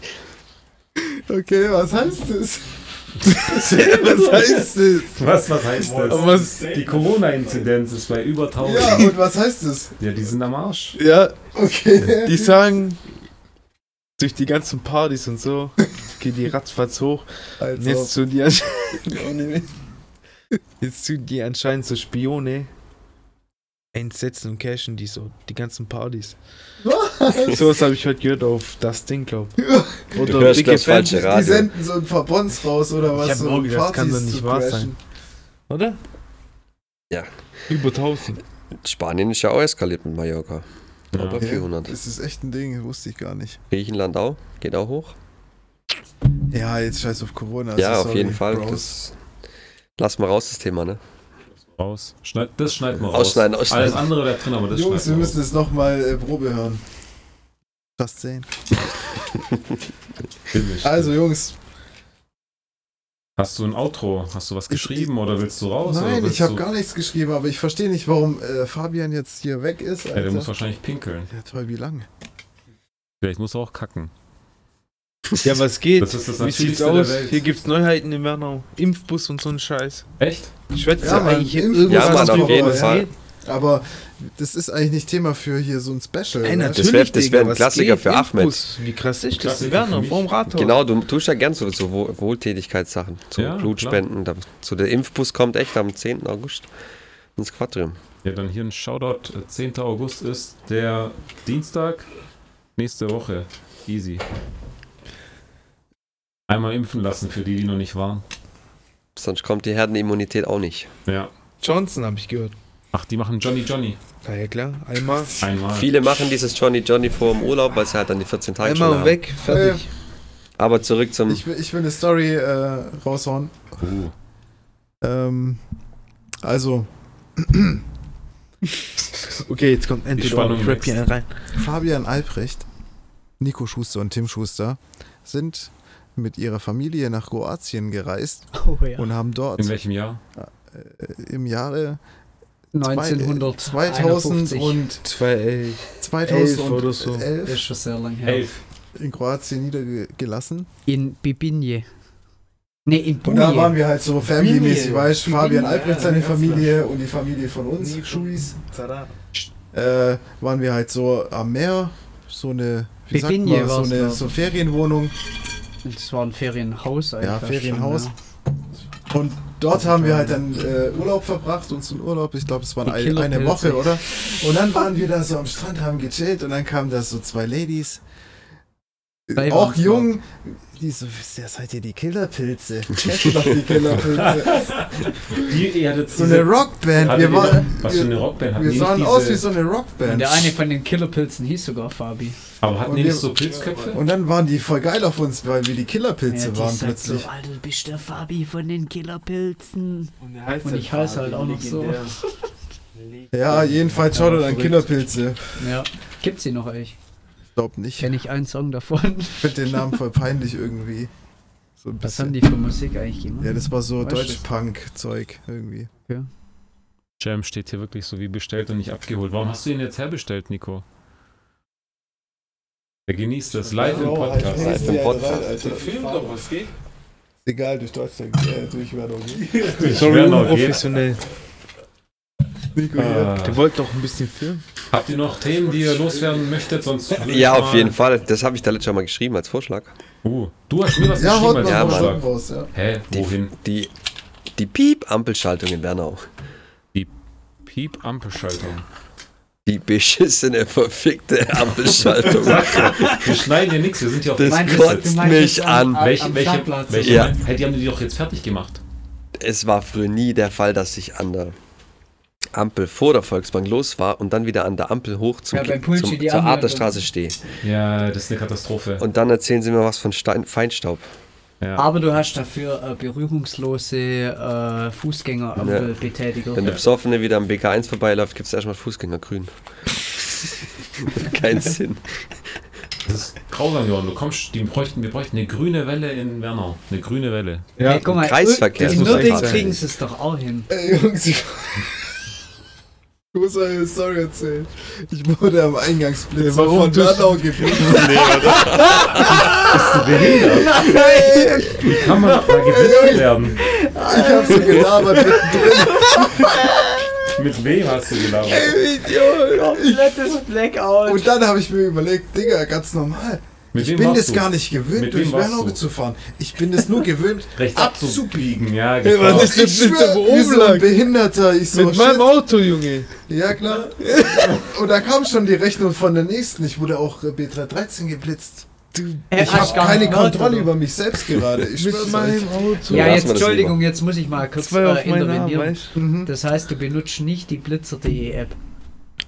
Speaker 1: Okay, was heißt
Speaker 3: <laughs>
Speaker 1: das? was heißt das? <laughs>
Speaker 2: Was, was heißt das?
Speaker 3: Was?
Speaker 2: Die Corona-Inzidenz ist bei über 1000.
Speaker 1: Ja, und was heißt das?
Speaker 2: Ja, die sind am Arsch.
Speaker 3: Ja,
Speaker 1: Okay.
Speaker 3: die sagen, durch die ganzen Partys und so, geht die ratzfatz hoch. Und
Speaker 1: Also,
Speaker 3: Jetzt zu dir.
Speaker 1: ohne Witz.
Speaker 3: <laughs> Jetzt tun die anscheinend so Spione einsetzen und cashen die so die ganzen Partys. Sowas habe ich heute gehört auf das Ding, glaub. Oder
Speaker 5: Du hörst
Speaker 3: Dicke
Speaker 5: das falsche
Speaker 3: Fans,
Speaker 1: die
Speaker 5: Radio.
Speaker 1: senden so ein paar Bons raus oder was?
Speaker 3: Ich hab
Speaker 1: um
Speaker 3: auch gedacht, das kann
Speaker 1: Partys
Speaker 3: doch nicht
Speaker 1: zu
Speaker 3: wahr
Speaker 1: crashen.
Speaker 3: Oder?
Speaker 5: Ja.
Speaker 3: Über 1000.
Speaker 5: Spanien ist ja auch eskaliert mit Mallorca. Aber
Speaker 2: Ja.
Speaker 5: 400.
Speaker 1: Das ist echt ein Ding, wusste ich gar nicht.
Speaker 5: Griechenland auch. Geht auch hoch.
Speaker 1: Ja, jetzt scheiß auf Corona.
Speaker 5: ja,
Speaker 1: also
Speaker 5: auf
Speaker 1: sorry,
Speaker 5: jeden Fall.
Speaker 1: Bros.
Speaker 5: Das, lass mal raus, das Thema, ne?
Speaker 2: Raus. Schneid, das schneiden wir raus.
Speaker 5: Ausschneiden,
Speaker 2: Alles
Speaker 5: ausschneiden.
Speaker 2: andere bleibt drin, aber das
Speaker 1: Jungs, wir
Speaker 2: schneiden wir raus.
Speaker 1: müssen es nochmal äh, Probe hören. Fast sehen.
Speaker 2: Filmisch.
Speaker 1: Also, Jungs.
Speaker 2: Hast du ein Outro? Hast du was geschrieben oder willst du raus? oder
Speaker 1: nein,
Speaker 2: willst
Speaker 1: ich habe
Speaker 2: du,
Speaker 1: gar nichts geschrieben, aber ich verstehe nicht, warum äh, Fabian jetzt hier weg ist.
Speaker 2: Ja, der muss
Speaker 1: Alter.
Speaker 2: wahrscheinlich pinkeln.
Speaker 1: Ja, toll, wie lang?
Speaker 2: Vielleicht muss er auch kacken.
Speaker 3: Ja, was geht?
Speaker 2: Das ist das
Speaker 3: Wie sieht's
Speaker 2: Natürlichste der
Speaker 3: aus?
Speaker 2: Welt.
Speaker 3: Hier gibt's Neuheiten in Wernau. Impfbus und so ein Scheiß.
Speaker 2: Echt?
Speaker 3: Ich schwätze
Speaker 1: Ja, Mann,
Speaker 3: eigentlich
Speaker 1: Impfbus
Speaker 3: irgendwas
Speaker 5: Ja, Mann,
Speaker 3: was
Speaker 5: auf
Speaker 3: vorbei.
Speaker 5: jeden Fall.
Speaker 1: Aber das ist eigentlich nicht Thema für hier so ein Special. ne?
Speaker 3: Ey,
Speaker 1: weißt du?
Speaker 3: natürlich,
Speaker 5: wär- das wär
Speaker 3: Digga,
Speaker 5: ein
Speaker 3: was
Speaker 5: Klassiker
Speaker 3: geht?
Speaker 5: für Ahmed.
Speaker 3: Impfbus. Wie krass ist das?
Speaker 2: Klassiker
Speaker 3: In
Speaker 2: für
Speaker 3: Wernau,
Speaker 2: mich.
Speaker 3: vorm Rathaus.
Speaker 5: Genau, du tust ja gern so, so Wohl- Wohltätigkeitssachen, so
Speaker 2: Ja,
Speaker 5: Blutspenden. Da, so der Impfbus kommt echt am 10. August ins Quadrium.
Speaker 2: Ja, dann hier ein Shoutout. Äh, 10. August ist der Dienstag. Nächste Woche. Easy. Einmal impfen lassen für die, die noch nicht waren.
Speaker 5: Sonst kommt die Herdenimmunität auch nicht.
Speaker 2: Ja.
Speaker 3: Johnson habe ich gehört.
Speaker 2: Ach, die machen Johnny Johnny.
Speaker 3: Na ja, klar. Einmal.
Speaker 2: Einmal.
Speaker 5: Viele machen dieses Johnny Johnny vor dem Urlaub, weil sie halt dann die 14 Tage schon
Speaker 3: Einmal und
Speaker 5: haben.
Speaker 3: weg, fertig.
Speaker 5: Aber zurück zum
Speaker 1: Ich, will- ich will eine Story äh, raushauen.
Speaker 2: Uh.
Speaker 1: Ähm, also,
Speaker 3: Okay, jetzt kommt
Speaker 2: Die
Speaker 3: endlich
Speaker 2: Spannung
Speaker 3: noch ein Crap hier rein.
Speaker 1: Fabian Albrecht, Nico Schuster und Tim Schuster sind mit ihrer Familie nach Kroatien gereist
Speaker 4: Oh ja.
Speaker 1: und haben dort
Speaker 2: In welchem Jahr?
Speaker 1: äh, im Jahre zwei-
Speaker 4: 1900.
Speaker 1: 2000 und
Speaker 3: 2
Speaker 1: 2011
Speaker 3: Elf oder so.
Speaker 4: Das ist schon sehr lange her.
Speaker 2: Elf.
Speaker 1: in Kroatien niedergelassen.
Speaker 4: In Bibinje. Ne, in
Speaker 1: Und da waren
Speaker 4: Buje.
Speaker 1: wir halt so family-mäßig, weißt du, Fabian Albrecht seine Familie und die Familie von uns, Schuis, äh, waren wir halt so am Meer, so eine, wie sagt
Speaker 4: Bibinje
Speaker 1: man, so
Speaker 4: war's,
Speaker 1: eine
Speaker 4: glaub
Speaker 1: so Ferienwohnung
Speaker 4: Das war ein Ferienhaus eigentlich.
Speaker 1: Ja,
Speaker 4: fast
Speaker 1: Ferienhaus.
Speaker 4: schon,
Speaker 1: Und dort
Speaker 4: Also
Speaker 1: haben wir halt dann äh, Urlaub verbracht, unseren Urlaub, ich glaube, es war
Speaker 4: Die
Speaker 1: eine,
Speaker 4: Killerpilze.
Speaker 1: eine Woche, oder? Und dann waren wir da so am Strand, haben gechillt und dann kamen da so zwei Ladies, äh,
Speaker 4: Drei
Speaker 1: auch
Speaker 4: waren's, glaub.
Speaker 1: jung, die so, "Wisst ihr, seid ihr die Killerpilze? <laughs> Kennt ihr doch die Killerpilze?
Speaker 6: Die, ihr hattet
Speaker 1: so eine Rockband,
Speaker 2: Hattet
Speaker 1: wir
Speaker 2: ihr
Speaker 1: waren,
Speaker 2: Was für eine
Speaker 1: wir,
Speaker 2: Rockband hatten
Speaker 1: wir
Speaker 2: die nicht
Speaker 1: sahen
Speaker 2: diese,
Speaker 1: aus wie so eine
Speaker 4: ja. Und
Speaker 1: Rockband.
Speaker 4: der eine von den Killerpilzen hieß sogar Fabi.
Speaker 2: Aber hatten
Speaker 1: Und
Speaker 2: die
Speaker 1: wir-
Speaker 2: nicht so Pilzköpfe?
Speaker 1: Und dann waren die voll geil auf uns, weil wir die Killerpilze
Speaker 4: Ja, die
Speaker 1: waren
Speaker 4: sagt
Speaker 1: plötzlich.
Speaker 4: so, Alter, du bist der Fabi von den Killerpilzen.
Speaker 6: Und,
Speaker 4: Und ich halt heiß Fabi, halt auch noch so. legendär.
Speaker 1: Ja, jedenfalls schaut euch an Killerpilze.
Speaker 4: Ja. Gibt's die noch eigentlich?
Speaker 1: Ich glaube nicht.
Speaker 4: Kenne ich einen
Speaker 2: <laughs>
Speaker 4: Song davon.
Speaker 1: Ich finde den Namen voll peinlich irgendwie. So ein
Speaker 4: Was
Speaker 1: bisschen.
Speaker 4: haben die für Musik eigentlich gemacht?
Speaker 1: Ja, das war so
Speaker 4: Weißt du das?
Speaker 1: Deutsch-Punk-Zeug irgendwie.
Speaker 2: Jam steht hier wirklich so wie bestellt und nicht abgeholt. Warum hast du ihn jetzt herbestellt, Nico? Der genießt das live im
Speaker 1: halt
Speaker 2: Podcast.
Speaker 5: Live im Podcast.
Speaker 6: Film doch, was geht?
Speaker 1: Egal, durch Deutschland, äh, durch Werdogen.
Speaker 3: <laughs> Sorry,
Speaker 2: Schwer noch
Speaker 3: unprofessionell.
Speaker 1: Nico, hier.
Speaker 2: Ah.
Speaker 3: Der wollte doch ein bisschen filmen.
Speaker 2: Habt ihr noch Themen, die ihr loswerden möchtet? Sonst würde ich
Speaker 5: Ja,
Speaker 2: mal-
Speaker 5: auf jeden Fall. Das habe ich da letztes Jahr mal geschrieben als Vorschlag.
Speaker 2: Uh, du hast mir was
Speaker 1: Ja, haut mal
Speaker 2: geschrieben als
Speaker 5: Ja,
Speaker 1: ja,
Speaker 5: Mann.
Speaker 2: Vorschlag.
Speaker 1: raus, ja.
Speaker 2: Hä,
Speaker 5: Die,
Speaker 2: wohin?
Speaker 5: Die, die Piep-Ampelschaltung in Bernau.
Speaker 2: Piep, Ampelschaltung.
Speaker 5: Die beschissene, verfickte
Speaker 4: <laughs>
Speaker 5: Ampelschaltung.
Speaker 2: Wir schneiden hier nichts, wir sind hier auf
Speaker 5: Das
Speaker 2: Meinst du,
Speaker 5: kotzt mich an.
Speaker 2: Welche, welche, welche
Speaker 5: Ja.
Speaker 2: Hä, die haben die doch jetzt fertig gemacht.
Speaker 5: es war früher nie der Fall, dass ich an der Ampel vor der Volksbank los war und dann wieder an der Ampel hoch zum,
Speaker 4: Ja, beim
Speaker 5: zum,
Speaker 4: Pulci
Speaker 5: zur
Speaker 4: die Ampel-
Speaker 5: Adlerstraße stehe.
Speaker 2: Ja, das ist eine Katastrophe.
Speaker 5: Und dann erzählen sie mir was von Stein Feinstaub.
Speaker 2: Ja.
Speaker 4: Aber du hast dafür äh, berührungslose äh, Fußgängerampel betätiger.
Speaker 5: Wenn der
Speaker 2: Ja. Genau.
Speaker 5: Besoffene wieder am BK1 vorbeiläuft, gibt es erstmal <laughs> Fußgängergrün. Keinen Sinn.
Speaker 2: Das ist grausam geworden. Du kommst, die bräuchten, wir bräuchten eine grüne Welle in Wernau. Eine grüne Welle.
Speaker 3: Ja.
Speaker 4: Hey, guck mal,
Speaker 5: Kreisverkehr,
Speaker 4: die
Speaker 5: das muss
Speaker 4: Nürnberg
Speaker 5: echt sein.
Speaker 4: kriegen sie es doch auch hin.
Speaker 1: Ey, Jungs, ich. Ich muss eine Story erzählen. Ich wurde am Eingangsblitzer
Speaker 3: Warum
Speaker 1: von
Speaker 3: du-
Speaker 1: Bernau geblitzt.
Speaker 4: Nein!
Speaker 2: Kann man da geblitzt werden?
Speaker 1: Ich hab so gelabert mittendrin.
Speaker 2: Mit wem hast du gelabert?
Speaker 4: Komplettes
Speaker 2: Oh,
Speaker 4: Blackout.
Speaker 1: Und dann habe ich mir überlegt, Digga, ganz normal.
Speaker 2: Mit
Speaker 1: ich
Speaker 2: wem
Speaker 1: bin
Speaker 2: warst
Speaker 1: das
Speaker 2: du?
Speaker 1: gar nicht gewöhnt,
Speaker 2: Mit
Speaker 1: durch
Speaker 2: wem warst
Speaker 1: Bernau
Speaker 2: du?
Speaker 1: zu fahren. Ich bin es nur gewöhnt,
Speaker 2: Rechts
Speaker 1: abzubiegen.
Speaker 2: Ja,
Speaker 3: was
Speaker 2: genau.
Speaker 3: ist- das
Speaker 1: ich
Speaker 3: mit
Speaker 1: schwör,
Speaker 3: so
Speaker 1: wie so ein
Speaker 3: Umlag?
Speaker 1: Behinderter. Ich so,
Speaker 3: Mit meinem
Speaker 1: shit.
Speaker 3: Auto, Junge.
Speaker 1: Ja, klar. Und da kam schon die Rechnung von der nächsten. Ich wurde auch äh, B313 geblitzt.
Speaker 4: Äh,
Speaker 1: ich
Speaker 4: hast
Speaker 1: habe
Speaker 4: gar
Speaker 1: keine
Speaker 4: nicht gehört,
Speaker 1: Kontrolle
Speaker 4: oder?
Speaker 1: über mich selbst gerade. Ich
Speaker 3: Mit
Speaker 1: schwör's euch.
Speaker 3: meinem
Speaker 4: Ja,
Speaker 5: lassen
Speaker 3: Auto.
Speaker 4: jetzt,
Speaker 5: wir das
Speaker 4: Entschuldigung, jetzt muss ich mal kurz
Speaker 3: Zwei auf
Speaker 4: äh,
Speaker 3: meinen Arm,
Speaker 4: intervenieren.
Speaker 3: weißt
Speaker 1: Mhm.
Speaker 4: Das heißt, du benutzt nicht die blitzer.de App.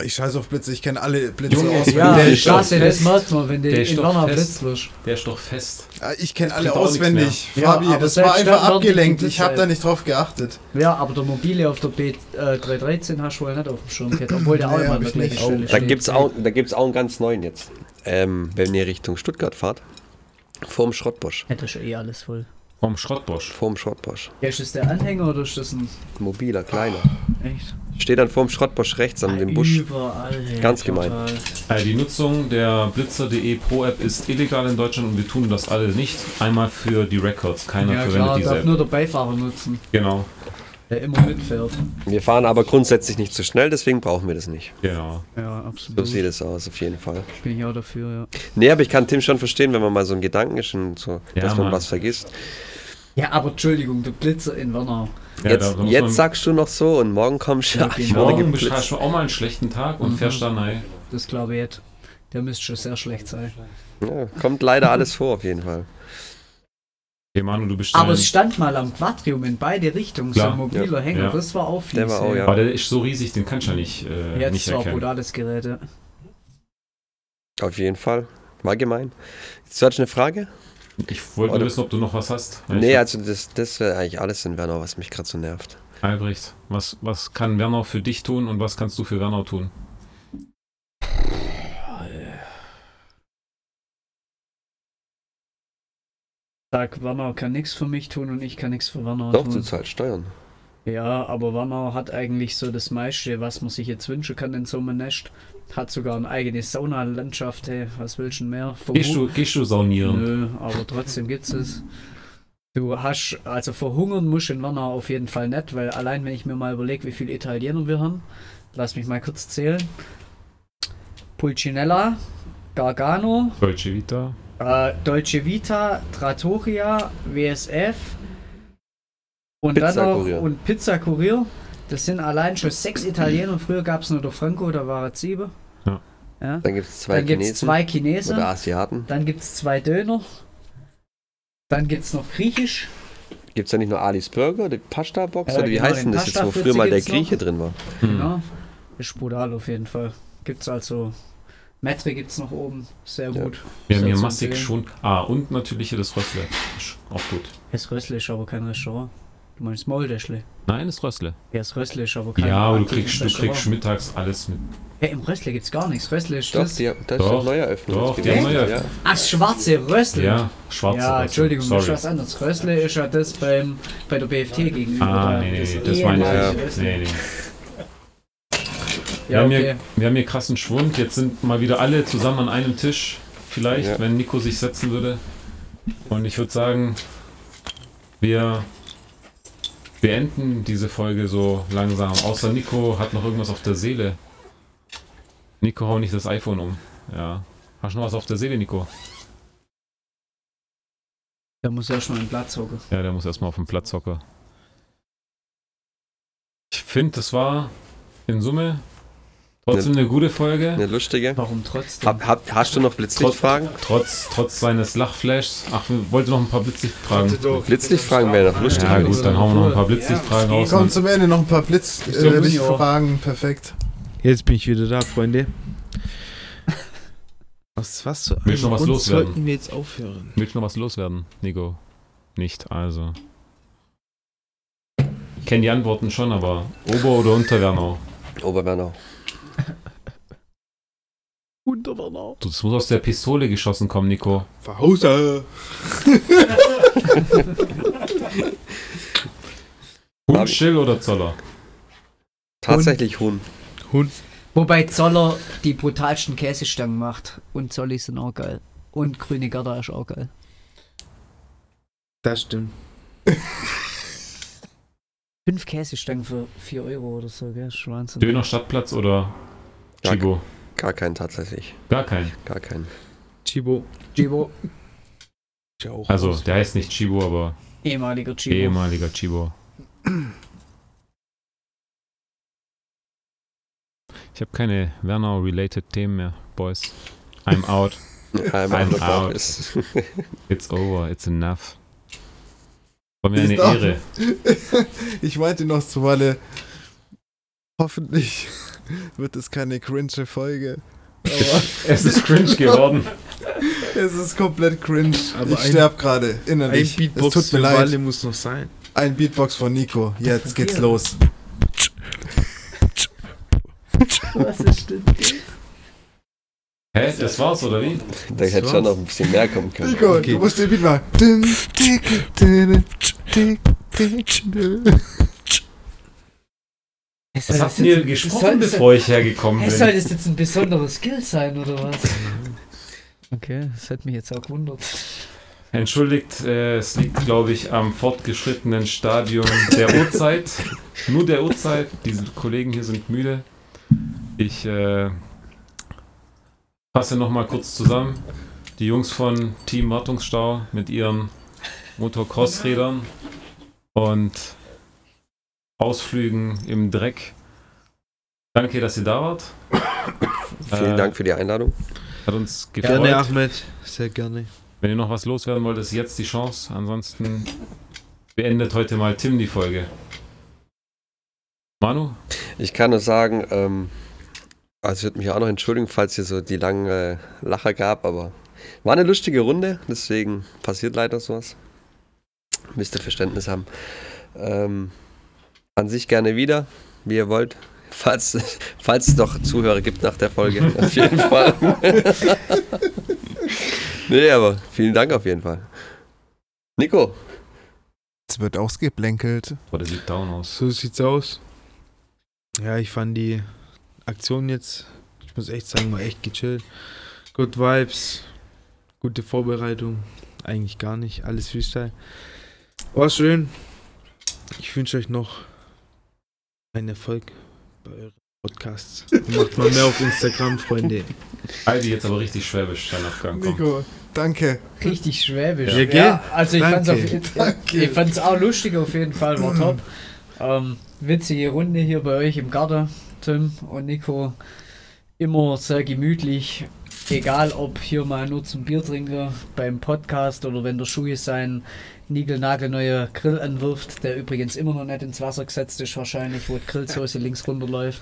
Speaker 1: Ich scheiße auf Blitze, ich kenne alle Blitze
Speaker 2: Junge,
Speaker 1: auswendig.
Speaker 4: Ja,
Speaker 2: der
Speaker 4: der
Speaker 2: ist doch
Speaker 4: Straße, das
Speaker 2: fest.
Speaker 4: merkt man, wenn du
Speaker 2: Der ist
Speaker 4: in
Speaker 2: doch
Speaker 4: Werner
Speaker 2: fest.
Speaker 4: blitzt wirst.
Speaker 2: Der ist doch fest.
Speaker 1: Ah, Ich kenne alle
Speaker 2: Bringt auch
Speaker 1: auswendig.
Speaker 4: mehr. Ja,
Speaker 1: Fabi,
Speaker 4: aber
Speaker 1: das
Speaker 4: selbst
Speaker 1: war einfach
Speaker 4: dann waren die
Speaker 1: abgelenkt.
Speaker 4: Blitze
Speaker 1: Ich habe da
Speaker 4: halt.
Speaker 1: nicht drauf geachtet.
Speaker 4: Ja, aber der Mobile auf der B313 hast du wohl nicht auf dem Schirm gehabt, obwohl der auch
Speaker 1: Nee,
Speaker 4: immer
Speaker 1: hab
Speaker 4: an der
Speaker 1: ich nicht.
Speaker 4: gleichen Stelle
Speaker 5: Da
Speaker 4: steht.
Speaker 5: gibt es auch, da gibt's auch einen ganz neuen jetzt. Ähm, wenn ihr Richtung Stuttgart fahrt, vorm Schrottbosch.
Speaker 4: Hätte schon eh alles voll.
Speaker 2: Vom Schrottbosch.
Speaker 5: Vorm Schrottbosch.
Speaker 4: Ja, ist das der Anhänger oder ist das ein...
Speaker 5: Mobiler, kleiner.
Speaker 4: Echt?
Speaker 5: Steht dann vorm Schrottbosch rechts an dem Busch.
Speaker 4: Ah, Überall. ja,
Speaker 5: Ganz gemein.
Speaker 4: total.
Speaker 2: Äh, die Nutzung der Blitzer.de Pro-App ist illegal in Deutschland und wir tun das alle nicht. Einmal für die Records. Keiner
Speaker 4: Ja
Speaker 2: verwendet
Speaker 4: klar,
Speaker 2: diese
Speaker 4: darf
Speaker 2: App.
Speaker 4: nur der Beifahrer nutzen,
Speaker 2: Genau,
Speaker 4: der immer mitfährt.
Speaker 5: Wir fahren aber grundsätzlich nicht zu schnell, deswegen brauchen wir das nicht.
Speaker 2: genau.
Speaker 4: Ja,
Speaker 5: So
Speaker 4: absolut.
Speaker 5: sieht es aus, auf jeden Fall.
Speaker 4: Bin ich auch dafür, ja.
Speaker 5: Nee, aber ich kann Tim schon verstehen, wenn man mal so einen Gedanken ist und so,
Speaker 2: Ja,
Speaker 5: dass man
Speaker 2: Mann.
Speaker 5: was vergisst.
Speaker 4: Ja, aber Entschuldigung, der Blitzer in Wernau.
Speaker 2: Ja,
Speaker 5: jetzt
Speaker 2: muss
Speaker 5: jetzt
Speaker 2: man-
Speaker 5: sagst du noch so und morgen kommst du <laughs>
Speaker 4: Ja,
Speaker 5: ja,
Speaker 4: genau.
Speaker 2: Morgen
Speaker 5: geblitzt.
Speaker 2: hast du auch mal einen schlechten Tag und
Speaker 4: Mhm.
Speaker 2: fährst dann rein.
Speaker 4: Das glaube ich jetzt. Der müsste schon sehr schlecht sein.
Speaker 5: ja, Kommt leider alles vor, auf jeden Fall.
Speaker 2: Hey Manu, du bist
Speaker 4: Aber
Speaker 2: ein-
Speaker 4: es stand mal am Quadrium in beide Richtungen, so
Speaker 2: Klar.
Speaker 4: ein mobiler Hänger,
Speaker 2: Ja.
Speaker 4: das war auch fies.
Speaker 5: Der war auch,
Speaker 4: ey.
Speaker 5: ja.
Speaker 2: Aber der ist so riesig, den kannst du ja nicht, äh,
Speaker 4: Ja,
Speaker 2: nicht
Speaker 4: das war ein
Speaker 2: erkennen.
Speaker 4: brutales Gerät. ja.
Speaker 5: Auf jeden Fall. War gemein. Jetzt hast du eine Frage?
Speaker 2: Ich wollte nur
Speaker 5: Oder-
Speaker 2: wissen, ob du noch was hast.
Speaker 5: nee,
Speaker 2: Ich-
Speaker 5: also das, das wäre eigentlich alles in Wernau, was mich gerade so nervt.
Speaker 2: Albrecht, was, was kann Wernau für dich tun und was kannst du für Wernau tun?
Speaker 4: Sag, Warnau kann nichts für mich tun und ich kann nichts für Warnau
Speaker 5: Doch, du
Speaker 4: tun.
Speaker 5: zahlst Steuern.
Speaker 4: Ja, aber Warnau hat eigentlich so das meiste, was man sich jetzt wünschen kann in so einem Nest. Hat sogar eine eigene Saunalandschaft, hey, was willst du denn mehr? Vom
Speaker 2: Gehst du, gehst du saunieren?
Speaker 4: Nö, aber trotzdem gibt's es. Du hast, also verhungern musst du in Wernau auf jeden Fall nicht, weil allein wenn ich mir mal überlege, wie viele Italiener wir haben, lass mich mal kurz zählen. Pulcinella, Gargano,
Speaker 2: Dolce Vita.
Speaker 4: Äh, Deutsche Vita, Trattoria, WSF und dann
Speaker 5: Pizza
Speaker 4: noch
Speaker 5: Kurier.
Speaker 4: und Pizza Kurier. Das sind allein schon sechs Italiener. Früher gab es nur der Franco, da war er sieben.
Speaker 2: Ja.
Speaker 4: Ja.
Speaker 5: Dann gibt es zwei
Speaker 4: Dann gibt es
Speaker 5: Chinesen
Speaker 4: zwei Chinesen.
Speaker 5: oder Asiaten.
Speaker 4: Dann gibt es zwei Döner. Dann gibt es noch Griechisch.
Speaker 5: Gibt es da nicht nur Ali's Burger, die Pasta-Box
Speaker 4: Ja,
Speaker 5: oder wie
Speaker 4: genau,
Speaker 5: heißt denn
Speaker 4: den
Speaker 5: das jetzt, wo
Speaker 4: Pasta-Fritzi
Speaker 5: früher mal der
Speaker 4: gibt's noch.
Speaker 5: Grieche drin war?
Speaker 2: Hm.
Speaker 4: Ja, ist brutal auf jeden Fall. Gibt's also. Metre gibt's noch oben. Sehr
Speaker 5: Ja.
Speaker 4: gut.
Speaker 2: Wir haben
Speaker 4: Sehr
Speaker 2: hier
Speaker 4: zu
Speaker 2: massig
Speaker 4: empfehlen.
Speaker 2: schon. Ah, und natürlich hier das Röstle. Ist Auch gut.
Speaker 4: Es Rösle ist aber kein Restaurant. Du meinst Mauldeschle.
Speaker 2: Nein, das Röstle.
Speaker 4: Ja, das Rösle ist aber kein
Speaker 2: Ja, aber du
Speaker 4: aktives
Speaker 2: kriegst, du
Speaker 4: Restaurant.
Speaker 2: kriegst mittags alles mit.
Speaker 4: Ja, im Rösle gibt's gar nichts. Röstle ist
Speaker 5: Doch,
Speaker 4: das.
Speaker 5: die, das ist
Speaker 2: Doch,
Speaker 5: eine Neueröffnung.
Speaker 2: doch,
Speaker 5: jetzt
Speaker 2: die haben
Speaker 5: gewesen,
Speaker 2: Neueröffnung.
Speaker 5: ja.
Speaker 4: Ach, schwarze Rösle.
Speaker 2: Ja, schwarze
Speaker 4: Ja,
Speaker 2: Röstle.
Speaker 4: Entschuldigung, das ist
Speaker 2: Sorry.
Speaker 4: was anderes. Rösle ist ja das beim, bei der BFT gegenüber.
Speaker 2: Ah,
Speaker 4: da.
Speaker 2: nee, nee, nee,
Speaker 4: ist eh
Speaker 2: das meine ich.
Speaker 4: ehemalige
Speaker 2: nicht.
Speaker 4: Rösle.
Speaker 2: Nee, nee. Wir,
Speaker 4: Ja,
Speaker 2: haben
Speaker 4: okay.
Speaker 2: hier, wir haben hier krassen Schwund. Jetzt sind mal wieder alle zusammen an einem Tisch. Vielleicht,
Speaker 5: Ja.
Speaker 2: wenn Nico sich setzen würde. Und ich würde sagen, wir beenden diese Folge so langsam. Außer Nico hat noch irgendwas auf der Seele. Nico, hau nicht das iPhone um. Ja. Hast du noch was auf der Seele, Nico?
Speaker 4: Da muss ja schon ein Platz hocken.
Speaker 2: Ja, der muss erstmal auf den Platz hocken. Ich finde, das war in Summe trotzdem eine gute Folge.
Speaker 5: Eine lustige.
Speaker 4: Warum trotzdem?
Speaker 5: Hab, hab, hast du noch Blitzlichtfragen?
Speaker 2: Trotz, trotz seines Lachflashs. Ach, wir wollten noch ein paar Blitzlichtfragen.
Speaker 5: Blitzlichtfragen wäre noch lustig.
Speaker 2: Ja,
Speaker 5: gewesen.
Speaker 2: gut, dann hauen wir noch ein paar Blitzlichtfragen raus. ne?
Speaker 1: Komm zum Ende noch ein paar Blitz
Speaker 4: Ich glaub,
Speaker 1: äh,
Speaker 4: Junior.
Speaker 1: Fragen, perfekt.
Speaker 3: Jetzt bin ich wieder da, Freunde. Aus was zu
Speaker 2: Willst du noch was
Speaker 3: Grund
Speaker 2: loswerden?
Speaker 3: sollten wir jetzt aufhören?
Speaker 2: Willst du noch was loswerden, Nico? Nicht, also. Ich kenne die Antworten schon, aber Ober- oder Unterwernau?
Speaker 5: Oberwernau.
Speaker 1: ne?
Speaker 3: Wunderbar.
Speaker 2: Du, das muss aus der Pistole geschossen kommen, Nico.
Speaker 3: Verhauser.
Speaker 2: Hund, Schill oder Zoller?
Speaker 5: Tatsächlich Huhn.
Speaker 3: Hund.
Speaker 4: Wobei Zoller die brutalsten Käsestangen macht. Und Zolli sind auch geil. Und grüne Garda ist auch geil.
Speaker 3: Das stimmt.
Speaker 4: Fünf Käsestangen für 4 Euro oder so, gell? Ist Wahnsinn.
Speaker 2: Döner Stadtplatz oder
Speaker 5: Gar,
Speaker 2: Chibo?
Speaker 5: gar keinen tatsächlich.
Speaker 2: Gar kein.
Speaker 5: Gar keinen.
Speaker 3: Chibo.
Speaker 4: Chibo.
Speaker 3: Ist ja auch
Speaker 2: Also,
Speaker 3: raus.
Speaker 2: der heißt nicht Chibo, aber
Speaker 4: Ehemaliger Chibo.
Speaker 2: ehemaliger Chibo. Ich habe keine Wernau-related Themen mehr, Boys. I'm out.
Speaker 5: Einmal
Speaker 2: I'm out.
Speaker 5: out. Ist.
Speaker 2: It's over. It's enough. War mir eine
Speaker 1: Ist doch-
Speaker 2: Ehre.
Speaker 1: <laughs> ich meinte noch zu Walle, hoffentlich <laughs> wird es keine cringe Folge. Aber
Speaker 2: Es ist cringe geworden.
Speaker 1: es ist komplett cringe.
Speaker 3: Aber
Speaker 1: ich
Speaker 3: ein-
Speaker 1: sterb gerade
Speaker 3: Ein
Speaker 1: innerlich. es
Speaker 3: Beatbox
Speaker 1: tut mir
Speaker 3: für
Speaker 1: leid.
Speaker 3: Walle muss noch sein.
Speaker 1: Ein Beatbox von Nico. Jetzt geht's los.
Speaker 4: Was ist denn?
Speaker 2: Hä, das war's, oder wie?
Speaker 5: <laughs> Da hätte schon noch ein bisschen mehr kommen können.
Speaker 1: Nico,
Speaker 3: Okay.
Speaker 1: du musst den Beat machen. Dün, dick, dünne, dick, dick, dünne.
Speaker 2: Was
Speaker 4: Es soll
Speaker 2: habt
Speaker 4: das
Speaker 2: ihr
Speaker 4: jetzt-
Speaker 2: gesprochen,
Speaker 4: es soll-
Speaker 2: bevor ich hergekommen
Speaker 4: Es soll
Speaker 2: bin?
Speaker 4: das jetzt ein besonderer Skill sein, oder was? Okay, das hat mich jetzt auch gewundert.
Speaker 2: Entschuldigt, äh, es liegt, glaube ich, am fortgeschrittenen Stadium der Uhrzeit. Nur der Uhrzeit. Diese Kollegen hier sind müde. Ich äh, fasse nochmal kurz zusammen. Die Jungs von Team Wartungsstau mit ihren Motocross-Rädern und Ausflügen im Dreck. Danke, dass ihr da wart.
Speaker 5: Vielen
Speaker 2: Äh,
Speaker 5: Dank für die Einladung.
Speaker 2: Hat uns gefreut.
Speaker 3: Gerne, Ahmed. Sehr gerne.
Speaker 2: Wenn ihr noch was loswerden wollt, ist jetzt die Chance. Ansonsten beendet heute mal Tim die Folge. Manu?
Speaker 5: Ich kann nur sagen, ähm, also ich würde mich auch noch entschuldigen, falls hier so die langen äh, Lacher gab, aber war eine lustige Runde, deswegen passiert leider sowas. Müsst ihr Verständnis haben. Ähm, an sich gerne wieder, wie ihr wollt. Falls, <laughs> falls es noch Zuhörer gibt nach der Folge,
Speaker 2: <laughs>
Speaker 5: auf jeden Fall. <laughs> nee, aber vielen Dank auf jeden Fall. Nico,
Speaker 1: Jetzt wird ausgeblänkelt.
Speaker 2: Boah, der sieht down aus.
Speaker 3: So sieht's aus. Ja, ich fand die Aktion jetzt, ich muss echt sagen, war echt gechillt. Good Vibes, gute Vorbereitung, eigentlich gar nicht, alles Freestyle. War schön. Ich wünsche euch noch einen Erfolg bei euren
Speaker 7: Podcasts.
Speaker 3: Macht mal mehr auf Instagram, Freunde.
Speaker 2: Aldi jetzt aber richtig schwäbisch, dein Nachgang. Komm.
Speaker 1: Nico, danke.
Speaker 4: Richtig schwäbisch.
Speaker 3: Ja, gell?
Speaker 4: also ich fand's, auf,
Speaker 3: Danke.
Speaker 4: ich, ich fand's auch lustig auf jeden Fall, war top. Ähm, witzige Runde hier bei euch im Garten, Tim und Nico. Immer sehr gemütlich. Egal ob hier mal nur zum Biertrinker beim Podcast oder wenn der Schuhe seinen niegelnagelneuer Grill anwirft, der übrigens immer noch nicht ins Wasser gesetzt ist wahrscheinlich, wo die Grillsoße links runterläuft.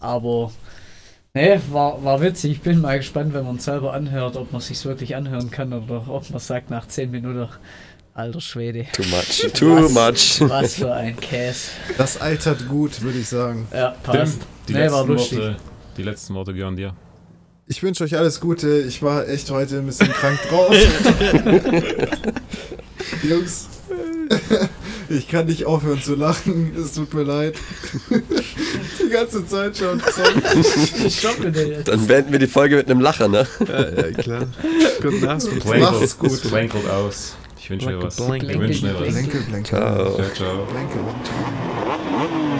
Speaker 4: Aber Nee, war, war witzig. Ich bin mal gespannt, wenn man es selber anhört, ob man es wirklich anhören kann oder ob man sagt nach 10 Minuten, alter Schwede,
Speaker 5: Too much.
Speaker 4: <laughs>
Speaker 5: Too
Speaker 4: Was?
Speaker 5: much.
Speaker 4: was für ein Käse.
Speaker 1: Das altert gut, würde ich sagen.
Speaker 4: Ja, passt.
Speaker 2: Tim, die,
Speaker 4: Nee, war
Speaker 2: letzten
Speaker 4: lustig.
Speaker 2: Worte, die letzten Worte gehören dir.
Speaker 1: Ich wünsche euch alles Gute. Ich war echt heute ein bisschen <laughs> krank drauf. Jungs, <laughs> ich kann nicht aufhören zu lachen. Es tut mir leid. <laughs> Die ganze Zeit schon. Sorry.
Speaker 4: Ich stoppe den jetzt.
Speaker 5: Dann beenden wir die Folge mit einem Lacher, ne?
Speaker 3: Ja, ja, klar. Guten Nacht.
Speaker 1: Macht's gut.
Speaker 2: Blankelt aus. Ich wünsche dir was.
Speaker 7: Blanket,
Speaker 2: Wir wünschen dir was.
Speaker 1: Blenke, blenke.
Speaker 5: Ciao.
Speaker 2: Ciao, ciao.
Speaker 1: Blenke.